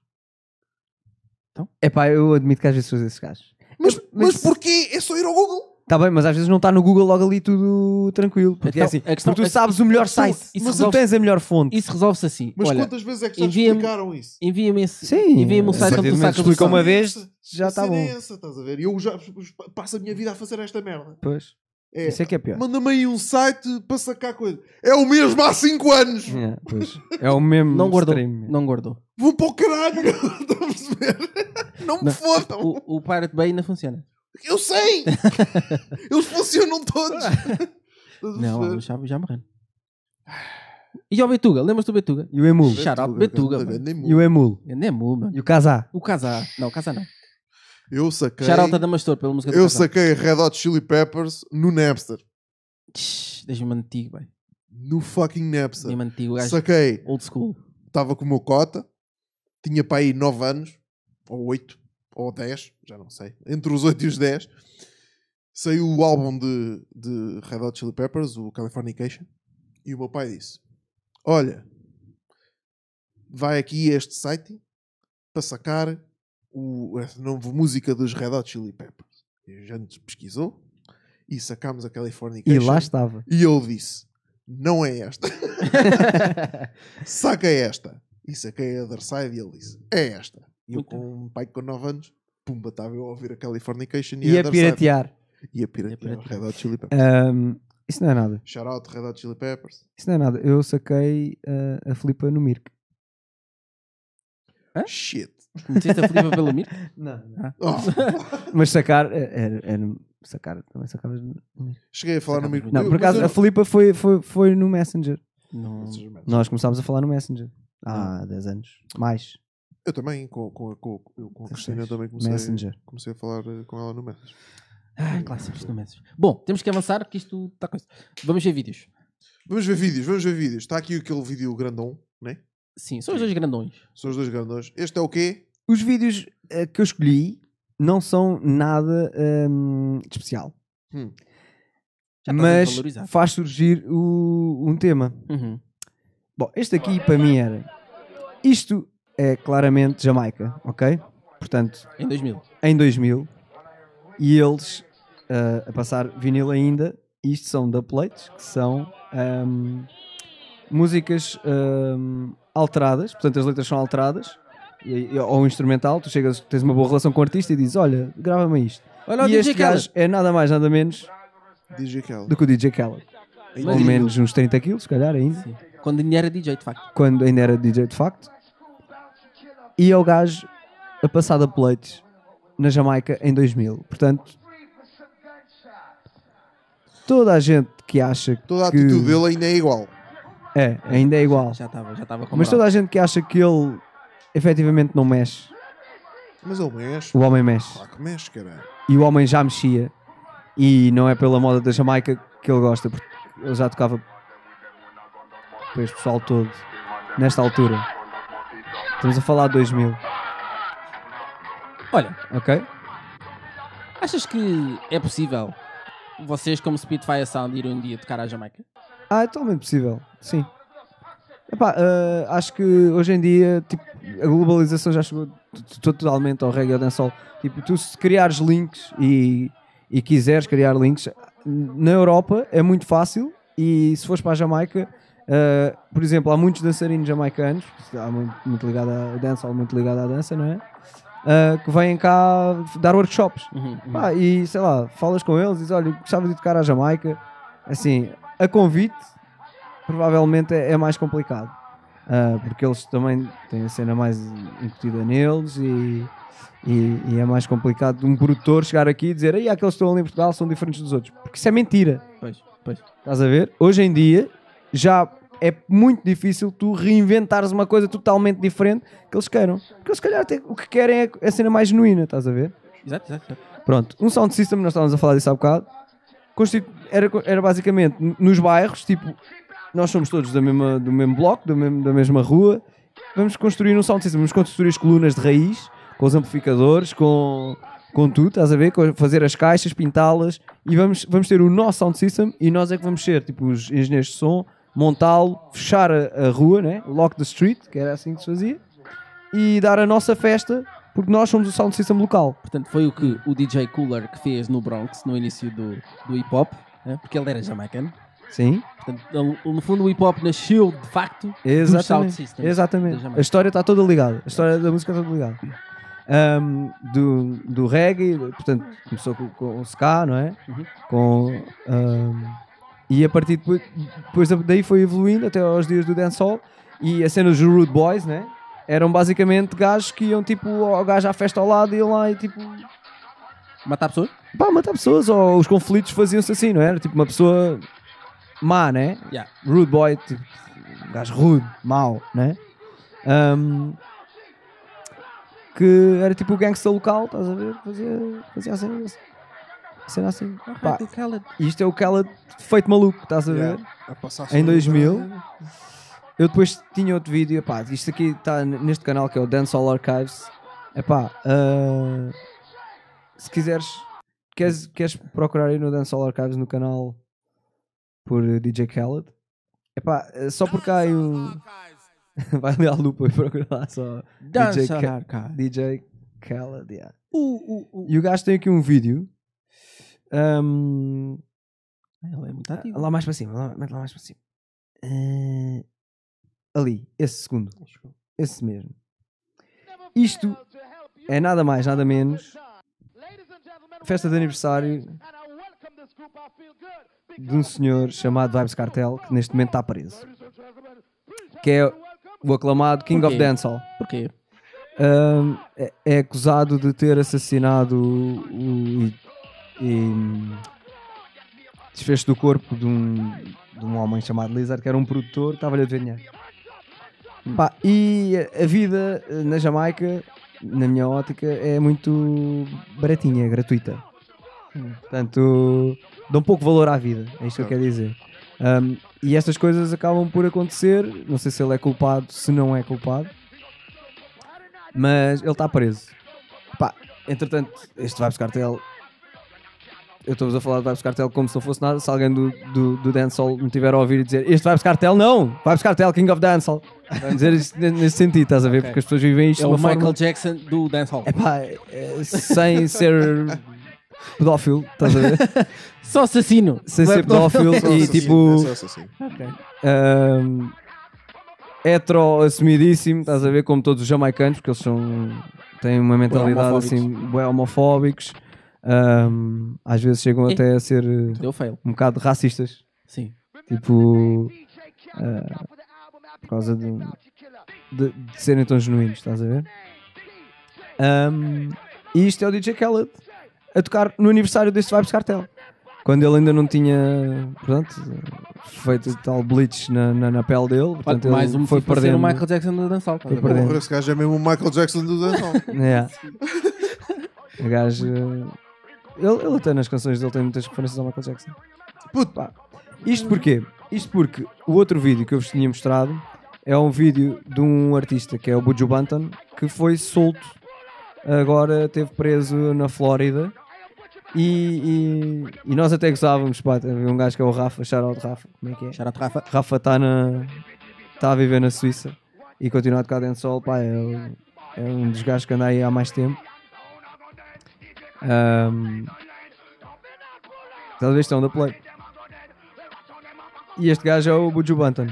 Speaker 3: É pá, eu admito que às vezes sou desses gajos.
Speaker 1: Mas,
Speaker 3: Eu-
Speaker 1: mas,
Speaker 3: mas-
Speaker 1: porquê? É só ir ao Google.
Speaker 3: Está bem, mas às vezes não está no Google logo ali tudo tranquilo. Porque é
Speaker 2: Então,
Speaker 3: assim,
Speaker 2: a questão-
Speaker 3: porque
Speaker 2: a-
Speaker 3: tu sabes o melhor
Speaker 2: isso-
Speaker 3: site,
Speaker 2: isso
Speaker 3: mas tu
Speaker 2: resolve-
Speaker 3: tens a melhor fonte.
Speaker 2: Isso resolve-se assim.
Speaker 1: Mas
Speaker 2: Olha,
Speaker 1: quantas vezes é que já te
Speaker 2: envia-me-
Speaker 1: explicaram isso?
Speaker 2: envia-me esse.
Speaker 3: Sim,
Speaker 2: Envia-me um site onde tu
Speaker 3: exatamente,
Speaker 2: sacas
Speaker 3: explica
Speaker 2: o
Speaker 3: uma
Speaker 2: site.
Speaker 3: vez,
Speaker 1: Essa-
Speaker 3: já
Speaker 1: a
Speaker 2: tá
Speaker 3: está
Speaker 1: cena
Speaker 3: bom.
Speaker 1: é essa, estás a ver? Eu já p- passo a minha vida a fazer esta merda.
Speaker 3: Pois.
Speaker 1: É,
Speaker 3: Isso é que é pior.
Speaker 1: Manda-me aí um site para sacar coisa. É o mesmo há 5 anos.
Speaker 2: Hum.
Speaker 3: Yeah, pois. É o mesmo
Speaker 2: Não guardou.
Speaker 3: stream.
Speaker 2: Não guardou.
Speaker 1: Vou para o caralho. Estás a perceber? Não me
Speaker 2: Não,
Speaker 1: fodam.
Speaker 2: O, o Pirate Bay ainda funciona.
Speaker 1: Eu sei. Eles funcionam todos. Estás a
Speaker 2: Não,
Speaker 1: perceber?
Speaker 2: alguns já, já morreram. E ao Betuga, lembras-te do Betuga?
Speaker 3: E o Emu.
Speaker 2: Shut up, Betuga, mano.
Speaker 1: grande
Speaker 3: E
Speaker 1: emu.
Speaker 3: o Emul.
Speaker 2: Ainda é mu, mano.
Speaker 3: E o Casá.
Speaker 2: O Casar. Não, o Casar não.
Speaker 1: Eu saquei.
Speaker 2: Shout out a Damastor pela música do
Speaker 1: Eu
Speaker 2: Casar.
Speaker 1: saquei Red Hot Chili Peppers no Napster.
Speaker 2: Tch, Deixa-me antigo, bem.
Speaker 1: No fucking Napster.
Speaker 2: Deixa-me antigo, gajo.
Speaker 1: Saquei.
Speaker 2: Old school.
Speaker 1: Estava com o meu cota. Tinha para aí 9 anos. Ou 8. Ou 10. Já não sei. Entre os 8 e os 10. Saiu o álbum de, de Red Hot Chili Peppers, o Californication. E o meu pai disse: Olha, vai aqui a este site para sacar o, a nova música dos Red Hot Chili Peppers. E a gente pesquisou e sacámos a
Speaker 3: E
Speaker 1: Californication.
Speaker 3: lá estava.
Speaker 1: E eu disse: Não é esta. Saca esta. E saquei a Other Side e ele disse: É esta. E eu,
Speaker 2: Muito
Speaker 1: com um pai com 9 anos, pumba, estava eu a ouvir a Californication e,
Speaker 3: E
Speaker 1: a
Speaker 3: a
Speaker 1: Other Side.
Speaker 3: piratear.
Speaker 1: E a Ah. piratear.
Speaker 2: Ia piratear.
Speaker 1: Red Hot Chili Peppers.
Speaker 3: Ahm, isso não é nada.
Speaker 1: Shout out Red Hot Chili Peppers.
Speaker 3: Isso não é nada. Eu saquei ah, a Filipa no Mirk.
Speaker 2: Hã?
Speaker 1: Shit.
Speaker 2: Meteste a Filipa pelo Mir?
Speaker 3: Não.
Speaker 1: Oh,
Speaker 3: Mas sacar eh, era, era- sacar também sacavas. no-
Speaker 1: cheguei a falar no micro.
Speaker 3: Não,
Speaker 1: Eu-
Speaker 3: por
Speaker 1: mas
Speaker 3: acaso
Speaker 1: eu
Speaker 3: a Filipa foi, foi, foi no Messenger.
Speaker 2: Não.
Speaker 1: não-
Speaker 3: Nós começámos a falar no Messenger há
Speaker 1: Ah.
Speaker 3: 10 anos. Mais.
Speaker 1: Eu também, com, com, com, eu com a Cristina,
Speaker 3: Dezesseis.
Speaker 1: também comecei,
Speaker 3: Messenger.
Speaker 1: comecei a falar eh, com ela no Messenger.
Speaker 2: Ah, clássicos no Menses. Bom, temos que avançar porque isto está coisa. Vamos ver vídeos.
Speaker 1: Vamos ver vídeos, vamos ver vídeos. Está aqui aquele vídeo grandão, né?
Speaker 2: Sim, são os dois grandões.
Speaker 1: São os dois grandões. Este é o quê?
Speaker 3: Os vídeos eh, que eu escolhi não são nada ahm, de especial.
Speaker 1: Hum.
Speaker 2: Já tá estás a
Speaker 3: mas
Speaker 2: desvalorizar.
Speaker 3: faz surgir o- um tema.
Speaker 2: Uhum.
Speaker 3: Bom, este aqui para mim era. Isto é claramente Jamaica, ok? Portanto,
Speaker 2: Em 2000.
Speaker 3: em 2000. E eles ah, a passar vinil ainda. Isto são da plates, que são ahm, músicas ahm, alteradas. Portanto, as letras são alteradas. e- e- Ou instrumental, tu chegas, tens uma boa relação com o artista e dizes: Olha, grava-me isto.
Speaker 2: Olha o
Speaker 3: e
Speaker 2: DJ
Speaker 3: este gajo
Speaker 2: Khaled.
Speaker 3: é nada mais, nada menos
Speaker 1: DJ Khaled.
Speaker 3: do que o DJ Khaled.
Speaker 2: Mas
Speaker 3: Ou
Speaker 2: diz-me.
Speaker 3: menos uns 30 quilos, se calhar ainda.
Speaker 2: Sim. Quando ainda era DJ, de facto.
Speaker 3: Quando ainda era DJ de facto. E é o gajo a passar da plates na Jamaica em 2000. Portanto, toda a gente que acha
Speaker 1: Toda a
Speaker 3: que
Speaker 1: atitude dele ainda é igual.
Speaker 3: é, ainda é igual.
Speaker 2: Já estava, já estava com
Speaker 3: Mas toda a gente que acha que ele efetivamente não mexe.
Speaker 1: Mas ele mexe.
Speaker 3: O homem mexe.
Speaker 1: Claro que mexe, caralho.
Speaker 3: E o homem já mexia. E não é pela moda da Jamaica que ele gosta, porque ele já tocava para este pessoal todo, nesta altura. Estamos a falar de 2000,
Speaker 2: Olha,
Speaker 3: ok?
Speaker 2: achas que é possível vocês, como Spitfire Sound, irem um dia tocar à Jamaica?
Speaker 3: Ah, é totalmente possível, sim. Epá, ah, acho que hoje em dia tipo, a globalização já chegou t- t- totalmente ao reggae e ao dancehall. Tipo, tu se criares links e, e quiseres criar links, na Europa é muito fácil e se fores para a Jamaica, ah, por exemplo, há muitos dançarinos jamaicanos, há muito, muito ligado à dança, muito ligado à dança, não é? Ah, que vêm cá dar workshops.
Speaker 2: Uhum.
Speaker 3: Pá, e sei lá, falas com eles, dizes: Olha, gostava de tocar à Jamaica. Assim, a convite, provavelmente é, é mais complicado. Ah, porque eles também têm a cena mais incutida neles e, e- e é mais complicado de um produtor chegar aqui e dizer: Ei, aqueles que estão ali em Portugal são diferentes dos outros. Porque isso é mentira.
Speaker 2: Pois, pois.
Speaker 3: Estás a ver? Hoje em dia já é muito difícil tu reinventares uma coisa totalmente diferente que eles queiram. Porque eles, se calhar, têm- o que querem é a cena mais genuína, estás a ver?
Speaker 2: Exato, exato. exato.
Speaker 3: Pronto, um sound system, nós estávamos a falar disso há bocado, constitu- era, co- era basicamente n- nos bairros, tipo, nós somos todos da mesma, do mesmo bloco, do mesmo- da mesma rua, vamos construir um sound system, vamos construir as colunas de raiz, com os amplificadores, com, com tudo, estás a ver? Com- fazer as caixas, pintá-las, e vamos, vamos ter o nosso sound system, e nós é que vamos ser, tipo, os engenheiros de som, montá-lo, fechar a, a rua, né? Lock the street, que era assim que se fazia, e dar a nossa festa, porque nós somos o sound system local.
Speaker 2: Portanto, foi o que o DJ Cooler que fez no Bronx, no início do, do hip hop, né? porque ele era jamaicano.
Speaker 3: Sim.
Speaker 2: Portanto, ele- no fundo, o hip hop nasceu de facto do Sound
Speaker 3: Exatamente.
Speaker 2: System. da
Speaker 3: Exatamente.
Speaker 2: Jamaica.
Speaker 3: A história está toda ligada. A história da música está toda ligada. Ahm, do, do reggae, portanto, começou com, com o ska, não é? Com, ahm, e a partir depois, depois daí foi evoluindo até aos dias do dancehall e a cena dos Rude Boys, né? Eram basicamente gajos que iam tipo ao gajo à festa ao lado e iam lá e tipo
Speaker 2: Matar pessoas?
Speaker 3: pá, matar pessoas ou os conflitos faziam-se assim, não era? Tipo uma pessoa má, né?
Speaker 2: Yeah.
Speaker 3: rude boy, tipo, um gajo rude, mau, né? Ahm, que era tipo o gangsta local, estás a ver? Fazia, fazia a cena assim. A cena assim. Pá, e isto é o Khaled feito maluco, estás a ver?
Speaker 1: Yeah. A passar
Speaker 3: Em
Speaker 1: sobre-
Speaker 3: 2000. Eu depois tinha outro vídeo, epá, isto aqui está n- neste canal que é o Dancehall Archives. Epá, ah, se quiseres, queres, queres procurar aí no Dancehall Archives no canal por eh, DJ Khaled? Epá, eh, só porque há aí um... Vai ali à lupa e procura lá só DJ
Speaker 2: Dança,
Speaker 3: Ca-
Speaker 2: Arca.
Speaker 3: DJ Khaled, yeah.
Speaker 2: Uh, uh, uh.
Speaker 3: E o gajo tem aqui um vídeo... ahm,
Speaker 2: Ele é muito
Speaker 3: ah,
Speaker 2: ativo.
Speaker 3: Lá mais para cima, lá, mete lá mais para cima. Eh, ali, esse segundo. Esse mesmo. Isto é nada mais, nada menos. Festa de aniversário de um senhor chamado Vibes Cartel, que neste momento está preso. Que é o aclamado King of
Speaker 2: Porquê?
Speaker 3: Dancehall.
Speaker 2: Porquê?
Speaker 3: Ahm, é, é acusado de ter assassinado o, o- e, e desfez do corpo de um, de um homem chamado Lizard, que era um produtor, estava-lhe a dever dinheiro. Pá, e a- a vida eh, na Jamaica, na minha ótica, é muito baratinha, é gratuita.
Speaker 2: Hum.
Speaker 3: Portanto, dão pouco valor à vida, é isto que eu quero dizer. Ahm, e estas coisas acabam por acontecer. Não sei se ele é culpado, se não é culpado mas ele está preso. Pá, entretanto, este Vibes Cartel. Eu estou-vos a falar de Vibes Cartel como se não fosse nada. Se alguém do, do, do Dancehall me tiver a ouvir e dizer este Vibes Cartel, não! Vibes Cartel, King of Dancehall. Vamos dizer isto ne- nesse sentido, estás a ver? Porque as pessoas vivem isto
Speaker 2: É
Speaker 3: de
Speaker 2: o
Speaker 3: uma
Speaker 2: Michael
Speaker 3: forma.
Speaker 2: Jackson do Dancehall.
Speaker 3: Epá, eh, sem ser pedófilo, estás a ver?
Speaker 2: Só assassino.
Speaker 3: Sem
Speaker 2: Não é
Speaker 3: ser pedófilo
Speaker 1: Só
Speaker 3: e
Speaker 1: assassino,
Speaker 3: tipo.
Speaker 1: é só assassino.
Speaker 3: Ahm, hetero assumidíssimo, estás a ver, como todos os jamaicanos, porque eles são, têm uma mentalidade
Speaker 2: homofóbicos.
Speaker 3: assim, bué homofóbicos, Ahm, às vezes chegam
Speaker 2: É.
Speaker 3: até a ser eh,
Speaker 2: Deu fail.
Speaker 3: um bocado racistas,
Speaker 2: Sim.
Speaker 3: tipo, ah, por causa de, de- de serem tão genuínos, estás a ver? Ahm, e isto é o DJ Khaled a tocar no aniversário deste Vibes Cartel. Quando ele ainda não tinha, pronto, feito tal bleach na, na, na pele dele. Portanto, ele
Speaker 2: mais um foi
Speaker 3: foi
Speaker 2: para ser
Speaker 3: perdendo.
Speaker 2: o Michael Jackson da dançal. estás a ver?
Speaker 3: perdendo.
Speaker 1: Porra, esse gajo é mesmo o Michael Jackson do Dançal.
Speaker 3: Yeah. É. o gajo. eh, Ele, ele até nas canções dele tem muitas referências ao Michael Jackson. Puto, pá. Isto porquê? Isto porque o outro vídeo que eu vos tinha mostrado é um vídeo de um artista que é o Buju Banton que foi solto, agora esteve preso na Flórida. E, e- e nós até gozávamos, pá, havia um gajo que é o Rafa, shout de Rafa, como é que é?
Speaker 2: Shout out, Rafa.
Speaker 3: Rafa está na tá a viver na Suíça e continua a tocar dancehall, pá, é, o- é um dos gajos que anda aí há mais tempo. Ahm, talvez estão da Play. um E este gajo é o Buju Banton.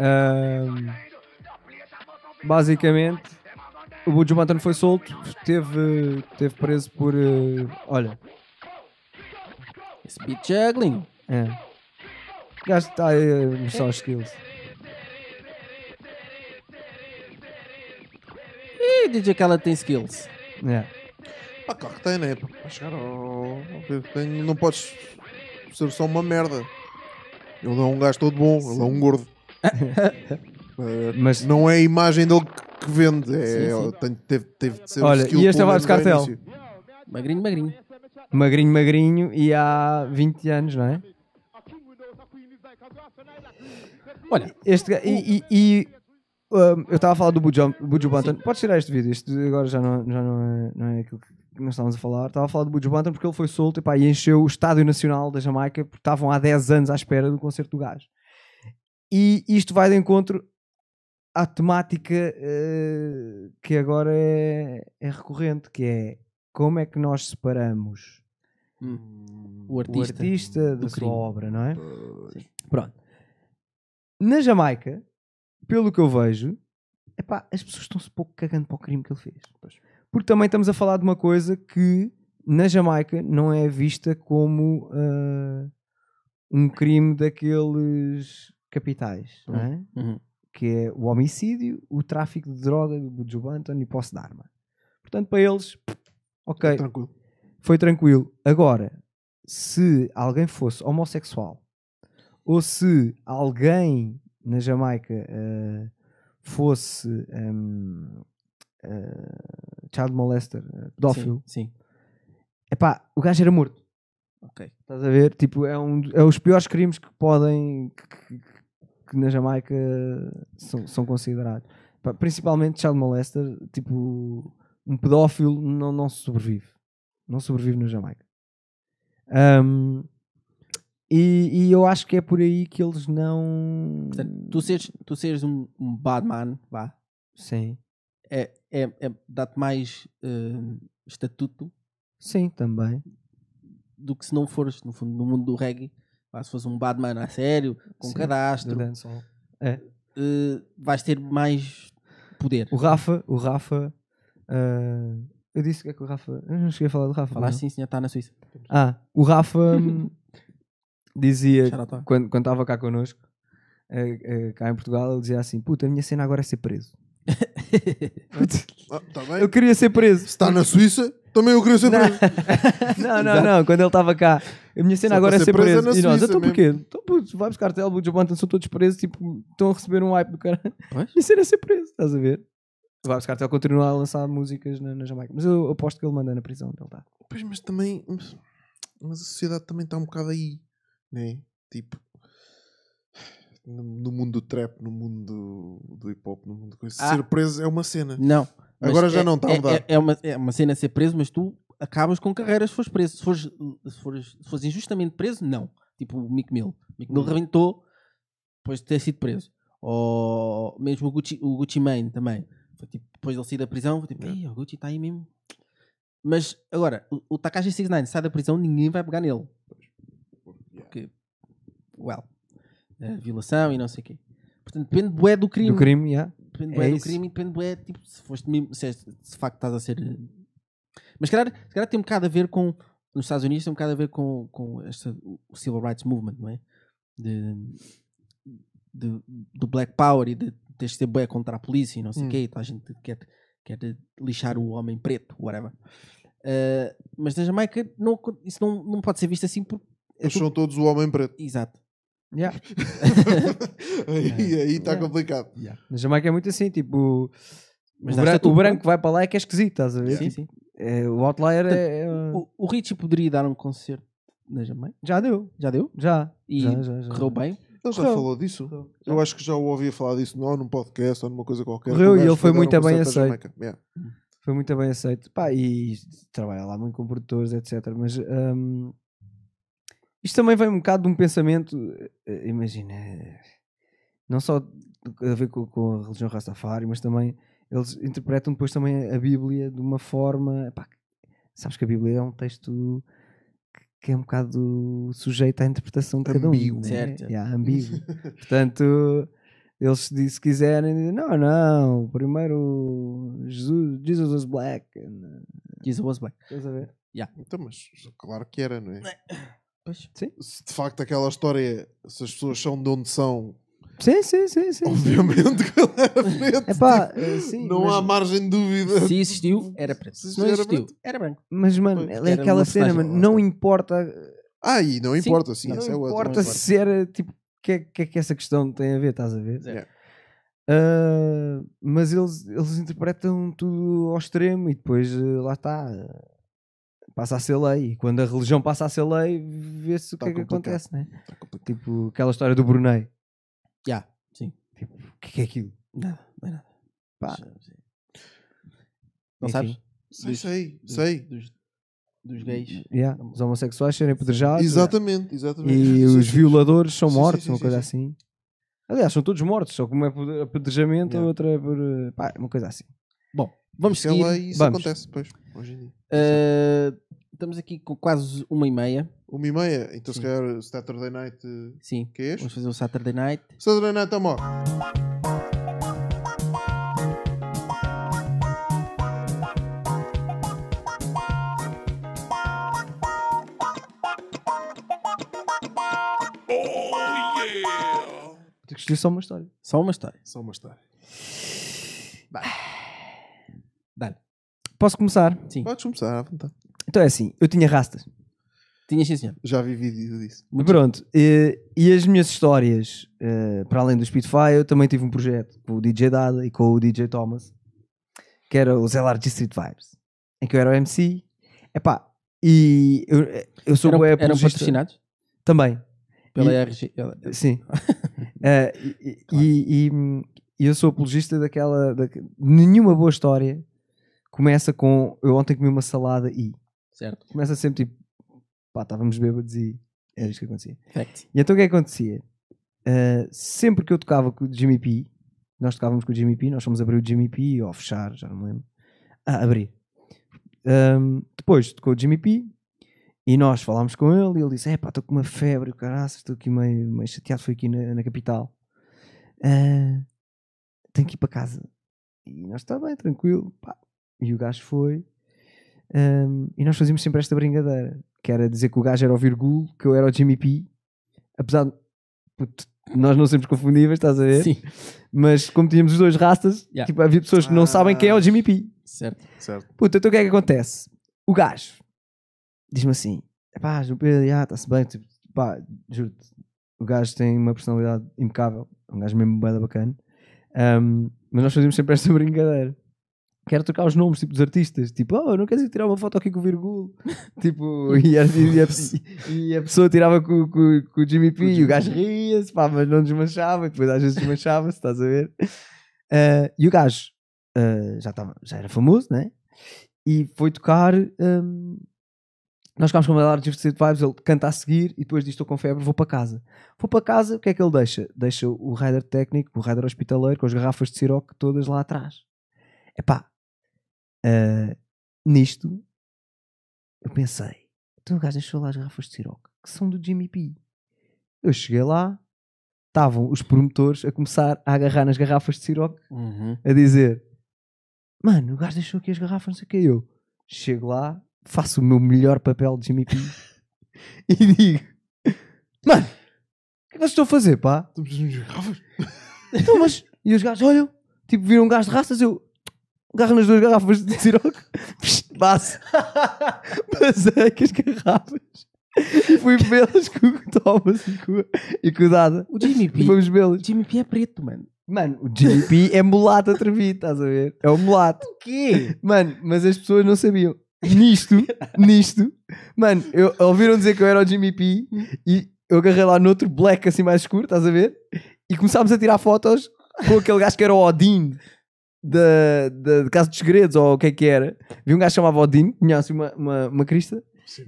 Speaker 3: Ahm, basicamente, o Buju Banton foi solto, teve, teve preso por. eh, olha,
Speaker 2: Speed juggling.
Speaker 3: é. ah, O gajo está aí a mostrar os é skills.
Speaker 2: Ih, DJ que ela tem skills.
Speaker 3: É.
Speaker 1: Pá, claro que tem, né? Para chegar ao. ao que tem, não podes ser só uma merda. Ele é um gajo todo bom, ele é um gordo. Eh,
Speaker 3: Mas
Speaker 1: não é a imagem dele que que vende, é,
Speaker 2: Sim, sim.
Speaker 1: tem- teve, teve de ser um
Speaker 3: Olha,
Speaker 1: skill
Speaker 3: e este é o
Speaker 1: pelo
Speaker 3: Vasco
Speaker 1: menos ao
Speaker 3: Cartel.
Speaker 1: início.
Speaker 2: Magrinho, magrinho.
Speaker 3: magrinho, magrinho e há 20 anos, não é?
Speaker 2: Olha,
Speaker 3: Este, ga- e e- e, um, eu estava a falar do Buju Buju Banton. Podes tirar este vídeo, este agora já não, já não, é, não é aquilo que nós estávamos a falar. Estava a falar do Buju Banton porque ele foi solto epá, e encheu o Estádio Nacional da Jamaica porque estavam há 10 anos à espera do concerto do gajo. E isto vai de encontro à temática eh, que agora é, é recorrente, que é como é que nós separamos
Speaker 2: o
Speaker 3: o
Speaker 2: artista.
Speaker 3: Hum, artista da
Speaker 2: do
Speaker 3: sua
Speaker 2: crime.
Speaker 3: obra, não é?
Speaker 1: Pois.
Speaker 3: Pronto. Na Jamaica, pelo que eu vejo, epá, as pessoas estão-se pouco cagando para o crime que ele fez. Porque também estamos a falar de uma coisa que na Jamaica não é vista como ah, um crime daqueles capitais, não é?
Speaker 2: Uhum.
Speaker 3: que é o homicídio, o tráfico de droga, o Buju Banton e o posse de arma. Portanto, para eles, ok,
Speaker 1: Tranquilo.
Speaker 3: foi tranquilo. Agora, se alguém fosse homossexual ou se alguém na Jamaica eh, fosse ehm, eh, child molester, eh, pedófilo,
Speaker 2: Sim, sim.
Speaker 3: epá, o gajo era morto.
Speaker 2: Ok.
Speaker 3: Estás a ver? Tipo, é um é os piores crimes que podem que, que- que na Jamaica são, são considerados. Pá, Principalmente child molester, tipo, um pedófilo não, não sobrevive. Não sobrevive na Jamaica. Ahm, e, e eu acho que é por aí que eles não.
Speaker 2: Portanto, tu seres, tu seres um, um bad man, vá,
Speaker 3: Sim.
Speaker 2: é, é, é, dá-te mais eh, estatuto
Speaker 3: Sim, também.
Speaker 2: do que se não fores, no fundo, no mundo do reggae. Pá, se fosse um bad man a sério, com
Speaker 3: Sim,
Speaker 2: cadastro,
Speaker 3: Do dancehall.
Speaker 2: eh, vais ter mais poder.
Speaker 3: O Rafa, o Rafa. ah, eu disse o que é que o Rafa. Eu não cheguei a falar do Rafa.
Speaker 2: Falaste
Speaker 3: não?
Speaker 2: sim, senhor, está na Suíça.
Speaker 3: Ah, o Rafa hum, dizia,
Speaker 2: Shout out. tá.
Speaker 3: quando quando estava cá connosco, eh, eh, cá em Portugal, ele dizia assim: Puta, a minha cena agora é ser preso.
Speaker 1: Ah, tá bem.
Speaker 3: Eu queria ser preso.
Speaker 1: Se está na Suíça, também eu queria ser preso.
Speaker 3: não, não, não, quando ele estava cá, a minha cena
Speaker 1: Só
Speaker 3: agora é
Speaker 1: para ser
Speaker 3: ser
Speaker 1: preso
Speaker 3: preso.
Speaker 1: é na
Speaker 3: e nós,
Speaker 1: Suíça
Speaker 3: então
Speaker 1: mesmo."
Speaker 3: porquê? Então, putz, vai buscar tel, o Bantam são todos presos, tipo, estão a receber um hype do cara.
Speaker 2: Pois.
Speaker 3: Minha cena é ser preso, estás a ver? Vai buscar tel, continua a lançar músicas na, na Jamaica. Mas eu aposto que ele manda na prisão, onde ele está.
Speaker 1: Pois, mas também. Mas, mas a sociedade também está um bocado aí, né? Tipo. No, no mundo do trap, no mundo do, do hip hop, no mundo de coisa.
Speaker 2: Ah.
Speaker 1: Ser preso é uma cena.
Speaker 2: Não. mas
Speaker 1: Agora já
Speaker 2: é-
Speaker 1: não está a
Speaker 2: é-
Speaker 1: mudar.
Speaker 2: É, é uma, é uma cena ser preso, mas tu acabas com carreiras se fores preso. Se fores, se fores, se fores injustamente preso, não. Tipo o Mick Mill. Mick
Speaker 1: Uhum.
Speaker 2: Mill reventou depois de ter sido preso. Ou mesmo o Gucci, o Gucci Mane também. Foi tipo, depois de ele sair da prisão, foi tipo, "Ei, o Gucci está aí mesmo. Mas agora, o, o Takashi 69 sai da prisão, ninguém vai pegar nele. Porque, well, eh, violação e não sei o quê. Portanto, depende bué do crime.
Speaker 3: Do crime, yeah.
Speaker 2: Depende
Speaker 3: É
Speaker 2: bué do
Speaker 3: isso.
Speaker 2: crime, e depende bué, tipo, se foste mesmo, se, és- se de facto estás a ser. eh, Mas se calhar, se calhar tem um bocado a ver com. Nos Estados Unidos tem um bocado a ver com, com esta, o Civil Rights Movement, não é? De, de- do Black Power e de teres de ser bué contra a polícia e não sei o
Speaker 1: Hum.
Speaker 2: quê. e toda A gente quer, quer lixar o homem preto, whatever. Eh, mas na Jamaica não, acon- isso não, não pode ser visto assim porque É
Speaker 1: Mas
Speaker 2: tudo-
Speaker 1: são todos o homem preto.
Speaker 2: Exato.
Speaker 3: Yeah.
Speaker 1: aí aí está
Speaker 2: É.
Speaker 1: complicado.
Speaker 3: Na Jamaica é muito assim, tipo,
Speaker 2: Mas
Speaker 3: o,
Speaker 2: dá-se a
Speaker 3: branco,
Speaker 2: tudo.
Speaker 3: o branco vai para lá é que é esquisito, estás a ver?
Speaker 2: Sim, sim.
Speaker 3: É, o outlier é, é-
Speaker 2: O, o Richie poderia dar um concerto na Jamaica?
Speaker 3: Já deu,
Speaker 2: Já deu?
Speaker 3: já.
Speaker 2: E
Speaker 3: já, já, já.
Speaker 2: Correu bem?
Speaker 1: Ele já
Speaker 3: Correu.
Speaker 1: falou disso.
Speaker 3: Correu.
Speaker 1: Eu acho que já o ouvia falar disso ou num podcast ou numa coisa qualquer. que
Speaker 3: Correu
Speaker 1: o
Speaker 3: e
Speaker 1: gajo
Speaker 3: ele foi
Speaker 1: dar um
Speaker 3: muito bem
Speaker 1: concerto à
Speaker 3: aceito.
Speaker 1: Jamaica. Yeah.
Speaker 3: Foi muito bem aceito. Pá, e trabalha lá muito com produtores, etc. Mas hum, isto também vem um bocado de um pensamento, eh, imagina, eh, não só a ver com, com a religião Rastafari, mas também eles interpretam depois também a Bíblia de uma forma. Pá, que- sabes que a Bíblia é um texto que- que é um bocado sujeito à interpretação de cada um.
Speaker 1: Ambíguo.
Speaker 3: né?
Speaker 2: Certo.
Speaker 3: Yeah, ambíguo. Portanto, eles se se quiserem, dizem, não, não, primeiro Jesus, Jesus was black.
Speaker 2: Diz o Black.
Speaker 3: Estás a ver?
Speaker 1: Então, mas claro que era, não é?
Speaker 2: Pois.
Speaker 1: Se de facto aquela história, é, se as pessoas são de onde são,
Speaker 3: Sim, sim, sim, sim.
Speaker 1: obviamente que ele era preto.
Speaker 3: Epá,
Speaker 1: tipo,
Speaker 3: eh, sim,
Speaker 1: não
Speaker 3: mas-
Speaker 1: há margem de dúvida.
Speaker 2: Se existiu, era preto.
Speaker 1: Se
Speaker 2: Se não
Speaker 1: era
Speaker 2: existiu, era branco.
Speaker 3: Mas, mano,
Speaker 1: Pois,
Speaker 3: ela é
Speaker 2: era
Speaker 3: aquela
Speaker 2: uma
Speaker 3: cena,
Speaker 1: personagem,
Speaker 3: mano,
Speaker 1: lá
Speaker 3: não
Speaker 1: está.
Speaker 3: importa,
Speaker 1: Ah, e não
Speaker 2: Sim,
Speaker 1: importa, sim,
Speaker 2: não
Speaker 1: isso é
Speaker 3: não
Speaker 1: outra.
Speaker 3: importa se era, tipo, o que, é- que é que essa questão tem a ver, estás a ver?
Speaker 1: Yeah.
Speaker 3: Ah, mas eles, eles interpretam tudo ao extremo e depois eh, lá está, eh, passa a ser lei. E quando a religião passa a ser lei, vê-se o
Speaker 1: Tá
Speaker 3: que é que
Speaker 1: complicado.
Speaker 3: acontece, né?
Speaker 1: Tá complicado.
Speaker 3: Tipo, aquela história do Brunei.
Speaker 2: Já, sim.
Speaker 3: Tipo, o que é que é aquilo?
Speaker 2: Nada, não é nada.
Speaker 3: Pá.
Speaker 2: Não
Speaker 3: Enfim.
Speaker 2: sabes?
Speaker 1: Sei, sei, sei.
Speaker 2: Dos, dos gays.
Speaker 3: Yeah, Os homossexuais serem apedrejados
Speaker 1: Exatamente, exatamente.
Speaker 3: Ah, e
Speaker 1: Sim,
Speaker 3: os
Speaker 1: sim.
Speaker 3: violadores são
Speaker 1: Sim, sim,
Speaker 3: mortos,
Speaker 1: sim,
Speaker 3: uma
Speaker 1: sim,
Speaker 3: coisa assim. Aliás, são todos mortos, só que uma é por apedrejamento,
Speaker 1: Yeah.
Speaker 3: a outra é por. eh, Pá, uma coisa assim.
Speaker 2: Bom, vamos
Speaker 1: Isso é lá
Speaker 2: seguir.
Speaker 1: e isso
Speaker 3: Vamos.
Speaker 1: acontece, pois, hoje em dia.
Speaker 2: Ah, estamos aqui com quase uma e meia.
Speaker 1: Uma e meia, então se
Speaker 2: Sim.
Speaker 1: calhar Saturday Night. eh,
Speaker 2: Sim.
Speaker 1: Que é este?
Speaker 2: Vamos fazer o Saturday Night.
Speaker 1: Saturday Night é Amor.
Speaker 3: Tu escolhi só uma história.
Speaker 2: Só uma história.
Speaker 1: Só uma história.
Speaker 2: Dá-lhe.
Speaker 3: Posso começar?
Speaker 2: Sim.
Speaker 1: Podes começar à vontade.
Speaker 3: Então é assim: eu tinha rastas.
Speaker 2: Tinhas sim, senhor.
Speaker 1: Já vi vídeo disso.
Speaker 2: Muito
Speaker 3: Pronto, eh, e, as minhas histórias, eh, para além do Spitfire, eu também tive um projeto com o DJ Dada e com o DJ Thomas, que era o LRG Street Vibes, em que eu era o MC. Epá, e eu, eh, eu sou
Speaker 2: eram,
Speaker 3: bué
Speaker 2: eram
Speaker 3: apologista-
Speaker 2: patrocinados
Speaker 3: Também,
Speaker 2: pela
Speaker 3: E-
Speaker 2: RG. ela-
Speaker 3: sim. Eh, e, e- e- e eu sou apologista daquela. da- nenhuma boa história começa com eu ontem comi uma salada e.
Speaker 2: Certo.
Speaker 3: Começa sempre tipo, pá, estávamos bêbados e era isto que acontecia.
Speaker 2: Fact.
Speaker 3: E então o que é que acontecia? Uh, sempre que eu tocava com o Jimmy P, nós tocávamos com o Jimmy P, nós fomos abrir o Jimmy P ou fechar, já não me lembro. Ah, abrir. Um, depois tocou o Jimmy P e nós falámos com ele e ele disse: É pá, estou com uma febre, o caraças, estou aqui meio, meio chateado, fui aqui na, na capital. Ah, tenho que ir para casa. E nós está bem, tranquilo. pá." E o gajo foi. Um, e nós fazíamos sempre esta brincadeira, que era dizer que o gajo era o Virgulo, que eu era o Jimmy P apesar de puto, nós não sermos confundíveis, estás a ver?
Speaker 2: Sim.
Speaker 3: Mas como tínhamos os dois rastas,
Speaker 2: Yeah.
Speaker 3: tipo, havia pessoas que não
Speaker 1: Ah.
Speaker 3: sabem quem é o Jimmy P.
Speaker 2: Certo.
Speaker 1: Certo.
Speaker 3: Puta, então o que é que acontece? O gajo diz-me assim: pá, João Pedro, já está-se bem, tipo, pá, juro-te, o gajo tem uma personalidade impecável, é um gajo mesmo bem bacana. Ahm, mas nós fazíamos sempre esta brincadeira. Quero trocar os nomes tipo, dos artistas, tipo, oh, não queres ir tirar uma foto aqui com o Virgulo? tipo, e a, e a- e a pessoa tirava com, com- com o Jimmy P e o gajo ria-se, pá, mas não desmanchava, e depois às vezes desmanchava-se, estás a ver? Ah, e o gajo ah, já, estava já era famoso, né? E foi tocar. ahm, nós ficámos com uma larga de vibes, ele canta a seguir e depois diz: Estou com febre, vou para casa. Vou para casa, o que é que ele deixa? Deixa o rider técnico, o rider hospitaleiro, com as garrafas de Ciroc todas lá atrás. Epá, ah, nisto, eu pensei: Então o gajo deixou lá as garrafas de Ciroc, que são do Jimmy P. Eu cheguei lá, estavam os promotores a começar a agarrar nas garrafas de Ciroc
Speaker 2: Uhum.
Speaker 3: a dizer: Mano, o gajo deixou aqui as garrafas, não sei o que. Eu chego lá, faço o meu melhor papel de Jimmy P e digo: Mano, o que é que vocês estão a fazer, pá? Então, mas. E os gajos olham, tipo, viram um gajo de raças, eu. Agarro nas duas é garrafas de Ciroc, psh, passo, passei com as garrafas Fui vê-las com o Thomas e com, e com o Dada.
Speaker 2: O Jimmy
Speaker 3: E
Speaker 2: P.
Speaker 3: fomos
Speaker 2: O
Speaker 3: vê-las.
Speaker 2: Jimmy P é preto, mano.
Speaker 3: Mano, o GP é mulato atrevido, estás a ver? É o mulato.
Speaker 2: O quê?
Speaker 3: Mano, mas as pessoas não sabiam. Nisto, nisto, mano, eu, ouviram dizer que eu era o Jimmy P e eu agarrei lá noutro black assim mais escuro, estás a ver? E começámos a tirar fotos com aquele gajo que era o Odin da, da, de Casa dos Segredos ou o que é que era. Vi um gajo que chamava Odin, tinha assim uma, uma, uma crista,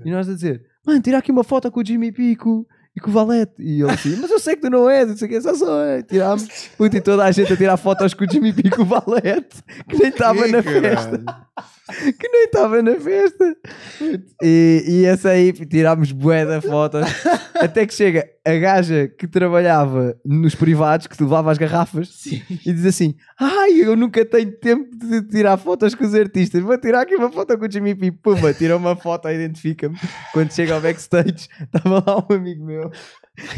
Speaker 3: e nós a dizer: Mano, tirar aqui uma foto com o Jimmy P e com, e com o Valete. E ele assim: Mas eu sei que tu não és, não sei o que, só sou eu. Tirámos, puta, e toda a gente a tirar fotos com o Jimmy P e com o Valete, que nem estava
Speaker 1: Ih,
Speaker 3: na
Speaker 1: caralho.
Speaker 3: festa que nem estava na festa. E, e essa aí tirámos bué da foto. Até que chega a gaja que trabalhava nos privados, que te levava as garrafas, e diz assim: Ai, eu nunca tenho tempo de tirar fotos com os artistas. Vou tirar aqui uma foto com o Jimmy P. Pumba, tira uma foto, identifica-me. Quando chega ao backstage, estava lá um amigo meu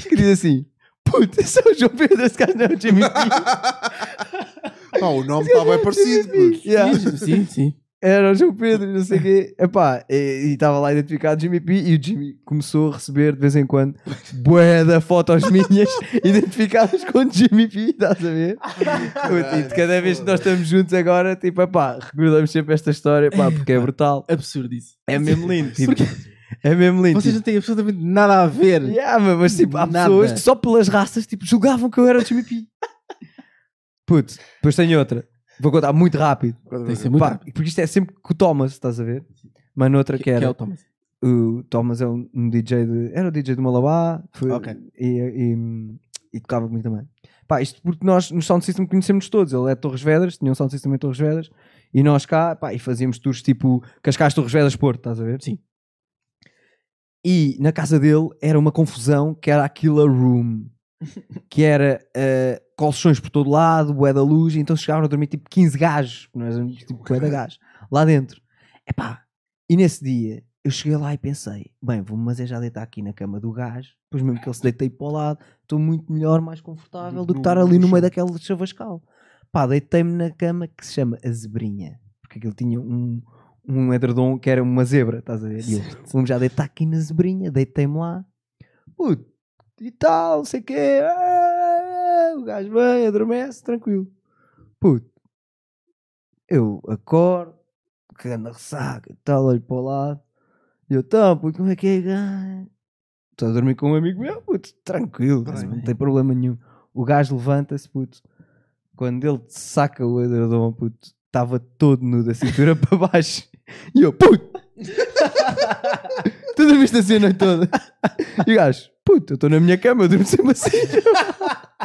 Speaker 3: que diz assim. Puta, esse é o João Pedro, esse gajo não é o Jimmy P.
Speaker 1: Pá, o nome está
Speaker 3: é
Speaker 1: bem tá parecido. puto.
Speaker 3: Yeah.
Speaker 2: Sim, sim, sim.
Speaker 3: Era o João Pedro, e não sei o quê. Epá, e estava lá identificado o Jimmy P. E o Jimmy começou a receber de vez em quando bué de fotos minhas identificadas com o Jimmy P. Estás a ver? Puto, e de cada vez que nós estamos juntos agora, tipo, epá, recordamos sempre esta história, pá, porque é brutal.
Speaker 2: Absurdo isso.
Speaker 3: É mesmo lindo. tipo,
Speaker 2: Porque
Speaker 3: é mesmo lindo.
Speaker 2: vocês
Speaker 3: tipo.
Speaker 2: não têm absolutamente nada a ver.
Speaker 3: Yeah, mas, mas, tipo, há
Speaker 2: Nada.
Speaker 3: pessoas que só pelas raças tipo, julgavam que eu era o Jimmy P. Puto, depois tenho outra. Vou contar muito rápido.
Speaker 2: Tem que ser muito
Speaker 3: Pá,
Speaker 2: rápido.
Speaker 3: porque isto é sempre com o Thomas, estás a ver? Mas noutra que,
Speaker 2: Que
Speaker 3: era.
Speaker 2: é o Thomas.
Speaker 3: o Thomas é um, um DJ de, era o DJ do Malabá foi-
Speaker 2: Ok.
Speaker 3: e, e- e tocava comigo também pá, isto porque nós no Sound System conhecemos todos ele é de Torres Vedras, tinha um Sound System em Torres Vedras e nós cá, pá, e fazíamos tours tipo Cascais, Torres Vedras, Porto, estás a ver?
Speaker 2: Sim.
Speaker 3: e na casa dele era uma confusão que era a Killer Room que era eh, colchões por todo lado, bué da luz, e então chegavam a dormir tipo 15 gajos, nós éramos tipo bué da gajos, lá dentro. Epá, e nesse dia eu cheguei lá e pensei, bem, vou-me mas é já deitar aqui na cama do gajo, depois mesmo que ele se deitei para o lado, estou muito melhor, mais confortável do que
Speaker 1: No-
Speaker 3: estar
Speaker 1: no
Speaker 3: ali no
Speaker 1: chão.
Speaker 3: meio daquele chavascal. Pá, deitei-me na cama que se chama a zebrinha, porque aquilo tinha um, um edredom que era uma zebra, estás a ver? E eu, vamos já deitar aqui na zebrinha, deitei-me lá, puto, e tal, não sei o quê. ah, O gajo vem, adormece, tranquilo. Puto, eu acordo, cagando a ressaca e tal, olho para o lado. E eu, então, puto, como é que é, gajo? Estou a dormir com um amigo meu, puto, tranquilo,
Speaker 1: Bem,
Speaker 3: não
Speaker 2: bem.
Speaker 3: tem problema nenhum. O gajo levanta-se, puto. Quando ele saca o edredom, puto, estava todo nu da cintura para baixo. E eu, puto! tu dormiste assim a noite toda. E o gajo, puto, eu estou na minha cama, eu durmo sempre assim.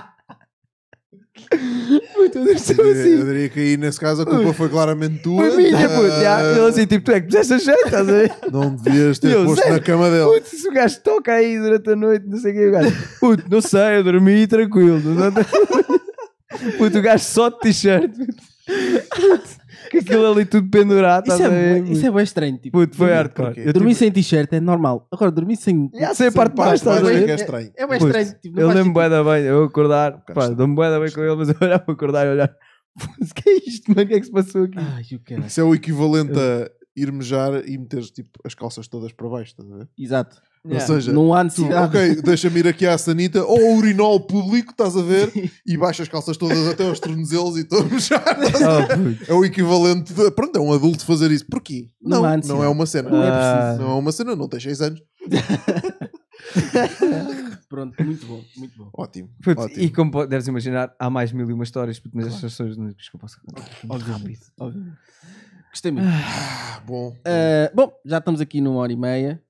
Speaker 3: puto, eu durmo
Speaker 1: Eu
Speaker 3: sempre
Speaker 1: diria, eu
Speaker 3: assim.
Speaker 1: diria que aí, nesse caso, a culpa foi claramente tua.
Speaker 3: Foi minha, puto. né, já.
Speaker 1: Ah,
Speaker 3: Ele assim, tipo, tu é que puseste a jeito, estás a ver?
Speaker 1: Não devias ter
Speaker 3: Eu
Speaker 1: posto
Speaker 3: sei.
Speaker 1: na cama dele.
Speaker 3: Puto, se o gajo toca aí durante a noite, não sei o que, o gajo, puto, não sei, eu dormi tranquilo. não sei- Puto, o gajo só de t-shirt. Puto, que aquilo ali tudo pendurado,
Speaker 2: Isso
Speaker 3: estás
Speaker 2: é,
Speaker 3: a ver?
Speaker 2: bué- isso é bem estranho. Tipo,
Speaker 3: Puto, foi
Speaker 2: dormir-
Speaker 3: hardcore.
Speaker 1: Porquê? Eu
Speaker 2: dormir
Speaker 1: tive-
Speaker 2: sem t-shirt é normal. Agora, dormir sem.
Speaker 3: Já sei a parte de
Speaker 1: Pá,
Speaker 3: baixo,
Speaker 1: tu vais
Speaker 3: estás a
Speaker 1: ver
Speaker 3: ver?
Speaker 1: que é estranho.
Speaker 2: É bem
Speaker 3: Puto,
Speaker 2: estranho. Tipo, não
Speaker 3: Eu
Speaker 2: faz
Speaker 3: lembro bué da bem, eu acordar,
Speaker 1: Cá
Speaker 3: pá,
Speaker 1: está.
Speaker 3: dou-me bué da bem com ele, mas eu olhava para acordar e olhar, "Putz, que é isto, mano, o que é que se passou aqui?
Speaker 2: sentido. Ai, o caralho.
Speaker 1: Isso é o equivalente a ir mejar e meteres tipo, as calças todas para baixo, estás a ver?
Speaker 2: Exato.
Speaker 3: Yeah.
Speaker 1: Ou seja,
Speaker 2: Não há
Speaker 1: tu,
Speaker 2: necessidade.
Speaker 1: ok, deixa-me ir aqui à sanita ou ao urinol público, estás a ver? E baixa as calças todas até aos tornozelos e estou a mejar.
Speaker 3: Oh, puto.
Speaker 1: É o equivalente. de- pronto, é um adulto fazer isso. Porquê?
Speaker 2: Não
Speaker 1: Não,
Speaker 2: há
Speaker 1: não,
Speaker 2: necessidade.
Speaker 1: é uma cena.
Speaker 2: Não é
Speaker 3: Ah.
Speaker 1: Não é uma cena, não tens 6 anos.
Speaker 2: Pronto, muito bom, muito bom.
Speaker 1: Ótimo.
Speaker 3: Puto,
Speaker 1: ótimo.
Speaker 3: e como po- deves imaginar, há mais mil e uma histórias, puto, mas estas são as únicas que eu posso contar. Muito rápido.
Speaker 2: Óbvio. Gostei muito.
Speaker 1: Ah, bom.
Speaker 2: Ah, bom, já estamos aqui numa hora e meia.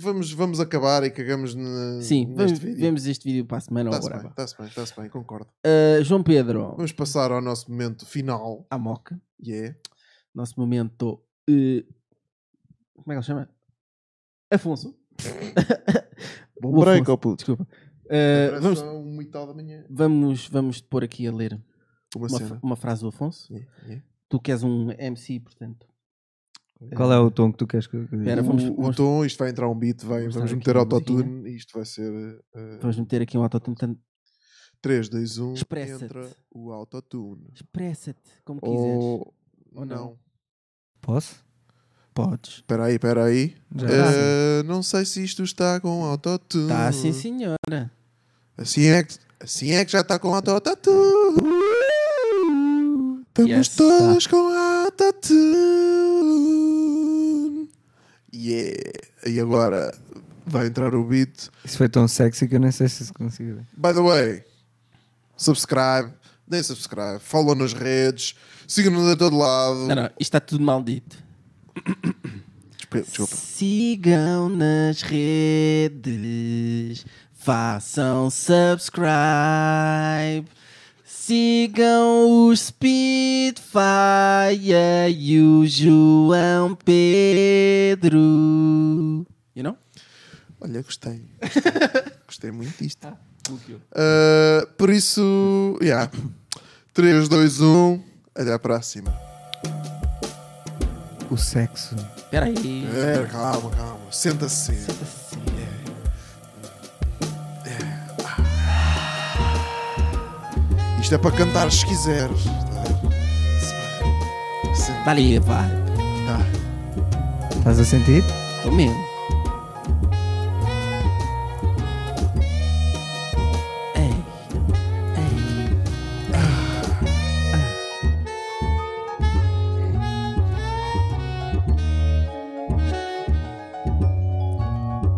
Speaker 1: Vamos, vamos acabar e cagamos na,
Speaker 2: Sim, vamos,
Speaker 1: neste Hum, vídeo.
Speaker 2: vemos este vídeo para a semana ou
Speaker 1: Está-se
Speaker 2: agora.
Speaker 1: bem, está-se bem, está-se bem, concordo.
Speaker 2: Ah, João Pedro,
Speaker 1: Vamos passar ao nosso momento final.
Speaker 2: a moca.
Speaker 1: E é
Speaker 2: Nosso momento. eh, como é que ele se chama? Afonso.
Speaker 1: Bom
Speaker 2: O
Speaker 1: break,
Speaker 2: Afonso.
Speaker 1: ó puto.
Speaker 2: Desculpa. Ah,
Speaker 1: Parece
Speaker 2: vamos,
Speaker 1: só um e tal da manhã.
Speaker 2: vamos, vamos pôr aqui a ler
Speaker 1: Uma,
Speaker 2: uma, fra-
Speaker 1: cena.
Speaker 2: uma frase do Afonso.
Speaker 1: É, é.
Speaker 2: Tu que és um MC, portanto.
Speaker 3: Qual é o tom que tu queres que eu que eu diga?
Speaker 2: Espera,
Speaker 1: O,
Speaker 2: vamos-
Speaker 1: o
Speaker 2: vamos-
Speaker 1: tom, isto vai entrar um beat, vai,
Speaker 2: Vamos
Speaker 1: vamos
Speaker 2: dar aqui
Speaker 1: meter
Speaker 2: uma
Speaker 1: autotune e isto vai ser uh,
Speaker 2: Vamos meter aqui um autotune. portanto,
Speaker 1: 3, 2, 1,
Speaker 2: Expressa-te.
Speaker 1: entra o autotune. Oh.
Speaker 2: Expressa-te como quiseres.
Speaker 1: Ou,
Speaker 2: Ou não.
Speaker 1: não.
Speaker 3: Posso?
Speaker 2: Podes.
Speaker 1: Espera aí, espera aí.
Speaker 3: Já
Speaker 1: Eh, não sei se isto está com autotune.
Speaker 2: Tá, sim, senhora.
Speaker 1: Assim é que, assim é que já está com autotune. Estamos
Speaker 2: Yes,
Speaker 1: todos com autotune. Yeah. E agora vai entrar o beat.
Speaker 3: Isso foi tão sexy que eu nem sei se isso consigo ver.
Speaker 1: By the way, subscribe, deem subscribe, follow nas redes, sigam-nos a todo lado.
Speaker 2: Não, não, isto está tudo maldito.
Speaker 1: Despe- Desculpa.
Speaker 2: Sigam nas redes, façam subscribe, sigam o Speedfire e o João Pedro. You know?
Speaker 1: Olha, gostei. Gostei, Gostei muito disto. Ah, por isso, yeah. 3, 2, 1. Até à próxima.
Speaker 3: O sexo.
Speaker 2: Espera aí.
Speaker 1: É, calma, calma. Senta-se. Isto é para cantar se quiseres. Senta.
Speaker 2: Dá Tá ali, pá.
Speaker 3: Estás a sentir?
Speaker 2: Tô mesmo. Ei, ei.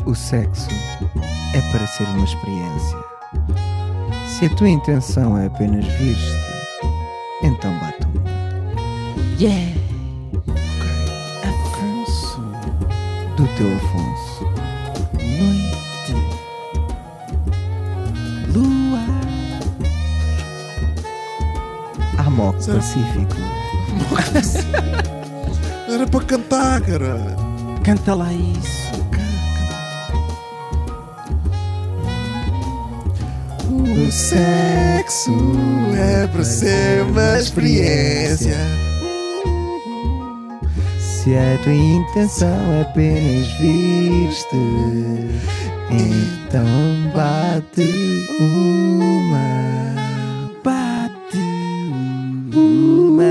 Speaker 3: O sexo é para ser uma experiência. Se a tua intenção é apenas vir-te, então bate uma.
Speaker 2: Yeah.
Speaker 3: Do teu Afonso.
Speaker 2: Noite. Lua.
Speaker 3: Amok Pacífico.
Speaker 1: Era para cantar, cara.
Speaker 2: Canta lá isso.
Speaker 1: O sexo é para ser uma experiência.
Speaker 3: Se a tua intenção é apenas vir-te, então bate uma.
Speaker 2: Bate uma.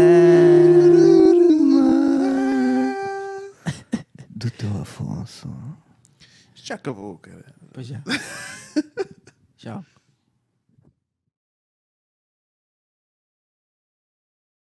Speaker 3: Do teu Afonso.
Speaker 1: Já acabou, cara.
Speaker 2: Pois já. Tchau.